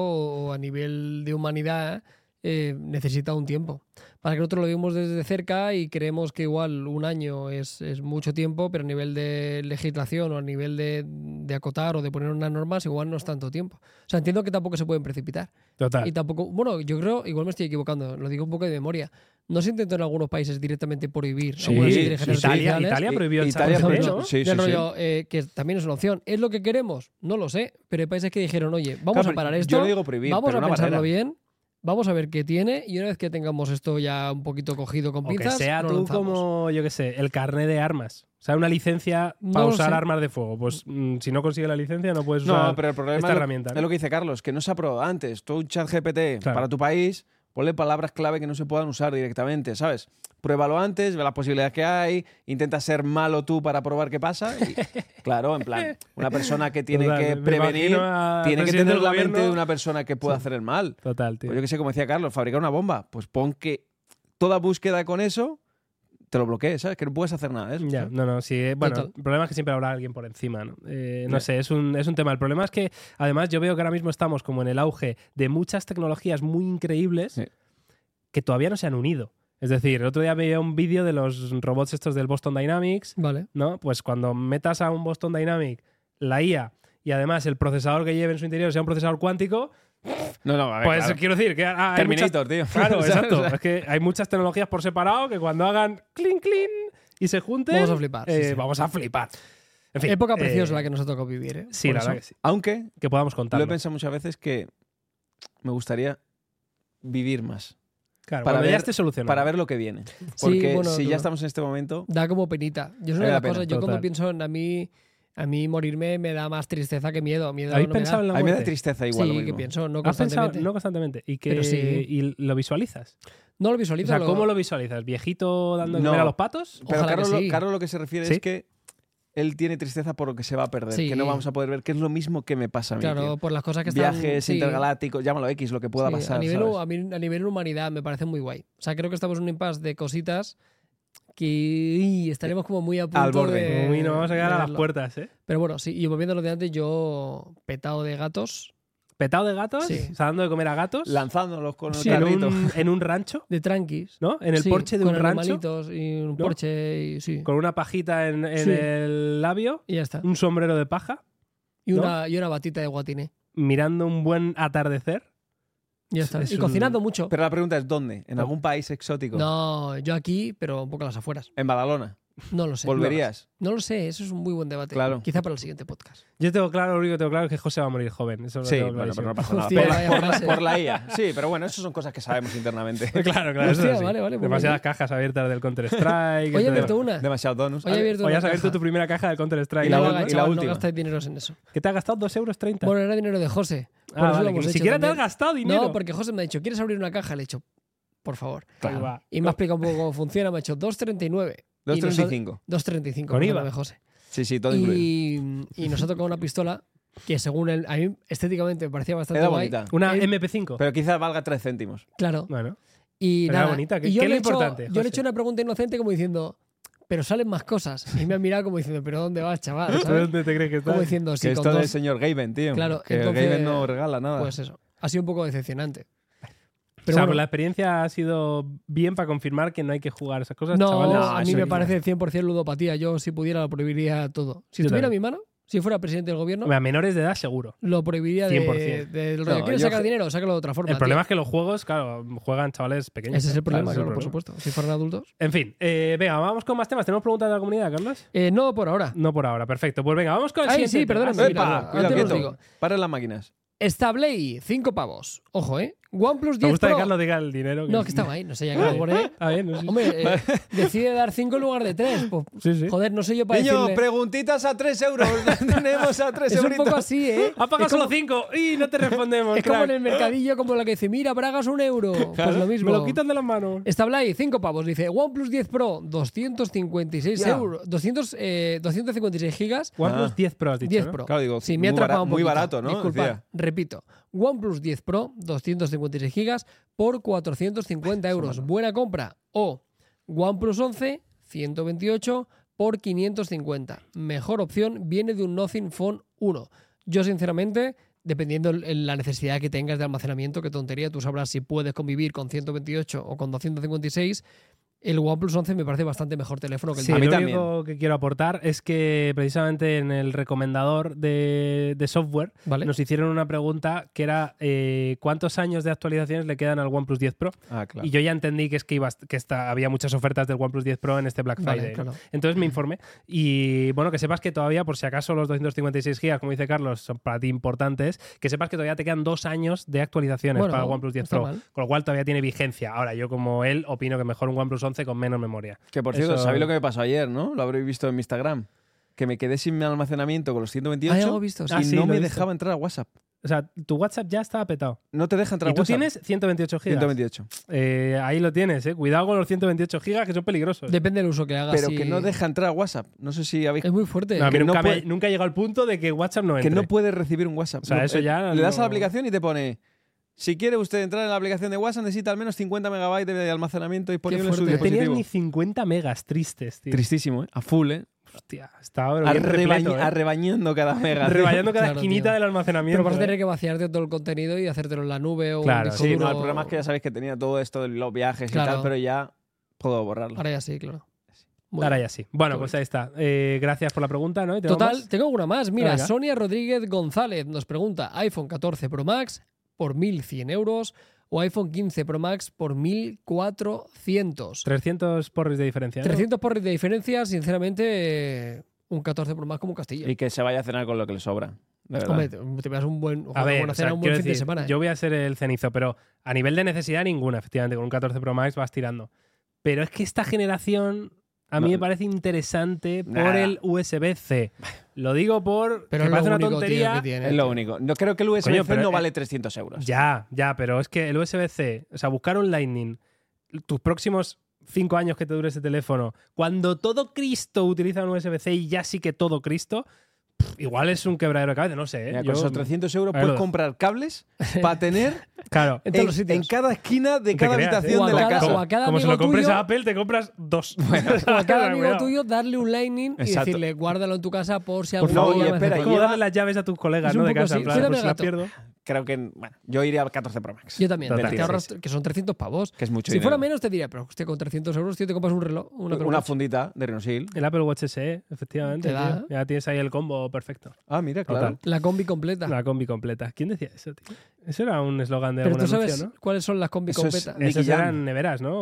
[SPEAKER 3] o a nivel de humanidad eh, necesita un tiempo. Para que nosotros lo vemos desde cerca y creemos que igual un año es, es mucho tiempo, pero a nivel de legislación o a nivel de, de acotar o de poner unas normas, igual no es tanto tiempo. O sea, entiendo que tampoco se pueden precipitar. Y
[SPEAKER 1] Total.
[SPEAKER 3] tampoco, bueno, yo creo, igual me estoy equivocando, lo digo un poco de memoria. No se intentó en algunos países directamente prohibir
[SPEAKER 1] Sí,
[SPEAKER 3] algunas
[SPEAKER 1] sí,
[SPEAKER 3] inteligencias
[SPEAKER 1] Italia,
[SPEAKER 3] artificiales?
[SPEAKER 1] Italia
[SPEAKER 2] ¿eh? I-
[SPEAKER 1] prohibió el
[SPEAKER 2] Italia
[SPEAKER 1] chat
[SPEAKER 3] prohibió.
[SPEAKER 1] GPT, ¿no?
[SPEAKER 2] Sí, sí,
[SPEAKER 3] del
[SPEAKER 2] sí.
[SPEAKER 3] rollo, eh, que también es una opción. ¿Es lo que queremos? No lo sé, pero hay países que dijeron, oye, vamos
[SPEAKER 2] Claro,
[SPEAKER 3] a parar
[SPEAKER 2] pero
[SPEAKER 3] esto,
[SPEAKER 2] Yo no digo prohibir,
[SPEAKER 3] vamos
[SPEAKER 2] pero
[SPEAKER 3] a
[SPEAKER 2] una
[SPEAKER 3] pensarlo
[SPEAKER 2] barrera.
[SPEAKER 3] bien, Vamos a ver qué tiene y una vez que tengamos esto ya un poquito cogido con
[SPEAKER 1] O que
[SPEAKER 3] pinzas,
[SPEAKER 1] sea
[SPEAKER 3] lo
[SPEAKER 1] tú
[SPEAKER 3] lanzamos.
[SPEAKER 1] como, yo qué sé, el carné de armas. O sea, una licencia
[SPEAKER 3] No
[SPEAKER 1] para
[SPEAKER 3] lo
[SPEAKER 1] usar
[SPEAKER 3] sé.
[SPEAKER 1] armas de fuego. Pues mm, si no consigues la licencia no puedes usar...
[SPEAKER 2] No, pero el problema
[SPEAKER 1] esta
[SPEAKER 2] es, lo,
[SPEAKER 1] herramienta, ¿no?
[SPEAKER 2] es lo que dice Carlos, que no se ha probado antes. Tú un chat GPT
[SPEAKER 1] Claro.
[SPEAKER 2] para tu país, ponle palabras clave que no se puedan usar directamente, ¿sabes? Pruébalo antes, ve las posibilidades que hay, intenta ser malo tú para probar qué pasa. y, claro, en plan, una persona que tiene
[SPEAKER 1] Total,
[SPEAKER 2] que
[SPEAKER 1] me
[SPEAKER 2] prevenir,
[SPEAKER 1] imagino al
[SPEAKER 2] tiene que
[SPEAKER 1] presidente
[SPEAKER 2] tener
[SPEAKER 1] del
[SPEAKER 2] la mente
[SPEAKER 1] gobierno.
[SPEAKER 2] de una persona que pueda
[SPEAKER 1] Sí.
[SPEAKER 2] hacer el mal.
[SPEAKER 1] Total, tío.
[SPEAKER 2] Pues yo que sé, como decía Carlos, fabricar una bomba, pues pon que toda búsqueda con eso te lo bloquees, ¿sabes? Que no puedes hacer nada de eso.
[SPEAKER 1] Ya,
[SPEAKER 2] ¿sabes?
[SPEAKER 1] no, no, sí. eh, Bueno,
[SPEAKER 3] Total.
[SPEAKER 1] el problema es que siempre habrá alguien por encima, ¿no? Eh, no
[SPEAKER 2] Ya.
[SPEAKER 1] sé, es un, es un tema. El problema es que, además, yo veo que ahora mismo estamos como en el auge de muchas tecnologías muy increíbles
[SPEAKER 2] Sí.
[SPEAKER 1] que todavía no se han unido. Es decir, el otro día veía un vídeo de los robots estos del Boston Dynamics,
[SPEAKER 3] Vale.
[SPEAKER 1] ¿no? Pues cuando metas a un Boston Dynamic la IA y además el procesador que lleve en su interior sea un procesador cuántico,
[SPEAKER 2] No, no, a ver,
[SPEAKER 1] pues
[SPEAKER 2] claro.
[SPEAKER 1] quiero decir que ah, hay muchas-
[SPEAKER 2] Terminator, tío.
[SPEAKER 1] Claro,
[SPEAKER 2] O sea,
[SPEAKER 1] exacto.
[SPEAKER 2] o sea,
[SPEAKER 1] Es que hay muchas tecnologías por separado que cuando hagan clean, clean y se junten.
[SPEAKER 3] Vamos a flipar, sí,
[SPEAKER 1] eh,
[SPEAKER 3] sí.
[SPEAKER 1] Vamos a flipar. En fin,
[SPEAKER 3] Época
[SPEAKER 1] eh,
[SPEAKER 3] preciosa la que nos ha tocado vivir, ¿eh?
[SPEAKER 1] Sí,
[SPEAKER 3] Por
[SPEAKER 1] la
[SPEAKER 3] eso.
[SPEAKER 1] verdad que sí.
[SPEAKER 2] Aunque
[SPEAKER 1] Que podamos contarlo.
[SPEAKER 2] Lo he pensado muchas veces que me gustaría vivir más,
[SPEAKER 1] Claro,
[SPEAKER 2] para
[SPEAKER 1] cuando ya
[SPEAKER 2] ver-
[SPEAKER 1] esté solucionado.
[SPEAKER 2] para ver lo que viene.
[SPEAKER 3] Sí,
[SPEAKER 2] Porque
[SPEAKER 3] bueno,
[SPEAKER 2] si
[SPEAKER 3] tú-
[SPEAKER 2] ya estamos en este momento,
[SPEAKER 3] Da como penita. Yo
[SPEAKER 2] Vale
[SPEAKER 3] es una de
[SPEAKER 2] la
[SPEAKER 3] las
[SPEAKER 2] pena,
[SPEAKER 3] cosas, yo
[SPEAKER 1] total.
[SPEAKER 3] cuando pienso en a mí, a mí morirme me da más tristeza que miedo. miedo
[SPEAKER 1] ¿Habéis
[SPEAKER 3] no me da.
[SPEAKER 1] pensado en la
[SPEAKER 2] a mí me da
[SPEAKER 1] muerte?
[SPEAKER 2] tristeza
[SPEAKER 3] Sí,
[SPEAKER 2] igual. lo
[SPEAKER 3] que
[SPEAKER 2] mismo.
[SPEAKER 3] pienso, no
[SPEAKER 1] ¿Has pensado?
[SPEAKER 3] constantemente.
[SPEAKER 1] No constantemente. ¿Y, que,
[SPEAKER 3] Pero sí.
[SPEAKER 1] y lo visualizas?
[SPEAKER 3] No lo
[SPEAKER 1] o
[SPEAKER 3] visualizo.
[SPEAKER 1] sea,
[SPEAKER 3] lo-
[SPEAKER 1] ¿cómo lo visualizas? ¿Viejito dando de
[SPEAKER 2] No.
[SPEAKER 1] comer a los patos?
[SPEAKER 2] Pero
[SPEAKER 3] Ojalá que
[SPEAKER 2] Carlos, lo-
[SPEAKER 3] sí.
[SPEAKER 2] Carlos lo que se refiere
[SPEAKER 1] ¿Sí?
[SPEAKER 2] es que él tiene tristeza por lo que se va a perder,
[SPEAKER 3] Sí.
[SPEAKER 2] que no vamos a poder ver, que es lo mismo que me pasa a mí.
[SPEAKER 3] Claro,
[SPEAKER 2] tío.
[SPEAKER 3] por las cosas que están...
[SPEAKER 2] Viajes
[SPEAKER 3] sí,
[SPEAKER 2] intergalácticos, llámalo X, lo que pueda
[SPEAKER 3] sí,
[SPEAKER 2] pasar.
[SPEAKER 3] A nivel,
[SPEAKER 2] ¿sabes?
[SPEAKER 3] a, mí- a nivel humanidad me parece muy guay. O sea, creo que estamos en un impasse de cositas que y estaremos como muy a punto
[SPEAKER 2] borde.
[SPEAKER 3] de...
[SPEAKER 1] Uy, nos vamos a quedar
[SPEAKER 3] de
[SPEAKER 1] a las
[SPEAKER 3] Eh, verlo.
[SPEAKER 1] puertas, ¿eh?
[SPEAKER 3] Pero bueno, sí, y volviendo a lo de antes, yo petado de gatos,
[SPEAKER 1] ¿Petado de gatos?
[SPEAKER 3] Sí.
[SPEAKER 1] O sea, dando de comer a gatos.
[SPEAKER 2] Lanzándolos con el
[SPEAKER 3] Sí,
[SPEAKER 1] en,
[SPEAKER 2] carrito.
[SPEAKER 1] un, en un rancho,
[SPEAKER 3] de tranquis.
[SPEAKER 1] ¿no? En el
[SPEAKER 3] Sí,
[SPEAKER 1] porche de un
[SPEAKER 3] con
[SPEAKER 1] rancho.
[SPEAKER 3] animalitos y un porche y sí.
[SPEAKER 1] Con una pajita en, en
[SPEAKER 3] Sí.
[SPEAKER 1] el labio,
[SPEAKER 3] Y ya está.
[SPEAKER 1] un sombrero de paja.
[SPEAKER 3] Y,
[SPEAKER 1] ¿no?
[SPEAKER 3] una, y una batita de guatiné.
[SPEAKER 1] mirando un buen atardecer.
[SPEAKER 3] Y ya está.
[SPEAKER 1] Es
[SPEAKER 3] y
[SPEAKER 1] un-
[SPEAKER 3] cocinando mucho.
[SPEAKER 2] Pero la pregunta es: ¿dónde? ¿En algún país exótico?
[SPEAKER 3] No, yo aquí, pero un poco a las afueras.
[SPEAKER 2] ¿En Badalona?
[SPEAKER 3] No lo sé.
[SPEAKER 2] ¿Volverías?
[SPEAKER 3] No lo sé, eso es un muy buen debate.
[SPEAKER 2] Claro.
[SPEAKER 3] Quizá para el siguiente podcast.
[SPEAKER 1] Yo tengo claro, lo único que tengo claro es que José va a morir joven. Eso lo
[SPEAKER 2] Sí,
[SPEAKER 1] tengo
[SPEAKER 2] bueno, pero no
[SPEAKER 1] clarísimo.
[SPEAKER 2] pasa nada.
[SPEAKER 3] Hostia,
[SPEAKER 2] Por la-
[SPEAKER 3] vaya
[SPEAKER 2] por la-
[SPEAKER 3] frase.
[SPEAKER 2] por la IA. Sí, pero bueno, eso son cosas que sabemos internamente.
[SPEAKER 1] Claro, claro. eso
[SPEAKER 3] Hostia,
[SPEAKER 1] sí.
[SPEAKER 3] vale, vale, muy
[SPEAKER 1] Demasiadas cajas abiertas del Counter-Strike.
[SPEAKER 3] Hoy he
[SPEAKER 1] etcétera.
[SPEAKER 3] abierto una.
[SPEAKER 2] Demasiado donuts. Ah,
[SPEAKER 3] Hoy he abierto
[SPEAKER 1] Hoy
[SPEAKER 3] una
[SPEAKER 1] has abierto
[SPEAKER 3] caja.
[SPEAKER 1] tu primera caja del Counter-Strike.
[SPEAKER 2] Y la
[SPEAKER 3] No
[SPEAKER 2] ul-
[SPEAKER 3] lo hagas,
[SPEAKER 2] y la
[SPEAKER 3] chaval,
[SPEAKER 2] última.
[SPEAKER 3] No gastáis dineros en eso.
[SPEAKER 1] Que te has gastado 2,30 euros.
[SPEAKER 3] Bueno, era dinero de José. Por
[SPEAKER 1] ah,
[SPEAKER 3] eso lo
[SPEAKER 1] vale, que
[SPEAKER 3] hemos
[SPEAKER 1] ni
[SPEAKER 3] hecho
[SPEAKER 1] siquiera te
[SPEAKER 3] también.
[SPEAKER 1] has gastado dinero.
[SPEAKER 3] No, porque José me ha dicho, ¿quieres abrir una caja? Le he dicho, por favor.
[SPEAKER 1] Ahí va.
[SPEAKER 3] Y me ha explicado un poco cómo funciona. Me ha dicho 2.39. Y nos ha-
[SPEAKER 2] 2.35.
[SPEAKER 3] 2.35.
[SPEAKER 1] Con IVA.
[SPEAKER 3] perdóname, José.
[SPEAKER 2] Sí, sí, todo incluido.
[SPEAKER 3] Y, y nos ha tocado una pistola que según él, a mí estéticamente me parecía bastante
[SPEAKER 2] Era
[SPEAKER 3] guay.
[SPEAKER 2] bonita.
[SPEAKER 1] Una
[SPEAKER 3] Eh,
[SPEAKER 1] MP5.
[SPEAKER 2] Pero quizás valga 3 céntimos.
[SPEAKER 3] Claro.
[SPEAKER 1] Em, bueno,
[SPEAKER 3] Y
[SPEAKER 1] Pero era
[SPEAKER 3] nada,
[SPEAKER 1] bonita, ¿qué-
[SPEAKER 3] y yo
[SPEAKER 1] qué es
[SPEAKER 3] le
[SPEAKER 1] lo
[SPEAKER 3] he hecho-
[SPEAKER 1] importante,
[SPEAKER 3] Yo le
[SPEAKER 1] José?
[SPEAKER 3] he hecho una pregunta inocente como diciendo, pero salen más cosas. Y me han mirado como diciendo, pero ¿dónde vas, chaval?
[SPEAKER 1] ¿tú
[SPEAKER 3] ¿sabes?
[SPEAKER 1] dónde te crees que estás?
[SPEAKER 3] Como diciendo, sí,
[SPEAKER 2] que
[SPEAKER 3] con
[SPEAKER 2] esto
[SPEAKER 3] dos,
[SPEAKER 2] del señor Gaben, tío.
[SPEAKER 3] Claro,
[SPEAKER 2] que el
[SPEAKER 3] entonces-
[SPEAKER 2] Gaben no regala nada.
[SPEAKER 3] pues eso. Ha sido un poco decepcionante.
[SPEAKER 1] o
[SPEAKER 3] Pero
[SPEAKER 1] sea,
[SPEAKER 3] bueno,
[SPEAKER 1] pues la experiencia ha sido bien para confirmar que no hay que jugar esas cosas,
[SPEAKER 3] no,
[SPEAKER 1] chavales.
[SPEAKER 3] a mí
[SPEAKER 1] Ah, eso
[SPEAKER 3] me
[SPEAKER 1] no.
[SPEAKER 3] parece 100% ludopatía. Yo si pudiera lo prohibiría todo. Si
[SPEAKER 1] Yo
[SPEAKER 3] estuviera en
[SPEAKER 1] también.
[SPEAKER 3] mi mano, si fuera presidente del gobierno,
[SPEAKER 1] A menores de edad, seguro.
[SPEAKER 3] lo prohibiría de,
[SPEAKER 1] 100%.
[SPEAKER 3] del rollo.
[SPEAKER 2] No,
[SPEAKER 3] ¿Quieres
[SPEAKER 2] yo-
[SPEAKER 3] sacar dinero? Sácalo de otra forma.
[SPEAKER 1] El
[SPEAKER 3] tío.
[SPEAKER 1] problema es que los juegos, claro, juegan chavales pequeños.
[SPEAKER 3] Ese es el problema,
[SPEAKER 1] Claro, ese
[SPEAKER 3] claro, por
[SPEAKER 1] es el problema.
[SPEAKER 3] supuesto. Si fueran adultos.
[SPEAKER 1] En fin, eh, venga, vamos con más temas. ¿Tenemos preguntas de la comunidad, Carlos?
[SPEAKER 3] Eh, no por ahora.
[SPEAKER 1] No por ahora, perfecto. Pues venga, vamos con el
[SPEAKER 3] Ay,
[SPEAKER 1] siguiente.
[SPEAKER 3] sí, perdóname,
[SPEAKER 1] Ah, sí,
[SPEAKER 3] mira,
[SPEAKER 1] perdón.
[SPEAKER 2] ¡Epa!
[SPEAKER 3] ahora
[SPEAKER 2] Cuidado,
[SPEAKER 3] te lo
[SPEAKER 2] quieto.
[SPEAKER 3] digo.
[SPEAKER 2] Para las máquinas.
[SPEAKER 3] Stabley, 5 pavos. Ojo, ¿eh? OnePlus 10
[SPEAKER 1] Me gusta
[SPEAKER 3] Pro.
[SPEAKER 1] que Carlos diga el dinero.
[SPEAKER 3] No, que estaba ahí, no sé ya que lo pone.
[SPEAKER 1] Ah, bien, no sé.
[SPEAKER 3] Hombre, eh, decide dar 5 en lugar de 3.
[SPEAKER 1] Sí, sí.
[SPEAKER 3] Joder, no soy yo para
[SPEAKER 2] Niño,
[SPEAKER 3] decirle.
[SPEAKER 2] preguntitas a 3 euros. Tenemos a 3
[SPEAKER 3] es un
[SPEAKER 2] euros.
[SPEAKER 3] poco así, ¿eh?
[SPEAKER 1] Ha pagado
[SPEAKER 3] es como,
[SPEAKER 1] solo 5 y no te respondemos.
[SPEAKER 3] es como
[SPEAKER 1] crack.
[SPEAKER 3] en el mercadillo, como la que dice, mira, Bragas un euro. Pues lo mismo. Eh,
[SPEAKER 1] Me lo quitan de las manos.
[SPEAKER 3] Stablay, 5 pavos. Dice, OnePlus 10 Pro, 256
[SPEAKER 2] Ya.
[SPEAKER 3] euros. 200, eh, 256 gigas.
[SPEAKER 1] OnePlus 10 Pro, has dicho.
[SPEAKER 3] 10
[SPEAKER 1] ¿no?
[SPEAKER 3] ah, Pro.
[SPEAKER 2] Claro, digo,
[SPEAKER 3] sí, me
[SPEAKER 2] muy
[SPEAKER 3] ha atrapado
[SPEAKER 2] bara-
[SPEAKER 3] un
[SPEAKER 2] muy
[SPEAKER 3] poquito.
[SPEAKER 2] barato, ¿no?
[SPEAKER 3] Disculpad,
[SPEAKER 2] Decía.
[SPEAKER 3] repito. OnePlus 10 Pro, 256 gigas por 450 euros. Buena compra. O OnePlus 11, 128 por 550. Mejor opción viene de un Nothing Phone 1. Yo, sinceramente, dependiendo el- el- la necesidad que tengas de almacenamiento, qué tontería, tú sabrás si puedes convivir con 128 o con 256. el OnePlus 11 me parece bastante mejor teléfono que el
[SPEAKER 1] Sí,
[SPEAKER 2] A mí
[SPEAKER 1] lo
[SPEAKER 2] también.
[SPEAKER 1] único que quiero aportar es que precisamente en el recomendador de, de software
[SPEAKER 3] ¿Vale?
[SPEAKER 1] nos hicieron una pregunta que era eh, ¿cuántos años de actualizaciones le quedan al OnePlus 10 Pro?
[SPEAKER 2] Ah, claro.
[SPEAKER 1] Y yo ya entendí que es que, iba, que está- había muchas ofertas del OnePlus 10 Pro en este Black
[SPEAKER 3] Vale,
[SPEAKER 1] Friday. ¿no?
[SPEAKER 3] claro.
[SPEAKER 1] Entonces me informé. Y bueno, que sepas que todavía, por si acaso los 256 GB, como dice Carlos, son para ti importantes, que sepas que todavía te quedan dos años de actualizaciones
[SPEAKER 3] Bueno,
[SPEAKER 1] para el OnePlus
[SPEAKER 3] no
[SPEAKER 1] 10
[SPEAKER 3] está
[SPEAKER 1] Pro.
[SPEAKER 3] mal.
[SPEAKER 1] Con lo cual todavía tiene vigencia. Ahora, yo como él, opino que mejor un OnePlus 11 con menos memoria.
[SPEAKER 2] Que por cierto,
[SPEAKER 1] Eso-
[SPEAKER 2] sabéis lo que me pasó ayer, ¿no? Lo habréis visto en mi Instagram. Que me quedé sin mi almacenamiento con los
[SPEAKER 3] Ah, algo
[SPEAKER 2] 128
[SPEAKER 3] he visto,
[SPEAKER 2] y
[SPEAKER 1] Ah, sí,
[SPEAKER 2] no
[SPEAKER 1] lo he
[SPEAKER 2] me
[SPEAKER 1] visto.
[SPEAKER 2] dejaba entrar a WhatsApp.
[SPEAKER 1] O sea, tu WhatsApp ya estaba petado.
[SPEAKER 2] No te deja entrar
[SPEAKER 1] Y
[SPEAKER 2] a
[SPEAKER 1] tú
[SPEAKER 2] WhatsApp.
[SPEAKER 1] tienes 128 GB.
[SPEAKER 2] 128.
[SPEAKER 1] ahí lo tienes, ¿eh? Cuidado con los 128 GB, que son peligrosos.
[SPEAKER 3] Depende del uso que hagas.
[SPEAKER 2] Pero
[SPEAKER 3] Ah, sí.
[SPEAKER 2] que no deja entrar a WhatsApp. No sé si habéis...
[SPEAKER 3] Es muy fuerte.
[SPEAKER 1] No, a mí
[SPEAKER 2] que no
[SPEAKER 1] nunca, me-
[SPEAKER 2] puede-
[SPEAKER 1] nunca he llegado al punto de que WhatsApp no
[SPEAKER 2] Que
[SPEAKER 1] entre.
[SPEAKER 2] no puedes recibir un WhatsApp.
[SPEAKER 1] O sea,
[SPEAKER 2] No,
[SPEAKER 1] eso
[SPEAKER 2] eh,
[SPEAKER 1] ya
[SPEAKER 2] Le das a
[SPEAKER 1] no-
[SPEAKER 2] la aplicación y te pone... Si quiere usted entrar en la aplicación de WhatsApp, necesita al menos 50 megabytes de almacenamiento disponible en su
[SPEAKER 3] fuerte.
[SPEAKER 1] no tenías
[SPEAKER 2] dispositivo.
[SPEAKER 1] ni 50 megas tristes, tío.
[SPEAKER 2] Tristísimo, ¿eh? A full, ¿eh?
[SPEAKER 1] Hostia, estaba pero bien
[SPEAKER 2] Arrebañ-
[SPEAKER 1] repleto, ¿eh?
[SPEAKER 2] Arrebañando cada mega. tío.
[SPEAKER 1] Rebañando cada
[SPEAKER 3] Claro,
[SPEAKER 1] esquinita
[SPEAKER 3] tío.
[SPEAKER 1] del almacenamiento.
[SPEAKER 3] Pero vas a
[SPEAKER 1] ¿eh?
[SPEAKER 3] tener que vaciarte todo el contenido y hacértelo en la nube o
[SPEAKER 1] Claro,
[SPEAKER 3] un disco
[SPEAKER 2] Sí,
[SPEAKER 3] duro.
[SPEAKER 2] no, el problema es que ya sabéis que tenía todo esto de los viajes y
[SPEAKER 3] Claro.
[SPEAKER 2] tal, pero ya puedo borrarlo.
[SPEAKER 3] Ahora ya sí, claro. Muy
[SPEAKER 1] Ahora
[SPEAKER 3] bien.
[SPEAKER 1] ya sí. Bueno,
[SPEAKER 3] Qué
[SPEAKER 1] pues ahí está. Eh, gracias por la pregunta, ¿no? ¿Y tenemos
[SPEAKER 3] Total,
[SPEAKER 1] más?
[SPEAKER 3] tengo una más. Mira,
[SPEAKER 1] Venga.
[SPEAKER 3] Sonia Rodríguez González nos pregunta: iPhone 14 Pro Max por 1100 euros o iPhone 15 Pro Max por 1400.
[SPEAKER 1] 300 porris de diferencia. ¿no?
[SPEAKER 3] 300 por de diferencia, sinceramente, eh, un 14 Pro Max como un castillo.
[SPEAKER 2] Y que se vaya a cenar con lo que le sobra. de verdad.
[SPEAKER 3] Hombre, te, te pegas un buen,
[SPEAKER 1] A
[SPEAKER 3] una
[SPEAKER 1] ver,
[SPEAKER 3] buena
[SPEAKER 1] o sea,
[SPEAKER 3] cena, un buen
[SPEAKER 1] quiero
[SPEAKER 3] fin de
[SPEAKER 1] decir,
[SPEAKER 3] semana. ¿eh?
[SPEAKER 1] yo voy a ser el cenizo, pero a nivel de necesidad ninguna, efectivamente, con un 14 Pro Max vas tirando. Pero es que esta generación a mí
[SPEAKER 2] No.
[SPEAKER 1] me parece interesante por
[SPEAKER 2] Nah.
[SPEAKER 1] el USB-C. Lo digo por...
[SPEAKER 3] Pero
[SPEAKER 1] que
[SPEAKER 3] es lo
[SPEAKER 1] parece una
[SPEAKER 3] único, tío,
[SPEAKER 1] tontería.
[SPEAKER 3] que tiene.
[SPEAKER 2] es lo único. No creo que el USB
[SPEAKER 1] Coño, pero,
[SPEAKER 2] no
[SPEAKER 1] eh,
[SPEAKER 2] vale 300 euros.
[SPEAKER 1] Ya, ya, pero es que el USB-C, o sea, buscar un Lightning, tus próximos cinco años que te dure ese teléfono, cuando todo Cristo utiliza un USB-C y ya sí que todo Cristo, pff, igual es un quebradero de cabeza, no sé. ¿eh?
[SPEAKER 2] Mira,
[SPEAKER 1] Yo-
[SPEAKER 2] con esos 300 euros
[SPEAKER 1] Ahí lo
[SPEAKER 2] puedes
[SPEAKER 1] dejo.
[SPEAKER 2] comprar cables para tener
[SPEAKER 1] Claro.
[SPEAKER 3] En
[SPEAKER 2] en,
[SPEAKER 3] todos los sitios.
[SPEAKER 2] en cada esquina de
[SPEAKER 1] No te
[SPEAKER 2] cada
[SPEAKER 1] creas, ¿eh?
[SPEAKER 2] habitación
[SPEAKER 3] O
[SPEAKER 2] de
[SPEAKER 3] a
[SPEAKER 2] la
[SPEAKER 3] cada-
[SPEAKER 2] casa.
[SPEAKER 3] o a cada
[SPEAKER 1] Como se
[SPEAKER 3] amigo
[SPEAKER 1] lo compres
[SPEAKER 3] tuyo-
[SPEAKER 1] a Apple, te compras dos.
[SPEAKER 3] O a cada amigo
[SPEAKER 1] Cuidado.
[SPEAKER 3] tuyo darle un lightning y
[SPEAKER 2] Exacto.
[SPEAKER 3] decirle guárdalo en tu casa por si
[SPEAKER 1] Por
[SPEAKER 3] algún
[SPEAKER 1] favor,
[SPEAKER 3] día
[SPEAKER 2] oye,
[SPEAKER 3] me hace
[SPEAKER 2] espera,
[SPEAKER 1] Es
[SPEAKER 3] falta".
[SPEAKER 1] como
[SPEAKER 2] lleva-
[SPEAKER 1] darle las llaves a tus colegas,
[SPEAKER 3] Pues Es un
[SPEAKER 1] ¿no? De
[SPEAKER 3] poco
[SPEAKER 1] casa,
[SPEAKER 3] así.
[SPEAKER 1] en plan,
[SPEAKER 3] Cuídame,
[SPEAKER 1] pues, si las
[SPEAKER 3] gato.
[SPEAKER 1] pierdo.
[SPEAKER 2] Creo que, bueno, yo iría al 14 Pro Max.
[SPEAKER 3] Yo también.
[SPEAKER 1] Total,
[SPEAKER 3] te
[SPEAKER 1] sí,
[SPEAKER 3] ahorras,
[SPEAKER 1] sí,
[SPEAKER 3] que son 300 pavos.
[SPEAKER 2] Que es mucho
[SPEAKER 3] si
[SPEAKER 2] dinero.
[SPEAKER 3] fuera menos, te diría, pero usted con 300 euros, tío, te compras un reloj, una, Apple
[SPEAKER 2] Una
[SPEAKER 3] Watch.
[SPEAKER 2] fundita de Renosil.
[SPEAKER 1] El Apple Watch SE, efectivamente.
[SPEAKER 3] Te da,
[SPEAKER 1] tío.
[SPEAKER 3] ¿eh?
[SPEAKER 1] Ya tienes ahí el combo perfecto.
[SPEAKER 2] Ah, mira,
[SPEAKER 1] Total.
[SPEAKER 2] claro.
[SPEAKER 3] La combi completa.
[SPEAKER 1] La combi completa. ¿Quién decía eso, tío? Eso era un eslogan de
[SPEAKER 3] pero
[SPEAKER 1] algún
[SPEAKER 3] tú
[SPEAKER 1] anuncio,
[SPEAKER 3] sabes
[SPEAKER 1] ¿no?
[SPEAKER 3] cuáles son las combi
[SPEAKER 2] Eso es- eh,
[SPEAKER 3] completas.
[SPEAKER 2] Nicky
[SPEAKER 1] Esas
[SPEAKER 2] Jam.
[SPEAKER 1] eran neveras, ¿no?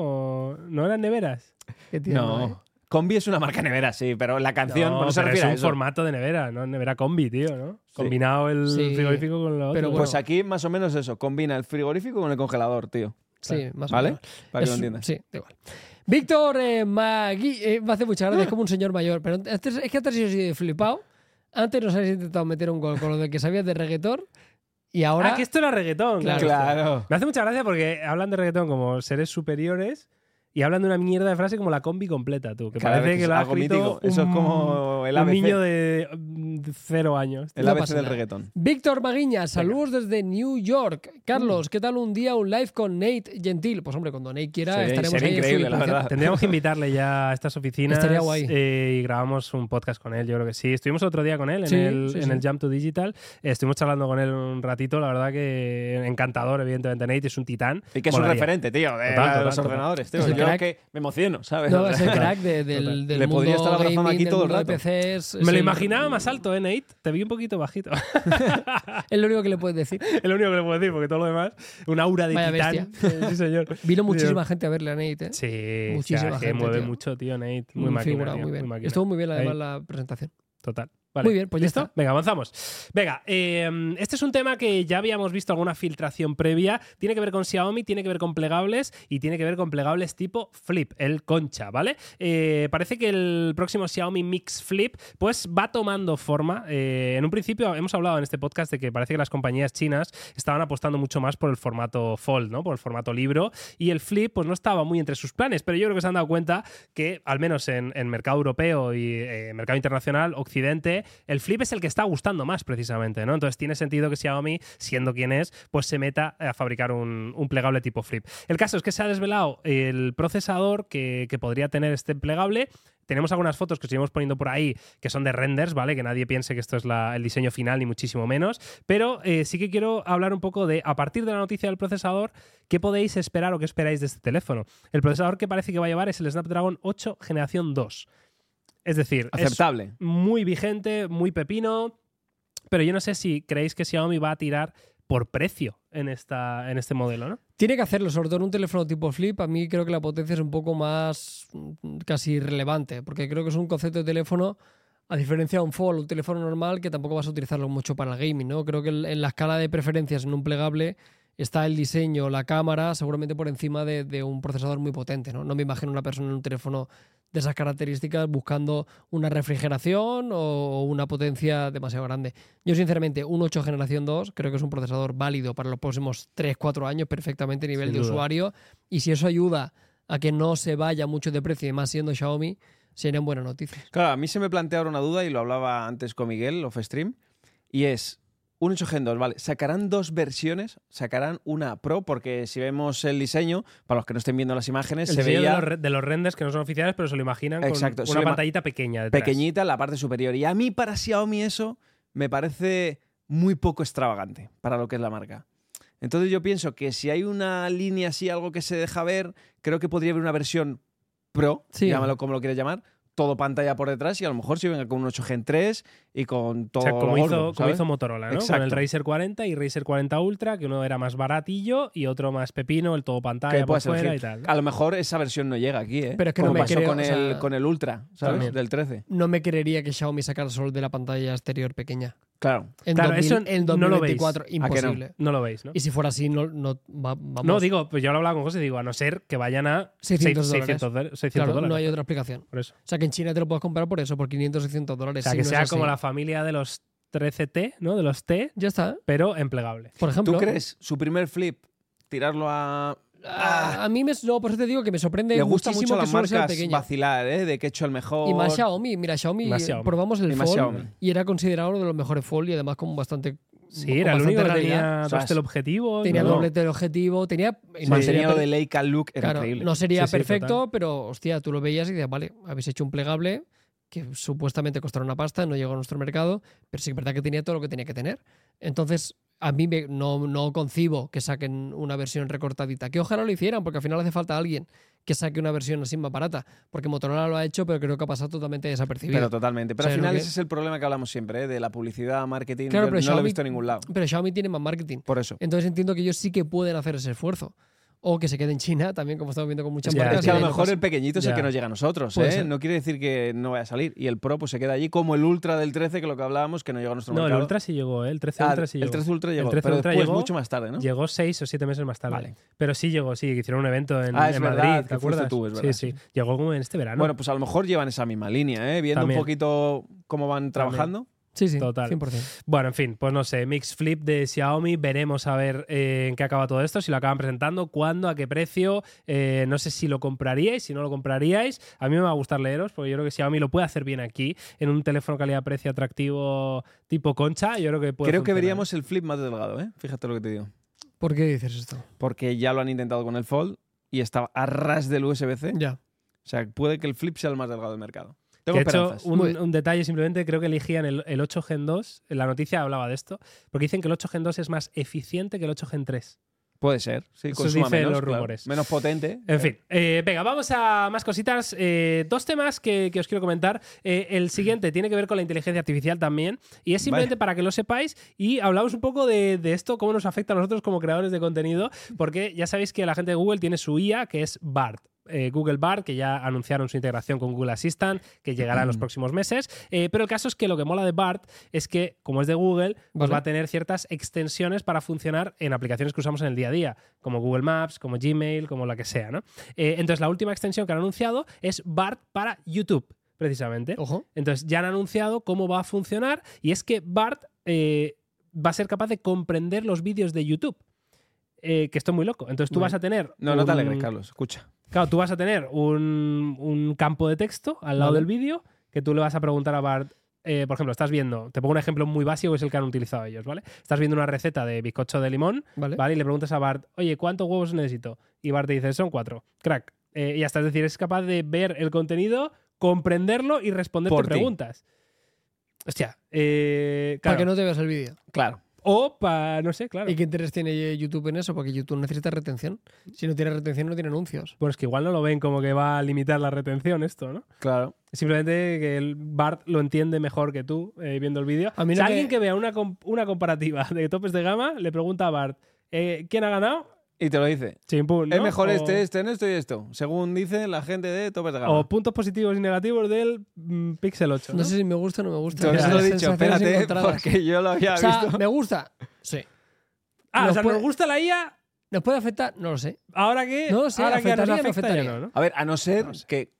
[SPEAKER 1] ¿O ¿No eran neveras?
[SPEAKER 3] que tiene, ¿eh?
[SPEAKER 2] No. Combi es una marca nevera, sí, pero la canción
[SPEAKER 1] No,
[SPEAKER 2] por eso se
[SPEAKER 1] pero
[SPEAKER 2] refiere
[SPEAKER 1] es
[SPEAKER 2] a
[SPEAKER 1] un
[SPEAKER 2] eso.
[SPEAKER 1] formato de nevera, ¿no? Nevera combi, tío, ¿no? Combinado el
[SPEAKER 3] Sí.
[SPEAKER 1] frigorífico con lo
[SPEAKER 3] Pero
[SPEAKER 1] otro.
[SPEAKER 2] Pues
[SPEAKER 3] bueno.
[SPEAKER 2] aquí más o menos eso, combina el frigorífico con el congelador, tío.
[SPEAKER 3] Sí, más o
[SPEAKER 2] ¿Vale?
[SPEAKER 3] menos.
[SPEAKER 2] Para que
[SPEAKER 3] Es-
[SPEAKER 2] lo entiendas.
[SPEAKER 3] Sí, da igual. Víctor eh, Magui eh, me hace mucha gracia, es como un señor mayor. Pero antes- es que antes yo soy flipado. Antes nos habéis intentado meter un gol con lo de que sabías de reggaetón. Y ahora.
[SPEAKER 1] Ah, que esto era reggaetón.
[SPEAKER 3] Claro.
[SPEAKER 2] Claro.
[SPEAKER 1] Me hace mucha gracia porque hablan de reggaetón como seres superiores y hablan de una mierda de frase como la combi completa, tú. Que
[SPEAKER 2] Cada vez
[SPEAKER 1] parece
[SPEAKER 2] que
[SPEAKER 1] que,
[SPEAKER 2] es
[SPEAKER 1] lo ha
[SPEAKER 2] algo
[SPEAKER 1] escrito
[SPEAKER 2] mítico. Eso es
[SPEAKER 1] un-
[SPEAKER 2] como el
[SPEAKER 1] un
[SPEAKER 2] ABC.
[SPEAKER 1] niño de mm, cero años. tío.
[SPEAKER 2] El
[SPEAKER 3] No
[SPEAKER 2] ABC
[SPEAKER 3] pasa
[SPEAKER 2] del
[SPEAKER 3] nada.
[SPEAKER 2] reggaetón.
[SPEAKER 3] Víctor Maguiña, saludos desde New York. Carlos, ¿qué tal un día un live con Nate Gentil? Pues hombre, cuando Nate quiera
[SPEAKER 2] Sería-
[SPEAKER 3] estaremos
[SPEAKER 2] sería
[SPEAKER 3] ahí en su
[SPEAKER 2] increíble, la
[SPEAKER 3] disposición.
[SPEAKER 2] verdad.
[SPEAKER 1] Tendríamos que invitarle ya a estas oficinas
[SPEAKER 3] Estaría guay.
[SPEAKER 1] eh, y grabamos un podcast con él, yo creo que sí. Estuvimos otro día con él en,
[SPEAKER 3] Sí,
[SPEAKER 1] el,
[SPEAKER 3] sí,
[SPEAKER 1] en
[SPEAKER 3] sí.
[SPEAKER 1] el Jump to Digital. Eh, estuvimos charlando con él un ratito, la verdad que encantador, evidentemente. Nate es un titán.
[SPEAKER 2] Y que es
[SPEAKER 1] Molaría.
[SPEAKER 2] un referente, tío, de,
[SPEAKER 1] Total,
[SPEAKER 2] la- de
[SPEAKER 1] total,
[SPEAKER 2] los
[SPEAKER 1] total.
[SPEAKER 2] ordenadores, tío.
[SPEAKER 3] Es el
[SPEAKER 2] Yo
[SPEAKER 3] crack.
[SPEAKER 2] que me emociono, ¿sabes?
[SPEAKER 3] No, es el crack de- del,
[SPEAKER 1] Total.
[SPEAKER 3] del
[SPEAKER 2] Le
[SPEAKER 3] mundo
[SPEAKER 2] podría estar abrazando
[SPEAKER 3] gaming,
[SPEAKER 2] aquí
[SPEAKER 3] del
[SPEAKER 2] todo el
[SPEAKER 3] mundo de
[SPEAKER 2] rato.
[SPEAKER 3] PCs, es
[SPEAKER 1] Me lo
[SPEAKER 3] el-
[SPEAKER 1] imaginaba más alto, ¿eh, Nate? Te vi un poquito bajito.
[SPEAKER 3] Es lo único que le puedes decir.
[SPEAKER 1] es lo único que le puedo decir, porque todo lo demás, un aura de
[SPEAKER 3] Vaya
[SPEAKER 1] titán. Sí, señor.
[SPEAKER 3] Vino muchísima gente a verle a Nate. ¿eh?
[SPEAKER 1] Sí,
[SPEAKER 3] Muchísima
[SPEAKER 1] o sea, que
[SPEAKER 3] gente,
[SPEAKER 1] mueve
[SPEAKER 3] tío.
[SPEAKER 1] mucho, tío, Nate. Muy
[SPEAKER 3] Muy
[SPEAKER 1] máquina,
[SPEAKER 3] figura,
[SPEAKER 1] tío,
[SPEAKER 3] muy bien.
[SPEAKER 1] máquina.
[SPEAKER 3] Estuvo muy bien, además,
[SPEAKER 1] Ahí.
[SPEAKER 3] la presentación.
[SPEAKER 1] Total. Vale.
[SPEAKER 3] Muy bien, pues ya
[SPEAKER 1] ¿Listo?
[SPEAKER 3] está.
[SPEAKER 1] Venga, avanzamos. Venga, eh, este es un tema que ya habíamos visto alguna filtración previa. Tiene que ver con Xiaomi, tiene que ver con plegables y tiene que ver con plegables tipo Flip, el concha, ¿vale? Eh, parece que el próximo Xiaomi Mix Flip pues va tomando forma. Eh, en un principio hemos hablado en este podcast de que parece que las compañías chinas estaban apostando mucho más por el formato fold, ¿no? Por el formato libro y el Flip pues no estaba muy entre sus planes, pero yo creo que se han dado cuenta que al menos en, en mercado europeo y eh, mercado internacional, Occidente, el flip es el que está gustando más precisamente, ¿no? Entonces tiene sentido que Xiaomi, siendo quien es, pues se meta a fabricar un, un plegable tipo flip. El caso es que se ha desvelado el procesador que, que podría tener este plegable. Tenemos algunas fotos que os iremos poniendo por ahí que son de renders, ¿vale? Que nadie piense que esto es la- el diseño final, ni muchísimo menos. Pero eh, sí que quiero hablar un poco de, a partir de la noticia del procesador, qué podéis esperar o qué esperáis de este teléfono. El procesador que parece que va a llevar es el Snapdragon 8 Generación 2. Es decir, es
[SPEAKER 2] Aceptable.
[SPEAKER 1] muy vigente, muy pepino. Pero yo no sé si creéis que Xiaomi va a tirar por precio en, esta, en este modelo, ¿no?
[SPEAKER 3] Tiene que hacerlo, sobre todo en un teléfono tipo flip. A mí creo que la potencia es un poco más mm, casi irrelevante, porque creo que es un concepto de teléfono, a diferencia de un fold, un teléfono normal, que tampoco vas a utilizarlo mucho para el gaming, ¿no? Creo que el- en la escala de preferencias en un plegable está el diseño, la cámara, seguramente por encima de, de un procesador muy potente, ¿no? No me imagino una persona en un teléfono de esas características buscando una refrigeración o una potencia demasiado grande. Yo, sinceramente, un 8 generación 2 creo que es un procesador válido para los próximos 3-4 años, perfectamente a nivel
[SPEAKER 1] Sin
[SPEAKER 3] de
[SPEAKER 1] duda.
[SPEAKER 3] usuario. Y si eso ayuda a que no se vaya mucho de precio, y más siendo Xiaomi, serían buenas noticias.
[SPEAKER 2] Claro, a mí se me plantea ahora una duda y lo hablaba antes con Miguel, off stream, y es un 8 Gen 2, vale, sacarán dos versiones, sacarán una Pro, porque si vemos el diseño, para los que no estén viendo las imágenes,
[SPEAKER 1] El
[SPEAKER 2] se
[SPEAKER 1] diseño de los,
[SPEAKER 2] veía
[SPEAKER 1] re- de los renders que no son oficiales, pero se lo imaginan
[SPEAKER 2] Exacto,
[SPEAKER 1] con
[SPEAKER 2] se
[SPEAKER 1] una
[SPEAKER 2] lo ima-
[SPEAKER 1] pantallita pequeña detrás.
[SPEAKER 2] pequeñita en la parte superior. Y a mí para Xiaomi eso me parece muy poco extravagante para lo que es la marca. Entonces yo pienso que si hay una línea así, algo que se deja ver, creo que podría haber una versión Pro,
[SPEAKER 3] Sí.
[SPEAKER 2] llámalo como lo quieras llamar, todo pantalla por detrás y a lo mejor si venga con un 8 Gen 3 y con todo
[SPEAKER 1] O sea,
[SPEAKER 2] lo
[SPEAKER 1] como,
[SPEAKER 2] gordo,
[SPEAKER 1] hizo, como
[SPEAKER 2] ¿sabes?
[SPEAKER 1] hizo Motorola, ¿no? Con el
[SPEAKER 2] Exacto.
[SPEAKER 1] Razer 40 y Razer 40 Ultra, que uno era más baratillo y otro más pepino, el todo
[SPEAKER 2] Que
[SPEAKER 1] pantalla por
[SPEAKER 2] puedas
[SPEAKER 1] fuera
[SPEAKER 2] elegir.
[SPEAKER 1] y tal. ¿no?
[SPEAKER 2] A lo mejor esa versión no llega aquí, ¿eh?
[SPEAKER 3] Pero es que
[SPEAKER 2] Como
[SPEAKER 3] no me
[SPEAKER 2] pasó
[SPEAKER 3] creo,
[SPEAKER 2] con,
[SPEAKER 3] o
[SPEAKER 2] el,
[SPEAKER 3] sea,
[SPEAKER 2] con el Ultra, ¿sabes?
[SPEAKER 1] también.
[SPEAKER 2] Del 13.
[SPEAKER 3] No me creería que Xiaomi sacara solo de la pantalla exterior pequeña.
[SPEAKER 2] Claro.
[SPEAKER 3] En,
[SPEAKER 1] Claro,
[SPEAKER 3] 2000
[SPEAKER 1] eso
[SPEAKER 3] en
[SPEAKER 1] no lo veis. Ah,
[SPEAKER 3] 2024,
[SPEAKER 2] ¿A que no?
[SPEAKER 3] imposible.
[SPEAKER 1] No lo veis, ¿no?
[SPEAKER 3] Y si fuera así, no, no va- vamos.
[SPEAKER 1] No, digo, pues yo lo hablaba con José, digo, a no ser que vayan a
[SPEAKER 3] 600
[SPEAKER 1] seis-
[SPEAKER 3] dólares.
[SPEAKER 1] 600 dólares.
[SPEAKER 3] Claro,
[SPEAKER 1] 600
[SPEAKER 3] no
[SPEAKER 1] dólares,
[SPEAKER 3] hay otra explicación.
[SPEAKER 1] por eso.
[SPEAKER 3] O sea, que en China te lo puedes comprar por eso, por 500 o 600 dólares.
[SPEAKER 1] O sea,
[SPEAKER 3] si
[SPEAKER 1] que
[SPEAKER 3] no es
[SPEAKER 1] sea
[SPEAKER 3] así.
[SPEAKER 1] como la familia de los 13T, ¿no? De los T,
[SPEAKER 3] Ya está.
[SPEAKER 1] pero en plegable.
[SPEAKER 3] Por ejemplo.
[SPEAKER 2] ¿Tú crees su primer flip tirarlo a...
[SPEAKER 3] A, a mí me, no, por eso te digo que me sorprende
[SPEAKER 2] Le gusta mucho
[SPEAKER 3] muchísimo
[SPEAKER 2] a
[SPEAKER 3] que
[SPEAKER 2] las
[SPEAKER 3] solo sea
[SPEAKER 2] marcas
[SPEAKER 3] pequeño.
[SPEAKER 2] vacilar, ¿eh? De que he hecho el mejor...
[SPEAKER 3] Y más Xiaomi, mira, Xiaomi,
[SPEAKER 1] Más
[SPEAKER 3] eh,
[SPEAKER 1] Xiaomi.
[SPEAKER 3] probamos el
[SPEAKER 2] Y más
[SPEAKER 3] Fold
[SPEAKER 2] Xiaomi.
[SPEAKER 3] y era considerado uno de los mejores Fold y además con bastante.
[SPEAKER 1] Sí,
[SPEAKER 3] con
[SPEAKER 1] era el único
[SPEAKER 3] bastante
[SPEAKER 1] que
[SPEAKER 3] realidad.
[SPEAKER 1] tenía
[SPEAKER 2] sea,
[SPEAKER 1] dos teleobjetivos.
[SPEAKER 3] Tenía
[SPEAKER 1] ¿no?
[SPEAKER 3] doble teleobjetivo, tenía.
[SPEAKER 2] Sí,
[SPEAKER 3] no
[SPEAKER 2] tenía
[SPEAKER 3] sería
[SPEAKER 2] lo
[SPEAKER 3] per-
[SPEAKER 2] de Leica Look, era
[SPEAKER 3] claro,
[SPEAKER 2] increíble.
[SPEAKER 3] no sería
[SPEAKER 1] Sí, sí,
[SPEAKER 3] perfecto, pero hostia, tú lo veías y decías, vale, habéis hecho un plegable que supuestamente costará una pasta, no llegó a nuestro mercado, pero sí que es verdad que tenía todo lo que tenía que tener. Entonces, a mí me- no, no concibo que saquen una versión recortadita, que ojalá lo hicieran, porque al final hace falta alguien que saque una versión así más barata, porque Motorola lo ha hecho, pero creo que ha pasado totalmente desapercibido.
[SPEAKER 2] Pero totalmente. Pero
[SPEAKER 3] O sea,
[SPEAKER 2] al
[SPEAKER 3] lo
[SPEAKER 2] final
[SPEAKER 3] que-
[SPEAKER 2] ese es el problema que hablamos siempre, ¿eh? De la publicidad, marketing.
[SPEAKER 3] Claro,
[SPEAKER 2] Yo
[SPEAKER 3] pero
[SPEAKER 2] no lo he
[SPEAKER 3] Xiaomi-
[SPEAKER 2] visto en ningún lado.
[SPEAKER 3] pero Xiaomi tiene más marketing.
[SPEAKER 2] Por eso.
[SPEAKER 3] Entonces entiendo que ellos sí que pueden hacer ese esfuerzo. O que se quede en China también, como estamos viendo con muchas
[SPEAKER 1] Ya,
[SPEAKER 3] marcas.
[SPEAKER 2] Es que a
[SPEAKER 3] y
[SPEAKER 2] lo
[SPEAKER 3] no
[SPEAKER 2] mejor
[SPEAKER 3] pasa.
[SPEAKER 2] el pequeñito es el
[SPEAKER 1] Ya.
[SPEAKER 2] que nos llega a nosotros,
[SPEAKER 3] Puede
[SPEAKER 2] ¿eh?
[SPEAKER 3] ser.
[SPEAKER 2] No quiere decir que no vaya a salir. Y el Pro pues se queda allí como el Ultra del 13, que lo que hablábamos, que no llegó a nuestro
[SPEAKER 1] No, el
[SPEAKER 2] mercado.
[SPEAKER 1] Ultra sí llegó, ¿eh? el 13
[SPEAKER 2] Ah,
[SPEAKER 1] Ultra sí
[SPEAKER 2] el
[SPEAKER 1] llegó.
[SPEAKER 2] 13 Ultra
[SPEAKER 1] El
[SPEAKER 2] llegó,
[SPEAKER 1] 13
[SPEAKER 2] pero
[SPEAKER 1] Ultra
[SPEAKER 2] después
[SPEAKER 1] llegó-
[SPEAKER 2] mucho más tarde, ¿no?
[SPEAKER 1] Llegó seis o siete meses más tarde.
[SPEAKER 2] Vale.
[SPEAKER 1] Pero sí llegó, sí, que hicieron un evento en,
[SPEAKER 2] Ah, es
[SPEAKER 1] en
[SPEAKER 2] verdad,
[SPEAKER 1] Madrid, ¿te
[SPEAKER 2] que fuiste
[SPEAKER 1] acuerdas?
[SPEAKER 2] tú, es
[SPEAKER 1] sí,
[SPEAKER 2] verdad.
[SPEAKER 1] sí. Llegó como en este verano.
[SPEAKER 2] Bueno, pues a lo mejor llevan esa misma línea, ¿eh? Viendo
[SPEAKER 1] También.
[SPEAKER 2] un poquito cómo van trabajando.
[SPEAKER 3] Sí, sí,
[SPEAKER 1] Total.
[SPEAKER 3] 100%.
[SPEAKER 1] Bueno, en fin, pues no sé, mix flip de Xiaomi, veremos a ver eh, en qué acaba todo esto, si lo acaban presentando, cuándo, a qué precio, eh, no sé si lo compraríais, si no lo compraríais, a mí me va a gustar leeros, porque yo creo que Xiaomi lo puede hacer bien aquí, en un teléfono calidad-precio atractivo tipo concha, yo creo que puede
[SPEAKER 2] Creo que
[SPEAKER 1] funcionar.
[SPEAKER 2] veríamos el flip más delgado, ¿eh? Fíjate lo que te digo.
[SPEAKER 3] ¿Por qué dices esto?
[SPEAKER 2] Porque ya lo han intentado con el Fold y estaba a ras del USB-C.
[SPEAKER 3] Ya.
[SPEAKER 2] O sea, puede que el flip sea el más delgado del mercado. Tengo
[SPEAKER 1] De hecho,
[SPEAKER 2] esperanzas.
[SPEAKER 1] un,
[SPEAKER 3] Muy-
[SPEAKER 1] un detalle simplemente, creo que elegían el, el 8 Gen 2, en la noticia hablaba de esto, porque dicen que el 8 Gen 2 es más eficiente que el 8 Gen 3.
[SPEAKER 2] Puede ser. Sí,
[SPEAKER 1] Eso
[SPEAKER 2] consuma
[SPEAKER 1] dicen
[SPEAKER 2] menos,
[SPEAKER 1] los
[SPEAKER 2] claro.
[SPEAKER 1] rumores.
[SPEAKER 2] Menos potente.
[SPEAKER 1] En fin, eh, venga, vamos a más cositas. Eh, dos temas que, que os quiero comentar. Eh, el siguiente tiene que ver con la inteligencia artificial también. Y es simplemente para que lo sepáis y hablamos un poco de, de esto, cómo nos afecta a nosotros como creadores de contenido, porque ya sabéis que la gente de Google tiene su IA, que es BART. eh, Google BART, que ya anunciaron su integración con Google Assistant, que llegará en los próximos meses. Eh, pero el caso es que lo que mola de BART es que, como es de Google, pues
[SPEAKER 3] Vale.
[SPEAKER 1] va a tener ciertas extensiones para funcionar en aplicaciones que usamos en el día a día, como Google Maps, como Gmail, como la que sea, ¿no? Eh, entonces, la última extensión que han anunciado es BART para YouTube,
[SPEAKER 2] ¿Eh?
[SPEAKER 1] precisamente.
[SPEAKER 3] Ojo.
[SPEAKER 1] Entonces, ya han anunciado cómo va a funcionar y es que BART eh, va a ser capaz de comprender los vídeos de YouTube. Eh, que esto es muy loco. Entonces, tú
[SPEAKER 3] Muy
[SPEAKER 1] vas a tener.
[SPEAKER 2] No, no te
[SPEAKER 1] un-
[SPEAKER 2] alegres, Carlos. Escucha.
[SPEAKER 1] Claro, tú vas a tener un, un campo de texto al lado
[SPEAKER 3] Vale.
[SPEAKER 1] del vídeo que tú le vas a preguntar a Bart. eh, por ejemplo, estás viendo, te pongo un ejemplo muy básico que es el que han utilizado ellos, ¿vale? Estás viendo una receta de bizcocho de limón,
[SPEAKER 3] ¿Vale?
[SPEAKER 1] ¿vale? Y le preguntas a Bart, oye, ¿cuántos huevos necesito? Y Bart te dice, son cuatro. Crack. Eh, y hasta es decir, es capaz de ver el contenido, comprenderlo y responderte
[SPEAKER 2] Por ti.
[SPEAKER 1] preguntas. Hostia, eh, claro.
[SPEAKER 3] Para que no te veas el vídeo.
[SPEAKER 2] Claro.
[SPEAKER 1] O para, no sé, claro.
[SPEAKER 3] ¿Y qué interés tiene YouTube en eso? Porque YouTube necesita retención. Si no tiene retención, no tiene anuncios.
[SPEAKER 1] Bueno, es que igual no lo ven como que va a limitar la retención esto, ¿no?
[SPEAKER 2] Claro.
[SPEAKER 1] Simplemente que el Bart lo entiende mejor que tú eh, viendo el vídeo.
[SPEAKER 3] A mí
[SPEAKER 1] Si
[SPEAKER 3] lo que-
[SPEAKER 1] alguien que vea una, com- una comparativa de topes de gama le pregunta a Bart, eh, ¿quién ha ganado?
[SPEAKER 2] Y te lo dice.
[SPEAKER 1] Chimpún,
[SPEAKER 2] Es
[SPEAKER 1] ¿no?
[SPEAKER 2] mejor
[SPEAKER 1] O-
[SPEAKER 2] este, este, en esto y esto. Según dice la gente de Topes de Gama.
[SPEAKER 1] O puntos positivos y negativos del mm, Pixel 8.
[SPEAKER 3] No sé si me gusta o no me gusta.
[SPEAKER 2] Por eso lo he dicho,
[SPEAKER 3] Sensaciones
[SPEAKER 2] espérate,
[SPEAKER 3] encontradas.
[SPEAKER 2] porque yo lo había
[SPEAKER 3] O sea,
[SPEAKER 2] visto.
[SPEAKER 3] me gusta. Sí.
[SPEAKER 1] ah, o
[SPEAKER 3] nos
[SPEAKER 1] sea,
[SPEAKER 3] puede-
[SPEAKER 1] nos gusta la IA,
[SPEAKER 3] ¿Nos puede afectar? No lo sé.
[SPEAKER 1] ahora que.
[SPEAKER 3] No lo sé,
[SPEAKER 1] ahora que nos
[SPEAKER 3] afectaría, no
[SPEAKER 1] afecta, ya
[SPEAKER 3] afectaría.
[SPEAKER 1] no, ¿no?
[SPEAKER 2] A ver, a no ser que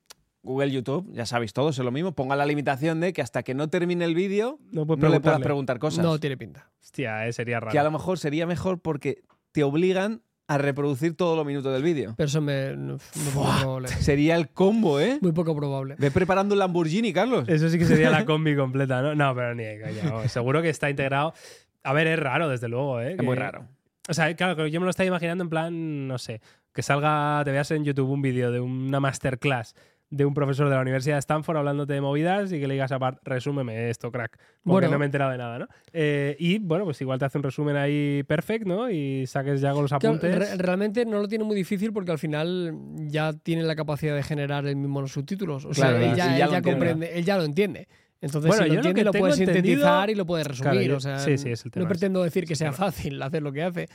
[SPEAKER 2] Google YouTube, ya sabéis todos, es lo mismo, ponga la limitación de que hasta que no termine el vídeo
[SPEAKER 1] No
[SPEAKER 2] no
[SPEAKER 1] puedes
[SPEAKER 2] le puedas
[SPEAKER 1] Pues preguntarle.
[SPEAKER 2] preguntar cosas.
[SPEAKER 3] No tiene pinta.
[SPEAKER 1] Hostia, eh, sería raro.
[SPEAKER 2] que a lo mejor sería mejor porque te obligan a reproducir todos los minutos del vídeo.
[SPEAKER 3] Pero eso me. no- Muy poco probable.
[SPEAKER 2] Sería el combo, ¿eh?
[SPEAKER 3] Muy poco probable.
[SPEAKER 2] Ve preparando un Lamborghini, Carlos.
[SPEAKER 1] Eso sí que sería la combi completa, ¿no? No, pero ni de coña, vamos, Seguro que está integrado. A ver, es raro, desde luego, ¿eh?
[SPEAKER 2] Es muy
[SPEAKER 1] que-
[SPEAKER 2] raro.
[SPEAKER 1] O sea, claro, que yo me lo estaba imaginando en plan, no sé, que salga, te veas en YouTube un vídeo de una masterclass de un profesor de la Universidad de Stanford hablándote de movidas y que le digas a Bart, resúmeme esto, crack. Porque
[SPEAKER 3] Bueno.
[SPEAKER 1] no me he enterado de nada, ¿no? Eh, y bueno, pues igual te hace un resumen ahí perfecto, ¿no? Y saques ya con los
[SPEAKER 3] Claro,
[SPEAKER 1] apuntes.
[SPEAKER 3] re- realmente no lo tiene muy difícil porque al final ya tiene la capacidad de generar él mismo los subtítulos. O sea,
[SPEAKER 2] Claro,
[SPEAKER 3] él
[SPEAKER 2] y
[SPEAKER 3] ya,
[SPEAKER 2] ya
[SPEAKER 3] él
[SPEAKER 2] lo
[SPEAKER 3] ya
[SPEAKER 2] entiende.
[SPEAKER 3] comprende, él ya lo entiende. Entonces,
[SPEAKER 1] Bueno,
[SPEAKER 3] si
[SPEAKER 1] yo
[SPEAKER 3] lo
[SPEAKER 1] lo que
[SPEAKER 3] entiende, lo,
[SPEAKER 1] tengo
[SPEAKER 3] puede sintetizar
[SPEAKER 1] entendido-
[SPEAKER 3] y lo puede resumir.
[SPEAKER 1] yo-
[SPEAKER 3] o sea,
[SPEAKER 1] sí, sí, es el tema
[SPEAKER 3] no
[SPEAKER 1] ese.
[SPEAKER 3] pretendo decir que sea
[SPEAKER 1] Es verdad.
[SPEAKER 3] fácil hacer lo que hace,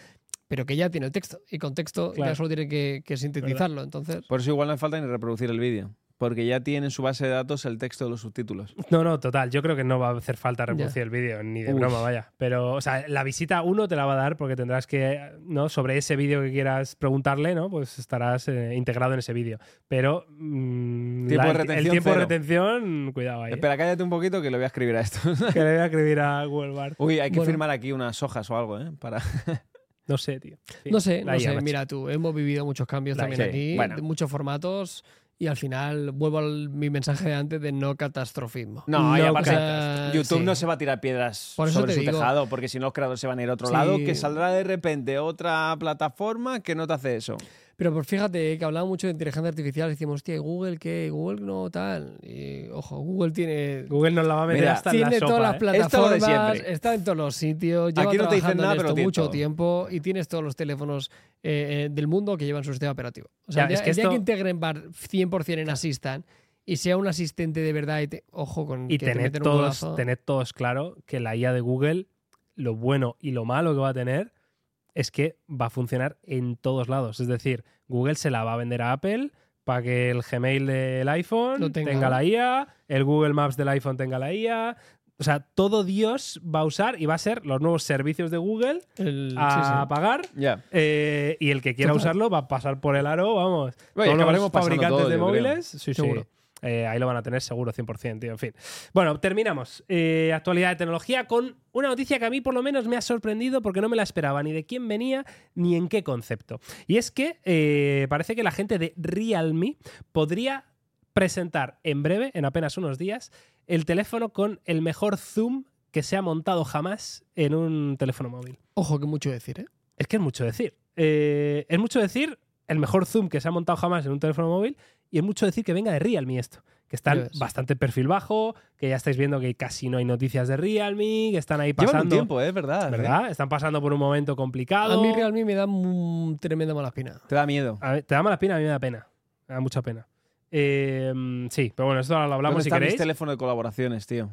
[SPEAKER 3] pero que ya tiene el texto. Y con texto
[SPEAKER 1] Claro.
[SPEAKER 3] ya solo tiene que, que sintetizarlo. Entonces,
[SPEAKER 2] Por eso igual no hace falta ni reproducir el vídeo. Porque ya tiene en su base de datos el texto de los subtítulos.
[SPEAKER 1] No, no, total. Yo creo que no va a hacer falta reproducir el vídeo, ni de
[SPEAKER 2] Uf.
[SPEAKER 1] broma, vaya. Pero, o sea, la visita uno te la va a dar porque tendrás que, ¿no? Sobre ese vídeo que quieras preguntarle, ¿no? Pues estarás eh, integrado en ese vídeo. Pero. mm,
[SPEAKER 2] Tiempo de
[SPEAKER 1] el- el
[SPEAKER 2] retención
[SPEAKER 1] tiempo de
[SPEAKER 2] cero.
[SPEAKER 1] retención, cuidado ahí. ¿eh?
[SPEAKER 2] Espera, cállate un poquito que le voy a escribir a esto.
[SPEAKER 1] Que le voy a escribir a Google Bar.
[SPEAKER 2] Uy, hay que
[SPEAKER 3] Bueno.
[SPEAKER 2] firmar aquí unas hojas o algo, ¿eh? Para...
[SPEAKER 1] No sé, tío. Sí,
[SPEAKER 3] no sé,
[SPEAKER 1] la
[SPEAKER 3] no
[SPEAKER 1] IA,
[SPEAKER 3] sé.
[SPEAKER 1] macho.
[SPEAKER 3] Mira tú, hemos vivido muchos cambios
[SPEAKER 1] La
[SPEAKER 3] también
[SPEAKER 2] IA,
[SPEAKER 3] aquí,
[SPEAKER 2] bueno.
[SPEAKER 3] de muchos formatos. Y al final vuelvo a mi mensaje de antes de no catastrofismo.
[SPEAKER 2] No, ahí
[SPEAKER 1] No,
[SPEAKER 2] aparte,
[SPEAKER 1] o
[SPEAKER 3] sea,
[SPEAKER 2] YouTube
[SPEAKER 3] sí.
[SPEAKER 2] no se va a tirar piedras
[SPEAKER 3] Por eso
[SPEAKER 2] sobre
[SPEAKER 3] te
[SPEAKER 2] su
[SPEAKER 3] digo.
[SPEAKER 2] tejado, porque si no los creadores se van a ir a otro
[SPEAKER 3] Sí.
[SPEAKER 2] lado, que saldrá de repente otra plataforma que no te hace eso.
[SPEAKER 3] Pero pues fíjate que hablaba mucho de inteligencia artificial. Decimos, hostia, ¿y Google qué? Google no tal. Y ojo, Google tiene,
[SPEAKER 1] Google nos la va a meter
[SPEAKER 2] Mira,
[SPEAKER 1] hasta en la
[SPEAKER 3] tiene
[SPEAKER 1] sopa.
[SPEAKER 3] todas las
[SPEAKER 1] ¿eh?
[SPEAKER 2] Esto lo de
[SPEAKER 3] plataformas,
[SPEAKER 2] siempre.
[SPEAKER 3] está en todos los sitios. Lleva
[SPEAKER 2] Aquí no te dicen
[SPEAKER 3] trabajando en
[SPEAKER 2] nada, pero
[SPEAKER 3] esto
[SPEAKER 2] lo tiene
[SPEAKER 3] mucho
[SPEAKER 2] todo.
[SPEAKER 3] tiempo y tienes todos los teléfonos eh, eh, del mundo que llevan su sistema operativo. O
[SPEAKER 1] Ya,
[SPEAKER 3] sea, el día-
[SPEAKER 1] es que
[SPEAKER 3] el día
[SPEAKER 1] esto-
[SPEAKER 3] que integren bar 100% en Assistant y sea un asistente de verdad y te- ojo con
[SPEAKER 1] Y
[SPEAKER 3] que te
[SPEAKER 1] tened
[SPEAKER 3] meten un
[SPEAKER 1] todos,
[SPEAKER 3] golazo.
[SPEAKER 1] tened todos claro que la IA de Google, lo bueno y lo malo que va a tener es que va a funcionar en todos lados. Es decir, Google se la va a vender a Apple para que el Gmail del
[SPEAKER 3] Lo
[SPEAKER 1] iPhone
[SPEAKER 3] tenga.
[SPEAKER 1] tenga. la IA, el Google Maps del iPhone tenga la IA. O sea, todo Dios va a usar y va a ser los nuevos servicios de Google
[SPEAKER 3] El-
[SPEAKER 1] a
[SPEAKER 3] sí, sí.
[SPEAKER 1] pagar.
[SPEAKER 2] Ya.
[SPEAKER 1] eh, y el que quiera
[SPEAKER 3] Total.
[SPEAKER 1] usarlo va a pasar por el aro, vamos.
[SPEAKER 2] Oye,
[SPEAKER 1] Todos
[SPEAKER 2] acabaremos
[SPEAKER 1] los
[SPEAKER 2] pasando
[SPEAKER 1] fabricantes
[SPEAKER 2] todo,
[SPEAKER 1] de
[SPEAKER 2] yo creo.
[SPEAKER 1] móviles, sí, sí.
[SPEAKER 3] Seguro.
[SPEAKER 1] Eh, ahí lo van a tener seguro, 100%, tío. En fin. Bueno, terminamos. Eh, actualidad de tecnología con una noticia que a mí por lo menos me ha sorprendido porque no me la esperaba ni de quién venía ni en qué concepto. Y es que eh, parece que la gente de Realme podría presentar en breve, en apenas unos días, el teléfono con el mejor zoom que se ha montado jamás en un teléfono móvil.
[SPEAKER 3] Ojo, que mucho decir, ¿eh?
[SPEAKER 1] Es que es mucho decir. Eh, es mucho decir el mejor zoom que se ha montado jamás en un teléfono móvil y es mucho decir que venga de Realme esto. Que
[SPEAKER 3] Ya
[SPEAKER 1] están
[SPEAKER 3] ves.
[SPEAKER 1] bastante perfil bajo, que ya estáis viendo que casi no hay noticias de Realme, que están ahí
[SPEAKER 2] Llevan un
[SPEAKER 1] pasando.
[SPEAKER 2] tiempo, ¿eh? ¿Verdad?
[SPEAKER 1] ¿Verdad? Están pasando por un momento complicado.
[SPEAKER 3] A mí Realme me da mm, tremenda mala espina.
[SPEAKER 2] Te da miedo.
[SPEAKER 1] A ver, te da mala pena, a mí me da pena. Me da mucha pena. Eh, mm, sí, pero bueno, esto ahora lo hablamos
[SPEAKER 2] ¿Dónde
[SPEAKER 1] si
[SPEAKER 2] están mis
[SPEAKER 1] queréis.
[SPEAKER 2] teléfonos de colaboraciones, tío?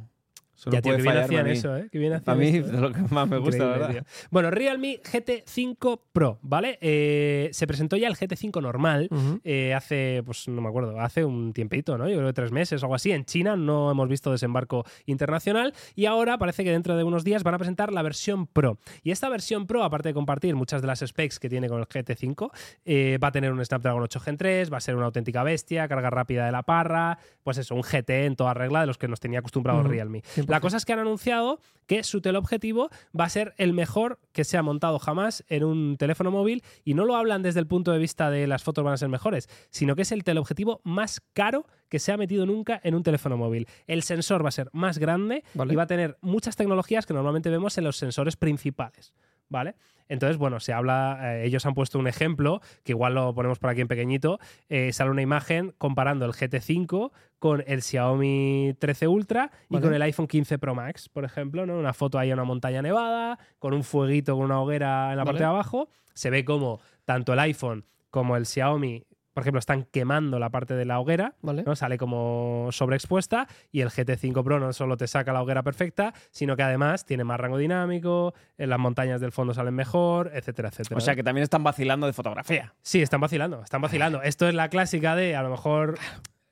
[SPEAKER 2] Solo
[SPEAKER 1] Ya, tío,
[SPEAKER 2] puede
[SPEAKER 1] que bien
[SPEAKER 2] fallarme
[SPEAKER 1] hacían
[SPEAKER 2] a mí.
[SPEAKER 1] eso, ¿eh? Que bien
[SPEAKER 2] A
[SPEAKER 1] hacían
[SPEAKER 2] mí
[SPEAKER 1] esto, ¿eh?
[SPEAKER 2] es lo que más me gusta, la
[SPEAKER 1] Increíble,
[SPEAKER 2] ¿verdad?
[SPEAKER 1] tío. Bueno, Realme GT5 Pro, ¿vale? Eh, se presentó ya el GT5 normal eh, hace, pues no me acuerdo, hace un tiempito, ¿no? Yo creo que tres meses o algo así. En China no hemos visto desembarco internacional y ahora parece que dentro de unos días van a presentar la versión Pro. Y esta versión Pro, aparte de compartir muchas de las specs que tiene con el GT5, eh, va a tener un Snapdragon 8 Gen 3, va a ser una auténtica bestia, carga rápida de la parra, pues eso, un GT en toda regla de los que nos tenía acostumbrados
[SPEAKER 3] Ujú.
[SPEAKER 1] Realme. La cosa es que han anunciado que su teleobjetivo va a ser el mejor que se ha montado jamás en un teléfono móvil y no lo hablan desde el punto de vista de las fotos van a ser mejores, sino que es el teleobjetivo más caro que se ha metido nunca en un teléfono móvil. El sensor va a ser más grande
[SPEAKER 3] Vale.
[SPEAKER 1] y va a tener muchas tecnologías que normalmente vemos en los sensores principales, ¿vale? Entonces, bueno, se habla, eh, ellos han puesto un ejemplo, que igual lo ponemos por aquí en pequeñito, eh, sale una imagen comparando el GT5 con el Xiaomi 13 Ultra y
[SPEAKER 3] Vale.
[SPEAKER 1] con el iPhone 15 Pro Max, por ejemplo, ¿no? Una foto ahí en una montaña nevada, con un fueguito, con una hoguera en la parte de
[SPEAKER 3] Vale.
[SPEAKER 1] abajo. Se ve como tanto el iPhone como el Xiaomi, por ejemplo, están quemando la parte de la hoguera.
[SPEAKER 3] ¿Vale?
[SPEAKER 1] ¿no? Sale como sobreexpuesta y el GT5 Pro no solo te saca la hoguera perfecta, sino que además tiene más rango dinámico, en las montañas del fondo salen mejor, etcétera, etcétera.
[SPEAKER 2] O sea que también están vacilando de fotografía.
[SPEAKER 1] Sí, están vacilando, están vacilando. Esto es la clásica de a lo mejor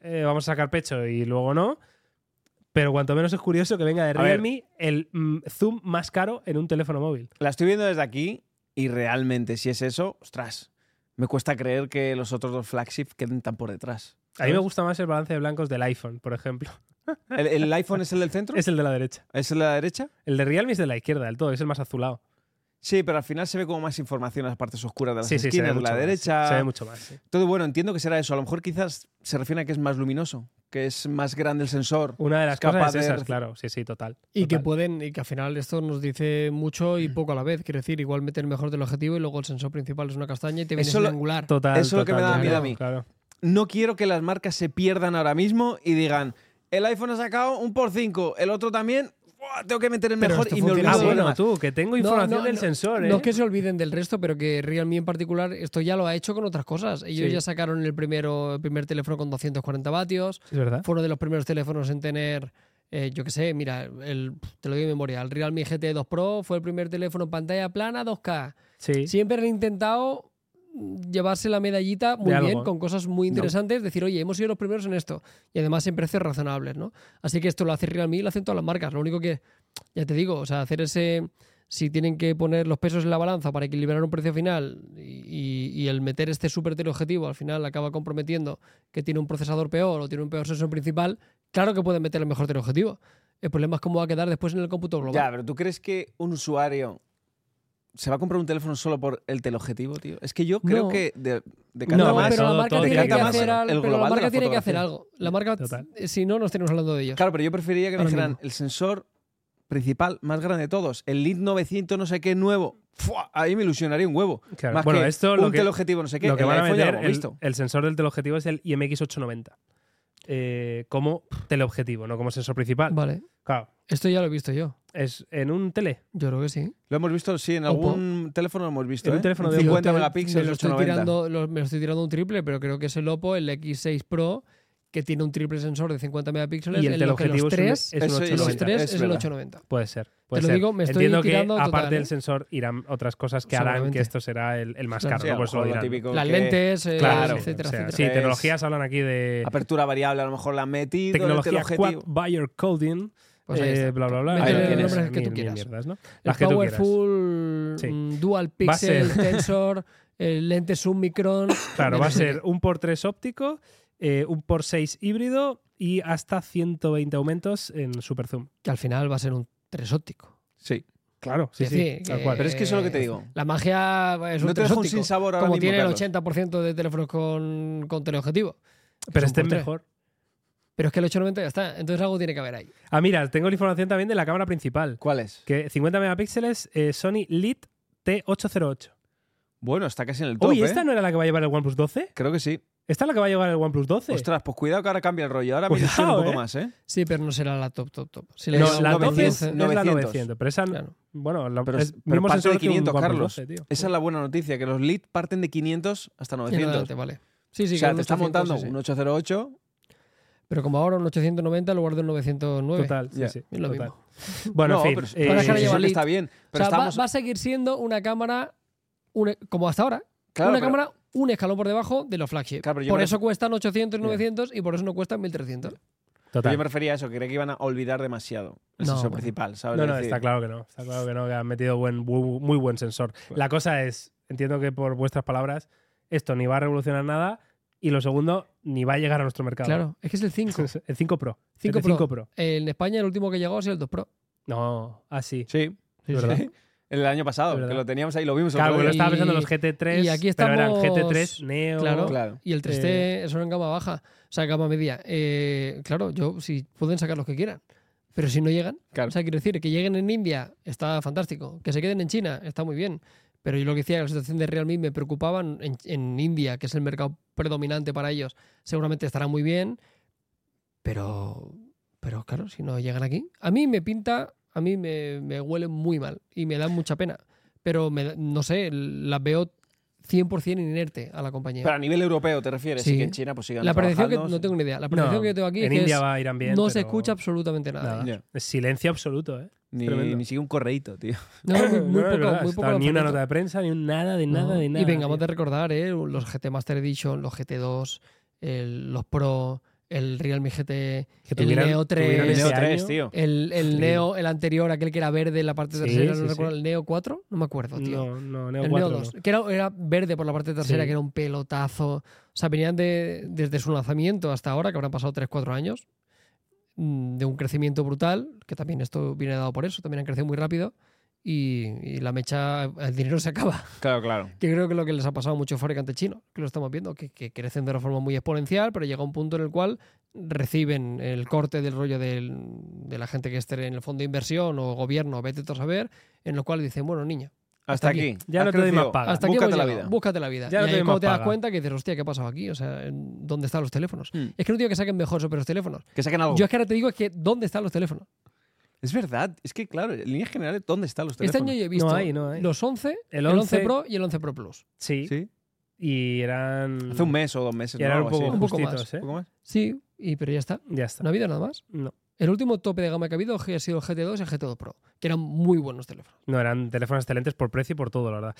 [SPEAKER 1] eh, vamos a sacar pecho y luego no. Pero cuanto menos es curioso que venga de
[SPEAKER 2] A ver.
[SPEAKER 1] Realme el mm, zoom más caro en un teléfono móvil.
[SPEAKER 2] La estoy viendo desde aquí y realmente, si es eso, ostras, me cuesta creer que los otros dos flagship queden tan por detrás.
[SPEAKER 1] A mí me gusta más el balance de blancos del iPhone, por ejemplo.
[SPEAKER 2] ¿El, el iPhone es el del centro?
[SPEAKER 1] Es
[SPEAKER 2] ¿Es,
[SPEAKER 1] el de la derecha.
[SPEAKER 2] el de la derecha?
[SPEAKER 1] El de Realme es de la izquierda, del todo, es el más azulado.
[SPEAKER 2] Sí, pero al final se ve como más información en las partes oscuras de las
[SPEAKER 1] Sí, sí, se ve
[SPEAKER 2] esquinas, de
[SPEAKER 1] mucho
[SPEAKER 2] la
[SPEAKER 1] más.
[SPEAKER 2] derecha.
[SPEAKER 1] Se ve mucho más. sí.
[SPEAKER 2] Todo bueno, entiendo que será eso. A lo mejor quizás se refiere a que es más luminoso, que es más grande el sensor.
[SPEAKER 1] Una de las
[SPEAKER 2] Es capaz
[SPEAKER 1] cosas
[SPEAKER 2] de
[SPEAKER 1] es esas,
[SPEAKER 2] reci-
[SPEAKER 1] claro. Sí, sí, total.
[SPEAKER 3] Y que
[SPEAKER 1] total. Mm.
[SPEAKER 3] pueden, y que al final esto nos dice mucho y poco a la vez. Quiero decir, igual meter mejor del objetivo y luego el sensor principal es una castaña y te viene
[SPEAKER 2] Eso
[SPEAKER 3] sin
[SPEAKER 2] lo-
[SPEAKER 3] angular.
[SPEAKER 1] Total,
[SPEAKER 2] Eso es lo que me
[SPEAKER 1] total,
[SPEAKER 2] da
[SPEAKER 3] miedo a
[SPEAKER 1] claro,
[SPEAKER 2] mí.
[SPEAKER 1] Claro.
[SPEAKER 2] No quiero que las marcas se pierdan ahora mismo y digan, el iPhone ha sacado un por 5, el otro también, ¡buah! tengo que meter el
[SPEAKER 3] Pero
[SPEAKER 2] mejor
[SPEAKER 3] esto
[SPEAKER 2] y me olvido
[SPEAKER 3] funciona
[SPEAKER 1] Ah,
[SPEAKER 3] así.
[SPEAKER 2] de lo
[SPEAKER 1] bueno,
[SPEAKER 2] demás.
[SPEAKER 1] tú, que tengo
[SPEAKER 3] No,
[SPEAKER 1] información
[SPEAKER 3] no,
[SPEAKER 1] del
[SPEAKER 3] no,
[SPEAKER 1] sensor, ¿eh?
[SPEAKER 3] No es que se olviden del resto, pero que Realme en particular esto ya lo ha hecho con otras cosas. Ellos
[SPEAKER 1] Sí.
[SPEAKER 3] ya sacaron el, primero, el primer teléfono con 240 vatios,
[SPEAKER 1] Es verdad.
[SPEAKER 3] fue uno de los primeros teléfonos en tener, eh, yo qué sé, mira, el, te lo digo de memoria, el Realme GT2 Pro fue el primer teléfono en pantalla plana 2K.
[SPEAKER 1] Sí.
[SPEAKER 3] Siempre han intentado llevarse la medallita muy
[SPEAKER 1] De
[SPEAKER 3] bien,
[SPEAKER 1] algo.
[SPEAKER 3] con cosas muy interesantes, decir, oye, hemos sido los primeros en esto, y además en precios razonables, ¿no? Así que esto lo hace Realme y lo hacen todas las marcas, lo único que, ya te digo, o sea, hacer ese, si tienen que poner los pesos en la balanza para equilibrar un precio final y, y- y el meter este súper objetivo al final acaba comprometiendo que tiene un procesador peor o tiene un peor sensor principal, claro que pueden meter el mejor objetivo. El problema es cómo va a quedar después en el cómputo global.
[SPEAKER 2] Ya, pero ¿tú crees que un usuario se va a comprar un teléfono solo por el teleobjetivo, tío? Es que yo creo
[SPEAKER 3] No.
[SPEAKER 2] que de,
[SPEAKER 1] No,
[SPEAKER 2] de cada
[SPEAKER 3] No,
[SPEAKER 2] marca-
[SPEAKER 1] más,
[SPEAKER 3] pero la
[SPEAKER 1] todo-
[SPEAKER 3] marca
[SPEAKER 1] todo
[SPEAKER 3] tiene
[SPEAKER 2] decanta
[SPEAKER 3] que
[SPEAKER 2] más
[SPEAKER 3] hacer
[SPEAKER 2] el
[SPEAKER 3] algo. Pero la
[SPEAKER 2] global de
[SPEAKER 3] marca
[SPEAKER 2] la
[SPEAKER 3] tiene que hacer
[SPEAKER 2] fotografía.
[SPEAKER 3] algo. La marca,
[SPEAKER 1] Total.
[SPEAKER 3] eh, si no, nos estamos hablando de ellos.
[SPEAKER 2] Claro, pero yo preferiría que me
[SPEAKER 3] Ahora
[SPEAKER 2] dijeran
[SPEAKER 3] mismo.
[SPEAKER 2] el sensor principal más grande de todos, el LID 900 no sé qué nuevo. ¡Fua! Ahí me ilusionaría un huevo.
[SPEAKER 1] Claro.
[SPEAKER 2] Más
[SPEAKER 1] Bueno,
[SPEAKER 2] que
[SPEAKER 1] esto
[SPEAKER 2] un
[SPEAKER 1] lo que,
[SPEAKER 2] teleobjetivo no sé qué.
[SPEAKER 1] lo que
[SPEAKER 2] el
[SPEAKER 1] van a
[SPEAKER 2] iPhone ya lo
[SPEAKER 1] meter,
[SPEAKER 2] hemos
[SPEAKER 1] el,
[SPEAKER 2] visto.
[SPEAKER 1] el sensor del teleobjetivo es el IMX890. eh, como teleobjetivo, no como sensor principal.
[SPEAKER 3] Vale.
[SPEAKER 1] Claro.
[SPEAKER 3] Esto ya lo he visto yo.
[SPEAKER 1] Es en un tele.
[SPEAKER 3] Yo creo que sí.
[SPEAKER 2] Lo hemos visto, sí, en
[SPEAKER 3] Oppo.
[SPEAKER 2] algún teléfono lo hemos visto.
[SPEAKER 1] En un
[SPEAKER 2] ¿eh?
[SPEAKER 1] teléfono de
[SPEAKER 2] 50
[SPEAKER 3] Yo te- me
[SPEAKER 2] megapíxeles,
[SPEAKER 3] lo estoy
[SPEAKER 2] 890.
[SPEAKER 3] tirando, lo- me lo estoy tirando un triple, pero creo que es el Oppo, el X6 Pro, que tiene un triple sensor de 50 megapíxeles.
[SPEAKER 1] Y el
[SPEAKER 3] en lo que
[SPEAKER 1] teleobjetivo
[SPEAKER 3] los
[SPEAKER 1] es
[SPEAKER 3] tres,
[SPEAKER 1] un, es un
[SPEAKER 2] eso-
[SPEAKER 3] los
[SPEAKER 1] 890.
[SPEAKER 3] tres
[SPEAKER 2] es
[SPEAKER 3] es, el
[SPEAKER 2] verdad.
[SPEAKER 3] 890.
[SPEAKER 1] Puede ser. Puede
[SPEAKER 3] lo
[SPEAKER 1] ser.
[SPEAKER 3] digo, me estoy
[SPEAKER 1] Entiendo que
[SPEAKER 3] tirando
[SPEAKER 1] aparte
[SPEAKER 3] total,
[SPEAKER 1] del
[SPEAKER 3] ¿eh?
[SPEAKER 1] sensor irán otras cosas que harán que
[SPEAKER 3] Seguramente.
[SPEAKER 1] esto será el, el más
[SPEAKER 3] Claro.
[SPEAKER 1] caro.
[SPEAKER 2] Sí,
[SPEAKER 1] ¿no?
[SPEAKER 2] a lo
[SPEAKER 1] Por eso
[SPEAKER 2] mejor
[SPEAKER 1] lo
[SPEAKER 2] lo
[SPEAKER 1] dirán.
[SPEAKER 2] típico
[SPEAKER 3] Las
[SPEAKER 2] que
[SPEAKER 3] lentes, eh,
[SPEAKER 1] Claro,
[SPEAKER 3] etcétera,
[SPEAKER 1] o sea,
[SPEAKER 3] etcétera.
[SPEAKER 1] sí,
[SPEAKER 2] Es-
[SPEAKER 1] tecnologías hablan aquí de
[SPEAKER 2] Apertura variable, a lo mejor la han metido. el
[SPEAKER 1] tecnología Quad
[SPEAKER 2] teleobjetivo.
[SPEAKER 1] Buyer Coding,
[SPEAKER 3] Pues ahí
[SPEAKER 1] eh,
[SPEAKER 3] está.
[SPEAKER 1] bla, bla, bla.
[SPEAKER 3] Métele
[SPEAKER 2] Ahí lo
[SPEAKER 1] Mil-
[SPEAKER 2] tienes.
[SPEAKER 3] nombres que tú
[SPEAKER 1] mil
[SPEAKER 3] quieras.
[SPEAKER 1] mierdas, ¿no?
[SPEAKER 3] El
[SPEAKER 1] Las que tú quieras.
[SPEAKER 3] Powerful,
[SPEAKER 1] Sí.
[SPEAKER 3] mm, Dual
[SPEAKER 1] Va a ser-
[SPEAKER 3] Pixel, Tensor, el lente Submicron.
[SPEAKER 1] Claro, va a ser un por 3 óptico, eh, un por 6 híbrido y hasta 120 aumentos en Super Zoom.
[SPEAKER 3] Que al final va a ser un 3 óptico.
[SPEAKER 2] Sí.
[SPEAKER 1] Claro, sí,
[SPEAKER 3] Es
[SPEAKER 1] sí,
[SPEAKER 3] decir,
[SPEAKER 1] tal
[SPEAKER 3] que-
[SPEAKER 1] cual.
[SPEAKER 2] Pero es que eso es lo que te digo.
[SPEAKER 3] La magia es un
[SPEAKER 2] No te dejo un
[SPEAKER 3] telesóptico,
[SPEAKER 2] sinsabor ahora
[SPEAKER 3] Como
[SPEAKER 2] mismo,
[SPEAKER 3] tiene el
[SPEAKER 2] Carlos.
[SPEAKER 3] 80% de teléfonos con, con teleobjetivo.
[SPEAKER 1] Pero
[SPEAKER 3] son
[SPEAKER 1] este es
[SPEAKER 3] por tres.
[SPEAKER 1] mejor.
[SPEAKER 3] Pero es que el 890 ya está. Entonces algo tiene que haber ahí.
[SPEAKER 1] Ah, mira, tengo la información también de la cámara principal.
[SPEAKER 2] ¿Cuál es?
[SPEAKER 1] Que 50 megapíxeles eh, Sony Lite T808.
[SPEAKER 2] Bueno, está casi en el top.
[SPEAKER 1] Oye,
[SPEAKER 2] ¿eh?
[SPEAKER 1] ¿esta no era la que va a llevar el OnePlus 12?
[SPEAKER 2] Creo que sí.
[SPEAKER 1] ¿Esta es la que va a llevar el OnePlus 12?
[SPEAKER 2] Ostras, pues cuidado que ahora cambia el rollo. Ahora me ilusiona
[SPEAKER 1] Cuidado,
[SPEAKER 2] un poco
[SPEAKER 1] ¿eh?
[SPEAKER 2] más, ¿eh?
[SPEAKER 3] Sí, pero no será la top, top, top. Si
[SPEAKER 2] No,
[SPEAKER 1] no,
[SPEAKER 3] llevan
[SPEAKER 1] la
[SPEAKER 3] 900,
[SPEAKER 1] 12 es, es la
[SPEAKER 2] 900.
[SPEAKER 1] 900, pero esa,
[SPEAKER 3] claro.
[SPEAKER 1] bueno, la,
[SPEAKER 2] Pero-
[SPEAKER 1] es
[SPEAKER 2] pero
[SPEAKER 1] mismo
[SPEAKER 2] parte de
[SPEAKER 1] sensor que un
[SPEAKER 2] 500,
[SPEAKER 1] OnePlus
[SPEAKER 2] Carlos.
[SPEAKER 1] 12, tío.
[SPEAKER 2] Esa es la buena noticia, que los lead parten de 500 hasta
[SPEAKER 3] en
[SPEAKER 2] 900.
[SPEAKER 3] adelante, vale. Sí, sí,
[SPEAKER 2] o sea,
[SPEAKER 3] con
[SPEAKER 2] te está
[SPEAKER 3] 800,
[SPEAKER 2] montando
[SPEAKER 3] sí, sí.
[SPEAKER 2] un 808.
[SPEAKER 3] Pero como ahora un 890 en lugar de un 909.
[SPEAKER 1] Total, sí,
[SPEAKER 2] Ya.
[SPEAKER 1] sí,
[SPEAKER 3] Es lo
[SPEAKER 1] total.
[SPEAKER 3] mismo.
[SPEAKER 1] Bueno,
[SPEAKER 2] no,
[SPEAKER 1] en fin.
[SPEAKER 2] pero,
[SPEAKER 1] eh,
[SPEAKER 2] pero
[SPEAKER 3] para que ahora
[SPEAKER 2] sí,
[SPEAKER 3] lleva
[SPEAKER 2] sí que
[SPEAKER 3] lead.
[SPEAKER 2] está bien.
[SPEAKER 3] O
[SPEAKER 2] Pero
[SPEAKER 3] sea, va-
[SPEAKER 2] estamos,
[SPEAKER 3] va, a seguir siendo una cámara, una- como hasta ahora,
[SPEAKER 2] claro,
[SPEAKER 3] una
[SPEAKER 2] pero-
[SPEAKER 3] cámara un escalón por debajo de los flagship.
[SPEAKER 2] Claro, pero yo
[SPEAKER 3] por
[SPEAKER 2] me-
[SPEAKER 3] eso cuestan 800 y 900 y por eso no cuestan 1300.
[SPEAKER 2] pero
[SPEAKER 1] total.
[SPEAKER 2] yo me refería a eso, que creía que iban a olvidar demasiado el
[SPEAKER 3] No,
[SPEAKER 2] sensor
[SPEAKER 3] bueno.
[SPEAKER 2] principal, ¿sabes?
[SPEAKER 1] No,
[SPEAKER 2] Es
[SPEAKER 1] no,
[SPEAKER 2] decir,
[SPEAKER 1] está claro que no. Está claro que no, que han metido buen, bu- muy buen sensor. La cosa es, entiendo que por vuestras palabras, esto ni va a revolucionar nada, Y lo segundo, ni va a llegar a nuestro mercado.
[SPEAKER 3] Claro, es que es el 5.
[SPEAKER 1] El 5 Pro.
[SPEAKER 3] 5
[SPEAKER 1] El
[SPEAKER 3] Pro.
[SPEAKER 1] 5 Pro.
[SPEAKER 3] En España el último que llegó ha sido el 2 Pro.
[SPEAKER 1] No, así.
[SPEAKER 2] Sí,
[SPEAKER 1] Es verdad.
[SPEAKER 2] sí. El año pasado,
[SPEAKER 1] Es verdad.
[SPEAKER 2] que lo teníamos ahí, lo vimos.
[SPEAKER 1] Claro,
[SPEAKER 2] otro
[SPEAKER 1] porque lo
[SPEAKER 2] día.
[SPEAKER 1] estaba
[SPEAKER 3] Y-
[SPEAKER 1] pensando en los GT3,
[SPEAKER 3] y aquí
[SPEAKER 1] pero eran
[SPEAKER 3] estamos-
[SPEAKER 1] GT3, Neo.
[SPEAKER 3] Claro.
[SPEAKER 2] Claro. Eh.
[SPEAKER 3] Y el 3T son en gama baja, o sea, gama media. Eh, claro, yo si pueden sacar los que quieran, pero si no llegan,
[SPEAKER 2] Claro.
[SPEAKER 3] o sea, quiero decir, que lleguen en India está fantástico, que se queden en China está muy bien, pero yo lo que decía, la situación de Realme me preocupaba en, en India, que es el mercado predominante para ellos, seguramente estará muy bien, pero, pero claro, si no llegan aquí, a mí me pinta, a mí me, me huele muy mal y me da mucha pena, pero me da- no sé, las veo 100% inerte a la compañía.
[SPEAKER 2] Pero a nivel europeo te refieres,
[SPEAKER 3] Sí.
[SPEAKER 2] sí. que en China pues sigan
[SPEAKER 3] La percepción que
[SPEAKER 2] trabajando,
[SPEAKER 3] no tengo ni idea. La
[SPEAKER 1] No,
[SPEAKER 3] percepción que yo tengo aquí es
[SPEAKER 1] en
[SPEAKER 3] que
[SPEAKER 1] India
[SPEAKER 3] es-
[SPEAKER 1] va a ir bien.
[SPEAKER 3] no se
[SPEAKER 1] pero
[SPEAKER 3] escucha absolutamente nada. ¿eh?
[SPEAKER 1] nada.
[SPEAKER 2] Ya.
[SPEAKER 1] Es Silencio absoluto, ¿eh?
[SPEAKER 2] ni,
[SPEAKER 1] Tremendo.
[SPEAKER 2] ni siquiera un correíto, tío.
[SPEAKER 3] No, muy, muy
[SPEAKER 1] No, es
[SPEAKER 3] poco,
[SPEAKER 1] verdad,
[SPEAKER 3] muy
[SPEAKER 1] está
[SPEAKER 3] poco
[SPEAKER 1] Ni una
[SPEAKER 3] información.
[SPEAKER 1] nota de prensa, ni un nada, de nada,
[SPEAKER 3] No.
[SPEAKER 1] de nada.
[SPEAKER 3] Y vengamos
[SPEAKER 1] tío.
[SPEAKER 3] de recordar, ¿eh? Los GT Master Edition, los GT2, el- los Pro, el Realme GT,
[SPEAKER 1] Que
[SPEAKER 3] el
[SPEAKER 1] tuvieran-
[SPEAKER 3] Neo
[SPEAKER 1] tuvieran
[SPEAKER 2] El
[SPEAKER 3] 3,
[SPEAKER 1] ese
[SPEAKER 2] Neo 3,
[SPEAKER 1] año-
[SPEAKER 2] tío.
[SPEAKER 3] el, el
[SPEAKER 1] Sí.
[SPEAKER 3] Neo, el anterior, aquel que era verde en la parte
[SPEAKER 1] Sí,
[SPEAKER 3] tercera,
[SPEAKER 1] sí,
[SPEAKER 3] no
[SPEAKER 1] sí.
[SPEAKER 3] recuerdo, el Neo 4, no me acuerdo, tío.
[SPEAKER 1] No, no, Neo
[SPEAKER 3] el
[SPEAKER 1] 4
[SPEAKER 3] Neo
[SPEAKER 1] no.
[SPEAKER 3] 2, que era, era verde por la parte trasera,
[SPEAKER 1] Sí.
[SPEAKER 3] que era un pelotazo. O sea, venían de- desde su lanzamiento hasta ahora, que habrán pasado 3-4 años, mm, de un crecimiento brutal, que también esto viene dado por eso, también han crecido muy rápido. Y, y la mecha, el dinero se acaba.
[SPEAKER 2] Claro, claro.
[SPEAKER 3] Que creo que es lo que les ha pasado a muchos fabricantes chinos, que lo estamos viendo, que, que crecen de una forma muy exponencial, pero llega un punto en el cual reciben el corte del rollo del- de la gente que esté en el fondo de inversión o gobierno, vete tú a saber, en lo cual dicen, bueno, niña,
[SPEAKER 2] Hasta aquí.
[SPEAKER 1] Ya
[SPEAKER 2] has
[SPEAKER 1] no te doy
[SPEAKER 2] crecido.
[SPEAKER 1] más paga.
[SPEAKER 3] hasta
[SPEAKER 2] Búscate
[SPEAKER 3] aquí hemos
[SPEAKER 2] la
[SPEAKER 3] llegado,
[SPEAKER 2] vida.
[SPEAKER 3] Búscate la vida.
[SPEAKER 1] Ya
[SPEAKER 3] y
[SPEAKER 1] no
[SPEAKER 3] ahí
[SPEAKER 1] te doy
[SPEAKER 3] cuando
[SPEAKER 1] más
[SPEAKER 3] te das
[SPEAKER 1] paga.
[SPEAKER 3] cuenta que dices, hostia, ¿qué ha pasado aquí? O sea, ¿en ¿dónde están los teléfonos?
[SPEAKER 2] Mm. Oh.
[SPEAKER 3] Es que no digo que saquen mejor sobre los teléfonos.
[SPEAKER 2] Que saquen algo.
[SPEAKER 3] Yo es que ahora te digo es que ¿dónde están los teléfonos?
[SPEAKER 2] Es verdad, es que claro, en líneas generales, ¿dónde están los
[SPEAKER 3] Este
[SPEAKER 2] teléfonos?
[SPEAKER 3] año yo he visto
[SPEAKER 1] No hay, no hay.
[SPEAKER 3] los 11,
[SPEAKER 1] El
[SPEAKER 3] el 11,
[SPEAKER 1] 11
[SPEAKER 3] Pro y el 11 Pro Plus.
[SPEAKER 1] Sí,
[SPEAKER 2] Sí.
[SPEAKER 1] Y eran.
[SPEAKER 2] Hace un mes o dos meses.
[SPEAKER 1] Y
[SPEAKER 2] ¿no?
[SPEAKER 1] eran un
[SPEAKER 2] Algo así.
[SPEAKER 1] poco
[SPEAKER 3] Un poco
[SPEAKER 1] justitos,
[SPEAKER 3] más.
[SPEAKER 1] ¿eh?
[SPEAKER 2] ¿Un poco más?
[SPEAKER 3] Sí, y, pero ya está.
[SPEAKER 1] Ya está.
[SPEAKER 3] No ha habido nada más.
[SPEAKER 1] No.
[SPEAKER 3] El último tope de gama que ha habido ha sido el GT2 y el GT2 Pro, que eran muy buenos teléfonos.
[SPEAKER 1] No, eran teléfonos excelentes por precio y por todo, la verdad.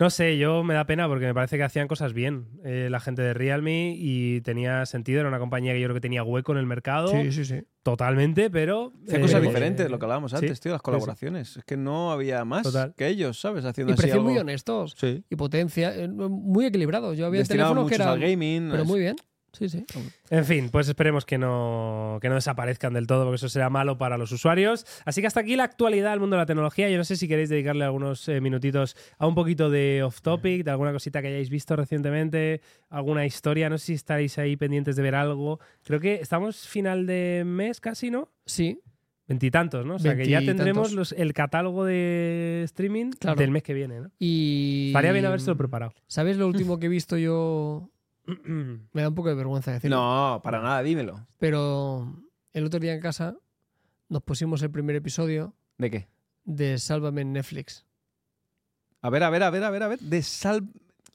[SPEAKER 1] No sé, yo me da pena porque me parece que hacían cosas bien eh, la gente de Realme y tenía sentido. Era una compañía que yo creo que tenía hueco en el mercado
[SPEAKER 3] sí, sí.
[SPEAKER 1] totalmente, pero.
[SPEAKER 2] Hacía
[SPEAKER 1] eh,
[SPEAKER 2] cosas diferentes de lo que hablábamos
[SPEAKER 1] sí,
[SPEAKER 2] antes, tío, las colaboraciones. Es que no había más
[SPEAKER 1] Total.
[SPEAKER 2] que ellos, ¿sabes? Haciendo
[SPEAKER 3] Y
[SPEAKER 2] así
[SPEAKER 3] precios
[SPEAKER 2] algo.
[SPEAKER 3] muy honestos.
[SPEAKER 2] Sí.
[SPEAKER 3] Y potencia, eh, muy equilibrado. Yo había
[SPEAKER 2] Destinados
[SPEAKER 3] teléfonos que
[SPEAKER 2] muchos
[SPEAKER 3] eran.
[SPEAKER 2] al gaming.
[SPEAKER 3] Pero
[SPEAKER 2] es-
[SPEAKER 3] muy bien. Sí, sí.
[SPEAKER 1] En fin, pues esperemos que no, que no desaparezcan del todo, porque eso será malo para los usuarios. Así que hasta aquí la actualidad del mundo de la tecnología. Yo no sé si queréis dedicarle algunos eh, minutitos a un poquito de off topic, de alguna cosita que hayáis visto recientemente, alguna historia. No sé si estaréis ahí pendientes de ver algo. Creo que estamos final de mes casi, ¿no?
[SPEAKER 3] Sí,
[SPEAKER 1] Veintitantos, ¿no? O sea que ya
[SPEAKER 3] Veintitantos.
[SPEAKER 1] tendremos los- el catálogo de streaming
[SPEAKER 3] Claro.
[SPEAKER 1] del mes que viene, ¿no?
[SPEAKER 3] Y.
[SPEAKER 1] Estaría bien habérselo preparado.
[SPEAKER 3] ¿Sabes lo último que he visto yo? Me da un poco de vergüenza decirlo.
[SPEAKER 2] No, para nada, dímelo.
[SPEAKER 3] Pero el otro día en casa nos pusimos el primer episodio
[SPEAKER 2] ¿De qué?
[SPEAKER 3] de Sálvame en Netflix.
[SPEAKER 2] A ver, a ver, a ver, a ver, a ver. De sal...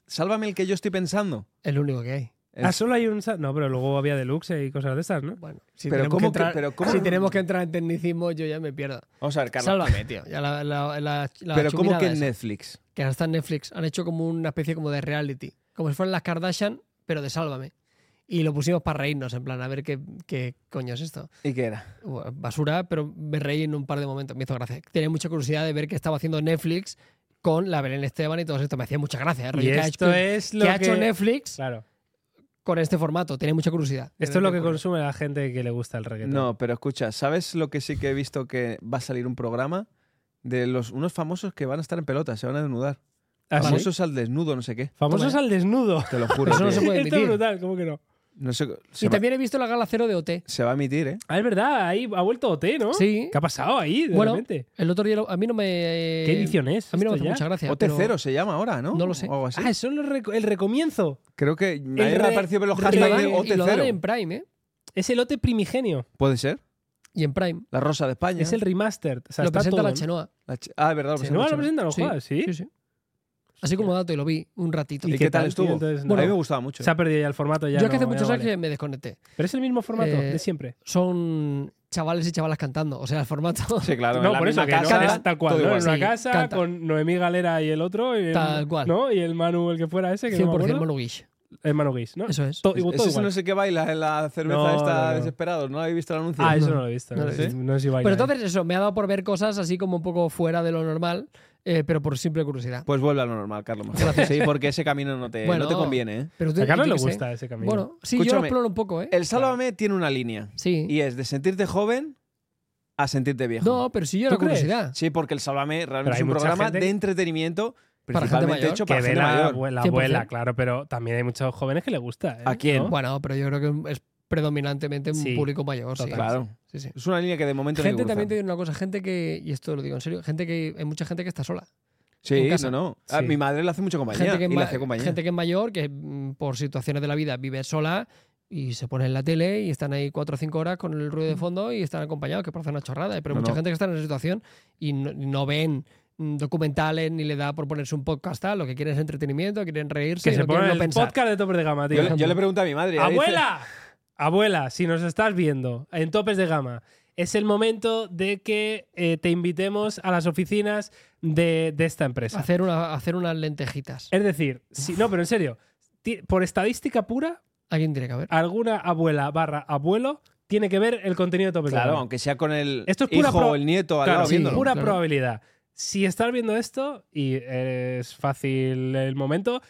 [SPEAKER 2] Sálvame el que yo estoy pensando.
[SPEAKER 3] El único que hay.
[SPEAKER 2] El-
[SPEAKER 1] Ah, solo hay un... sa- No, pero luego había deluxe y cosas de esas, ¿no?
[SPEAKER 3] Bueno, si,
[SPEAKER 2] Pero
[SPEAKER 3] tenemos,
[SPEAKER 2] ¿cómo
[SPEAKER 3] que
[SPEAKER 2] que-
[SPEAKER 3] entrar,
[SPEAKER 2] pero cómo-
[SPEAKER 3] si tenemos que entrar en tecnicismo, yo ya me pierdo.
[SPEAKER 2] Vamos a ver, Carlos.
[SPEAKER 3] Sálvame, tío. Ya la, la- la- la
[SPEAKER 2] Pero ¿cómo
[SPEAKER 3] chuminada
[SPEAKER 2] que en
[SPEAKER 3] esa.
[SPEAKER 2] Netflix?
[SPEAKER 3] que ahora está en Netflix, han hecho como una especie como de reality, como si fueran las Kardashian, pero de Sálvame. Y lo pusimos para reírnos, en plan, a ver qué, qué coño es esto.
[SPEAKER 2] ¿Y qué era?
[SPEAKER 3] Bueno, Basura, pero me reí en un par de momentos, me hizo gracia. Tenía mucha curiosidad de ver qué estaba haciendo Netflix con la Belén Esteban y todo esto, me hacía mucha gracia. ¿eh?
[SPEAKER 1] Y
[SPEAKER 3] Rollo, ¿qué ha
[SPEAKER 1] esto
[SPEAKER 3] hecho-
[SPEAKER 1] es
[SPEAKER 3] qué
[SPEAKER 1] lo
[SPEAKER 3] ha
[SPEAKER 1] que...
[SPEAKER 3] hecho Netflix
[SPEAKER 1] Claro.
[SPEAKER 3] con este formato? Tenía mucha curiosidad. de
[SPEAKER 1] Esto es
[SPEAKER 3] ver
[SPEAKER 1] lo
[SPEAKER 3] qué
[SPEAKER 1] que
[SPEAKER 3] ocurre.
[SPEAKER 1] consume la gente que le gusta el reggaetón.
[SPEAKER 2] No, pero escucha, ¿sabes lo que sí que he visto que va a salir un programa de los unos famosos que van a estar en pelota, se van a desnudar?
[SPEAKER 1] ¿Ah, sí?
[SPEAKER 2] famosos al desnudo, no sé qué.
[SPEAKER 1] Famosos
[SPEAKER 3] Toma
[SPEAKER 1] al desnudo.
[SPEAKER 2] Te lo juro.
[SPEAKER 3] Pero
[SPEAKER 2] tío.
[SPEAKER 3] eso no se puede
[SPEAKER 1] Esto es
[SPEAKER 3] emitir.
[SPEAKER 1] brutal, ¿cómo que no?
[SPEAKER 2] No sé, se,
[SPEAKER 3] Y
[SPEAKER 2] va,
[SPEAKER 3] también he visto la gala cero de OT.
[SPEAKER 2] se va a emitir, ¿eh?
[SPEAKER 1] Ah, es verdad, ahí ha vuelto OT, ¿no?
[SPEAKER 3] Sí.
[SPEAKER 1] ¿Qué ha pasado ahí, de
[SPEAKER 3] Bueno,
[SPEAKER 1] repente?
[SPEAKER 3] el otro día lo- a mí no me.
[SPEAKER 1] ¿Qué edición es?
[SPEAKER 3] A mí no me
[SPEAKER 1] esto
[SPEAKER 3] hace
[SPEAKER 1] ya?
[SPEAKER 3] mucha gracia.
[SPEAKER 2] OT0
[SPEAKER 3] pero-
[SPEAKER 2] se llama ahora, ¿no?
[SPEAKER 3] No lo sé.
[SPEAKER 2] O algo así.
[SPEAKER 1] Ah, son los reco- el recomienzo.
[SPEAKER 2] Creo que
[SPEAKER 1] el
[SPEAKER 2] me
[SPEAKER 1] re-
[SPEAKER 2] ha aparecido ver los
[SPEAKER 1] re-
[SPEAKER 3] Y lo, dan,
[SPEAKER 2] hashtags de
[SPEAKER 3] y lo dan en
[SPEAKER 2] OT0.
[SPEAKER 3] Prime, ¿eh?
[SPEAKER 1] Es el OT primigenio.
[SPEAKER 2] ¿Puede ser?
[SPEAKER 3] Y en Prime.
[SPEAKER 2] La Rosa de España.
[SPEAKER 1] Es el remastered. O sea,
[SPEAKER 3] lo
[SPEAKER 1] está
[SPEAKER 3] presenta
[SPEAKER 1] todo,
[SPEAKER 3] la
[SPEAKER 1] ¿no?
[SPEAKER 3] Chenoa.
[SPEAKER 2] La ch- Ah, es verdad. lo
[SPEAKER 1] Chenoa
[SPEAKER 2] presento,
[SPEAKER 1] lo presenta, lo
[SPEAKER 3] Sí,
[SPEAKER 1] juega, sí.
[SPEAKER 3] sí, sí. Así como dato, y lo vi un ratito.
[SPEAKER 2] ¿Y,
[SPEAKER 1] ¿Y
[SPEAKER 2] qué
[SPEAKER 1] qué
[SPEAKER 2] tal
[SPEAKER 1] tal, tío?
[SPEAKER 2] estuvo?
[SPEAKER 1] Entonces,
[SPEAKER 2] a mí
[SPEAKER 1] no.
[SPEAKER 2] me gustaba mucho.
[SPEAKER 1] Se ha perdido ya el formato. Ya
[SPEAKER 3] Yo es que hace
[SPEAKER 1] no- ya
[SPEAKER 3] muchos
[SPEAKER 1] no
[SPEAKER 3] años
[SPEAKER 1] vale.
[SPEAKER 3] que me desconecté.
[SPEAKER 1] Pero es el mismo formato
[SPEAKER 3] Eh,
[SPEAKER 1] de siempre.
[SPEAKER 3] Son chavales y chavalas cantando. O sea, el formato
[SPEAKER 2] Sí, claro.
[SPEAKER 1] no,
[SPEAKER 2] en la
[SPEAKER 1] por eso,
[SPEAKER 2] misma
[SPEAKER 1] que
[SPEAKER 2] casa,
[SPEAKER 1] no es tal cual.
[SPEAKER 2] todo
[SPEAKER 1] ¿no?
[SPEAKER 2] igual.
[SPEAKER 1] En una
[SPEAKER 3] Sí,
[SPEAKER 1] casa
[SPEAKER 3] canta.
[SPEAKER 1] con Noemí Galera y el otro. Y el,
[SPEAKER 3] Tal cual.
[SPEAKER 1] ¿No? Y el Manu, el que fuera ese. Que no me
[SPEAKER 3] 100%
[SPEAKER 1] acuerdo.
[SPEAKER 3] Manu Guix.
[SPEAKER 1] El Manu Guis, ¿no?
[SPEAKER 3] Eso es.
[SPEAKER 1] To- y-
[SPEAKER 2] Es-
[SPEAKER 1] todo
[SPEAKER 2] ese
[SPEAKER 1] igual.
[SPEAKER 2] no sé qué baila en la cerveza
[SPEAKER 1] No,
[SPEAKER 2] esta
[SPEAKER 1] no, no.
[SPEAKER 2] desesperado. ¿No habéis visto el anuncio?
[SPEAKER 1] Ah, eso
[SPEAKER 3] No.
[SPEAKER 1] no lo he visto.
[SPEAKER 3] No
[SPEAKER 1] No,
[SPEAKER 3] lo he
[SPEAKER 1] sé-
[SPEAKER 3] visto.
[SPEAKER 1] no sé si baila.
[SPEAKER 3] Pero entonces eso, me ha dado por ver cosas así como un poco fuera de lo normal. eh, pero por simple curiosidad.
[SPEAKER 2] Pues vuelve a lo normal, Carlos. mejor. Sí, porque ese camino no te,
[SPEAKER 3] Bueno.
[SPEAKER 2] no te conviene. ¿eh?
[SPEAKER 3] Pero tú-
[SPEAKER 1] A Carlos
[SPEAKER 3] yo
[SPEAKER 1] le
[SPEAKER 3] qué sé.
[SPEAKER 1] gusta ese camino.
[SPEAKER 3] Bueno, sí, yo lo
[SPEAKER 2] Escúchame.
[SPEAKER 3] exploro un poco, ¿eh?
[SPEAKER 2] El Sálvame tiene una línea.
[SPEAKER 3] Sí.
[SPEAKER 2] Y es de sentirte joven a sentirte viejo.
[SPEAKER 3] No, pero sí yo la
[SPEAKER 1] ¿Tú crees?
[SPEAKER 3] curiosidad.
[SPEAKER 2] Sí, porque el Sálvame
[SPEAKER 1] Pero
[SPEAKER 2] realmente
[SPEAKER 1] hay
[SPEAKER 2] es un
[SPEAKER 1] mucha
[SPEAKER 2] programa
[SPEAKER 1] gente
[SPEAKER 2] de
[SPEAKER 1] que-
[SPEAKER 2] entretenimiento
[SPEAKER 3] Para gente
[SPEAKER 2] principalmente
[SPEAKER 3] mayor.
[SPEAKER 2] hecho para
[SPEAKER 1] que ve
[SPEAKER 2] gente
[SPEAKER 1] la,
[SPEAKER 2] mayor.
[SPEAKER 1] abue- la
[SPEAKER 3] 100%.
[SPEAKER 1] abuela, claro, pero también hay muchos jóvenes que le gusta. ¿eh?
[SPEAKER 2] ¿A quién?
[SPEAKER 1] ¿No?
[SPEAKER 3] Bueno, pero yo creo que es predominantemente un
[SPEAKER 1] Sí,
[SPEAKER 3] público mayor. sí.
[SPEAKER 2] Claro.
[SPEAKER 3] Sí, sí.
[SPEAKER 2] Es una línea que de momento no hay que
[SPEAKER 3] Gente también te
[SPEAKER 2] cruzar.
[SPEAKER 3] digo una cosa, gente que, y esto lo digo en serio, gente que hay mucha gente que está sola. en
[SPEAKER 2] Sí,
[SPEAKER 3] casa.
[SPEAKER 2] no, no. Ah,
[SPEAKER 1] Sí.
[SPEAKER 2] Mi madre le hace mucho compañía.
[SPEAKER 3] gente, que es
[SPEAKER 2] y le
[SPEAKER 3] ma-
[SPEAKER 2] hace compañía.
[SPEAKER 3] gente que es mayor, que mm, por situaciones de la vida vive sola y se pone en la tele y están ahí cuatro o cinco horas con el
[SPEAKER 1] Mm.
[SPEAKER 3] ruido de fondo y están acompañados, que parece una chorrada. ¿eh? Pero
[SPEAKER 2] No,
[SPEAKER 3] mucha
[SPEAKER 2] no.
[SPEAKER 3] gente que está en esa situación y no, no ven mm, documentales ni le da por ponerse un podcast tal, lo que quieren es entretenimiento, quieren reírse,
[SPEAKER 1] que
[SPEAKER 3] y
[SPEAKER 1] se
[SPEAKER 3] no
[SPEAKER 1] ponga
[SPEAKER 3] quieren
[SPEAKER 1] en
[SPEAKER 3] no
[SPEAKER 1] el
[SPEAKER 3] pensar.
[SPEAKER 1] podcast de Topes de Gama, tío.
[SPEAKER 2] Yo, le- yo le pregunto a mi madre. ella dice-
[SPEAKER 1] ¡Abuela! Abuela, si nos estás viendo en Topes de Gama, es el momento de que eh, te invitemos a las oficinas de, de esta empresa.
[SPEAKER 3] Hacer, una, hacer unas lentejitas.
[SPEAKER 1] Es decir, si, no, pero en serio, ti- por estadística pura,
[SPEAKER 3] Alguien tiene que haber.
[SPEAKER 1] alguna abuela barra abuelo tiene que ver el contenido de Topes de
[SPEAKER 2] Claro,
[SPEAKER 1] Gama.
[SPEAKER 2] aunque sea con el
[SPEAKER 1] Esto es pura
[SPEAKER 2] hijo
[SPEAKER 1] pro-
[SPEAKER 2] o el nieto al
[SPEAKER 1] Claro,
[SPEAKER 2] lado
[SPEAKER 3] sí,
[SPEAKER 2] viéndolo.
[SPEAKER 1] pura
[SPEAKER 3] claro.
[SPEAKER 1] probabilidad. Si estás viendo esto y es fácil el momento,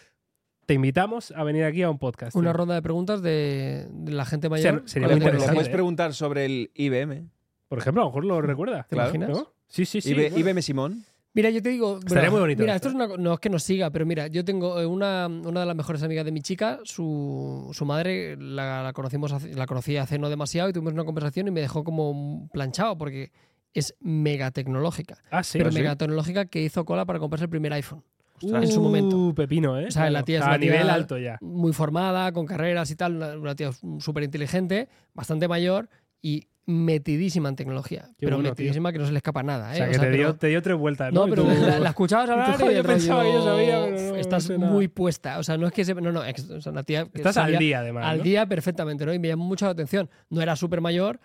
[SPEAKER 1] te invitamos a venir aquí a un podcast. ¿eh? tío.
[SPEAKER 3] Una ronda de preguntas de, de la gente
[SPEAKER 1] Ser-
[SPEAKER 3] mayor.
[SPEAKER 1] sería
[SPEAKER 2] Le
[SPEAKER 3] con
[SPEAKER 1] muy
[SPEAKER 2] puedes-
[SPEAKER 3] la gente
[SPEAKER 2] le
[SPEAKER 1] interesante,
[SPEAKER 2] puedes
[SPEAKER 1] ¿eh?
[SPEAKER 2] preguntar sobre el IBM.
[SPEAKER 1] Por ejemplo, a lo mejor lo recuerda.
[SPEAKER 3] ¿Te
[SPEAKER 2] Claro,
[SPEAKER 3] imaginas?
[SPEAKER 1] ¿no? Sí, sí, sí.
[SPEAKER 2] IB-
[SPEAKER 1] bueno.
[SPEAKER 2] IBM Simón.
[SPEAKER 3] Mira, yo te digo.
[SPEAKER 1] Estaría
[SPEAKER 3] mira,
[SPEAKER 1] muy bonito
[SPEAKER 3] Mira,
[SPEAKER 1] esto,
[SPEAKER 3] esto es una, co- no es que nos siga, pero mira, yo tengo eh, una, una de las mejores amigas de mi chica. Su, su madre la, la conocimos hace- la conocí hace no demasiado y tuvimos una conversación y me dejó como planchado porque es mega tecnológica.
[SPEAKER 1] Ah, sí.
[SPEAKER 3] pero
[SPEAKER 2] sí.
[SPEAKER 3] mega tecnológica que hizo cola para comprarse el primer iPhone.
[SPEAKER 2] Ostras.
[SPEAKER 3] en su momento.
[SPEAKER 1] Uh, pepino, ¿eh?
[SPEAKER 3] O sea, la tía es
[SPEAKER 1] a
[SPEAKER 3] una tía- Eh,
[SPEAKER 1] nivel alto ya.
[SPEAKER 3] Muy formada, con carreras y tal, una, una tía súper inteligente, bastante mayor y metidísima en tecnología. pero
[SPEAKER 1] bueno, tío.
[SPEAKER 3] metidísima que no se le escapa nada. ¿eh?
[SPEAKER 1] O sea,
[SPEAKER 3] O
[SPEAKER 1] que
[SPEAKER 3] sea,
[SPEAKER 1] te,
[SPEAKER 3] pero-
[SPEAKER 1] dio, te dio tres vueltas, Ah, ¿no?
[SPEAKER 3] no,
[SPEAKER 1] Y
[SPEAKER 3] pero
[SPEAKER 1] tú-
[SPEAKER 3] la, la escuchabas hablar
[SPEAKER 1] Yo
[SPEAKER 3] y el
[SPEAKER 1] pensaba que yo
[SPEAKER 3] rollo,
[SPEAKER 1] sabía, pero no,
[SPEAKER 3] Estás
[SPEAKER 1] no sé nada".
[SPEAKER 3] muy puesta. O sea, no es que se, no, no, es o sea, una tía que
[SPEAKER 1] Estás al
[SPEAKER 3] sabía-
[SPEAKER 1] día, además.
[SPEAKER 3] al
[SPEAKER 1] ¿no?
[SPEAKER 3] día perfectamente, ¿no? Y me llamó mucho la atención. No era súper mayor,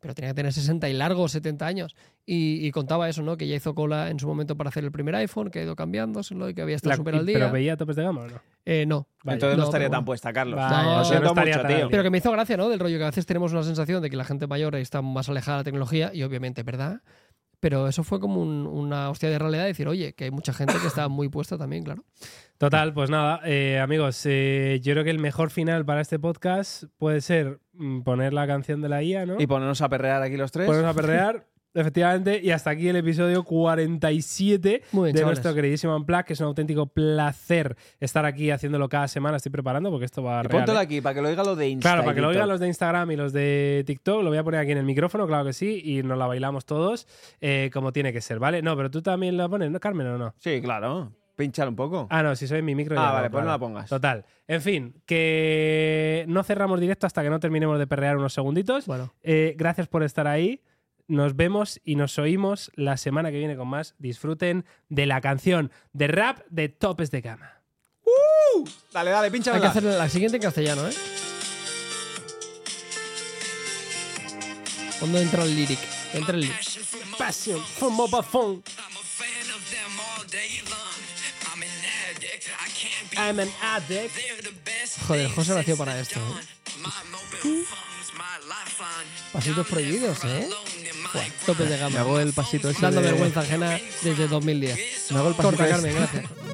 [SPEAKER 3] pero tenía que tener 60 y largos 70 años. Y, y contaba eso, ¿no? Que ya hizo cola en su momento para hacer el primer iPhone, que ha ido cambiándoselo y que había estado
[SPEAKER 1] La-
[SPEAKER 3] súper
[SPEAKER 1] y-
[SPEAKER 3] al día.
[SPEAKER 1] Pero veía topes de gama, ¿o ¿no?
[SPEAKER 3] Eh, no.
[SPEAKER 1] Vaya.
[SPEAKER 2] Entonces no,
[SPEAKER 3] No,
[SPEAKER 2] estaría
[SPEAKER 3] pero
[SPEAKER 2] tan
[SPEAKER 3] bueno.
[SPEAKER 2] puesta, Carlos.
[SPEAKER 1] Vaya,
[SPEAKER 3] no
[SPEAKER 2] Lo siento
[SPEAKER 1] estaría
[SPEAKER 2] mucho,
[SPEAKER 1] tan
[SPEAKER 2] tío.
[SPEAKER 1] al día.
[SPEAKER 3] Pero que me hizo gracia, ¿no? Del rollo que a veces tenemos una sensación de que la gente mayor está más alejada de la tecnología, y obviamente, ¿verdad? Pero eso fue como un- una hostia de realidad, decir, oye, que hay mucha gente que está muy puesta también, claro.
[SPEAKER 1] Total, pues nada, eh, amigos, eh, yo creo que el mejor final para este podcast puede ser mm, poner la canción de la IA, ¿no?
[SPEAKER 2] Y ponernos a perrear aquí los tres.
[SPEAKER 1] ponernos a perrear, efectivamente, y hasta aquí el episodio 47
[SPEAKER 3] Muy bien,
[SPEAKER 1] de
[SPEAKER 3] chavales.
[SPEAKER 1] nuestro queridísimo Unplugged, que es un auténtico placer estar aquí haciéndolo cada semana, estoy preparando porque esto va a ¿eh?
[SPEAKER 2] Y póntelo aquí para que lo oiga lo de Instagram.
[SPEAKER 1] Claro, para que lo oigan los de Instagram y los de TikTok, lo voy a poner aquí en el micrófono, claro que sí, y nos la bailamos todos eh, como tiene que ser, ¿vale? No, pero tú también la pones, ¿no, Carmen, o no?
[SPEAKER 2] Sí, claro. Pinchar un poco.
[SPEAKER 1] Ah, no, si soy en mi micro. ya
[SPEAKER 2] Ah, vale, pues no
[SPEAKER 1] claro.
[SPEAKER 2] la pongas.
[SPEAKER 1] Total. En fin, que no cerramos directo hasta que no terminemos de perrear unos segunditos.
[SPEAKER 3] Bueno.
[SPEAKER 1] Eh, gracias por estar ahí. Nos vemos y nos oímos la semana que viene con más. Disfruten de la canción de rap de Topes de Gama.
[SPEAKER 2] Dale, dale, pincha
[SPEAKER 3] Hay que hacer la siguiente en castellano, ¿eh? Cuando entra el lyric. Entra el lyric.
[SPEAKER 4] Passion for my
[SPEAKER 1] Pasión, for mobile phone.
[SPEAKER 4] I'm a fan of them all day long. I'm an addict. I can't be.
[SPEAKER 1] I'm an addict.
[SPEAKER 4] They're the best.
[SPEAKER 3] Joder,
[SPEAKER 4] things
[SPEAKER 3] José nació
[SPEAKER 4] since
[SPEAKER 3] para
[SPEAKER 4] the
[SPEAKER 3] esto, ¿eh?
[SPEAKER 4] dawn. My mobile phone's my lifeline.
[SPEAKER 3] Pasitos
[SPEAKER 4] I'm
[SPEAKER 3] prohibidos,
[SPEAKER 4] never
[SPEAKER 3] ¿eh?
[SPEAKER 4] alone in my
[SPEAKER 3] Buah, tope de
[SPEAKER 2] Me
[SPEAKER 3] gama.
[SPEAKER 2] hago el pasito ese.
[SPEAKER 3] Dando
[SPEAKER 2] de-
[SPEAKER 3] vergüenza ajena desde 2010.
[SPEAKER 2] Me hago el pasito
[SPEAKER 3] Corta,
[SPEAKER 2] ese.
[SPEAKER 3] Carmen, gracias.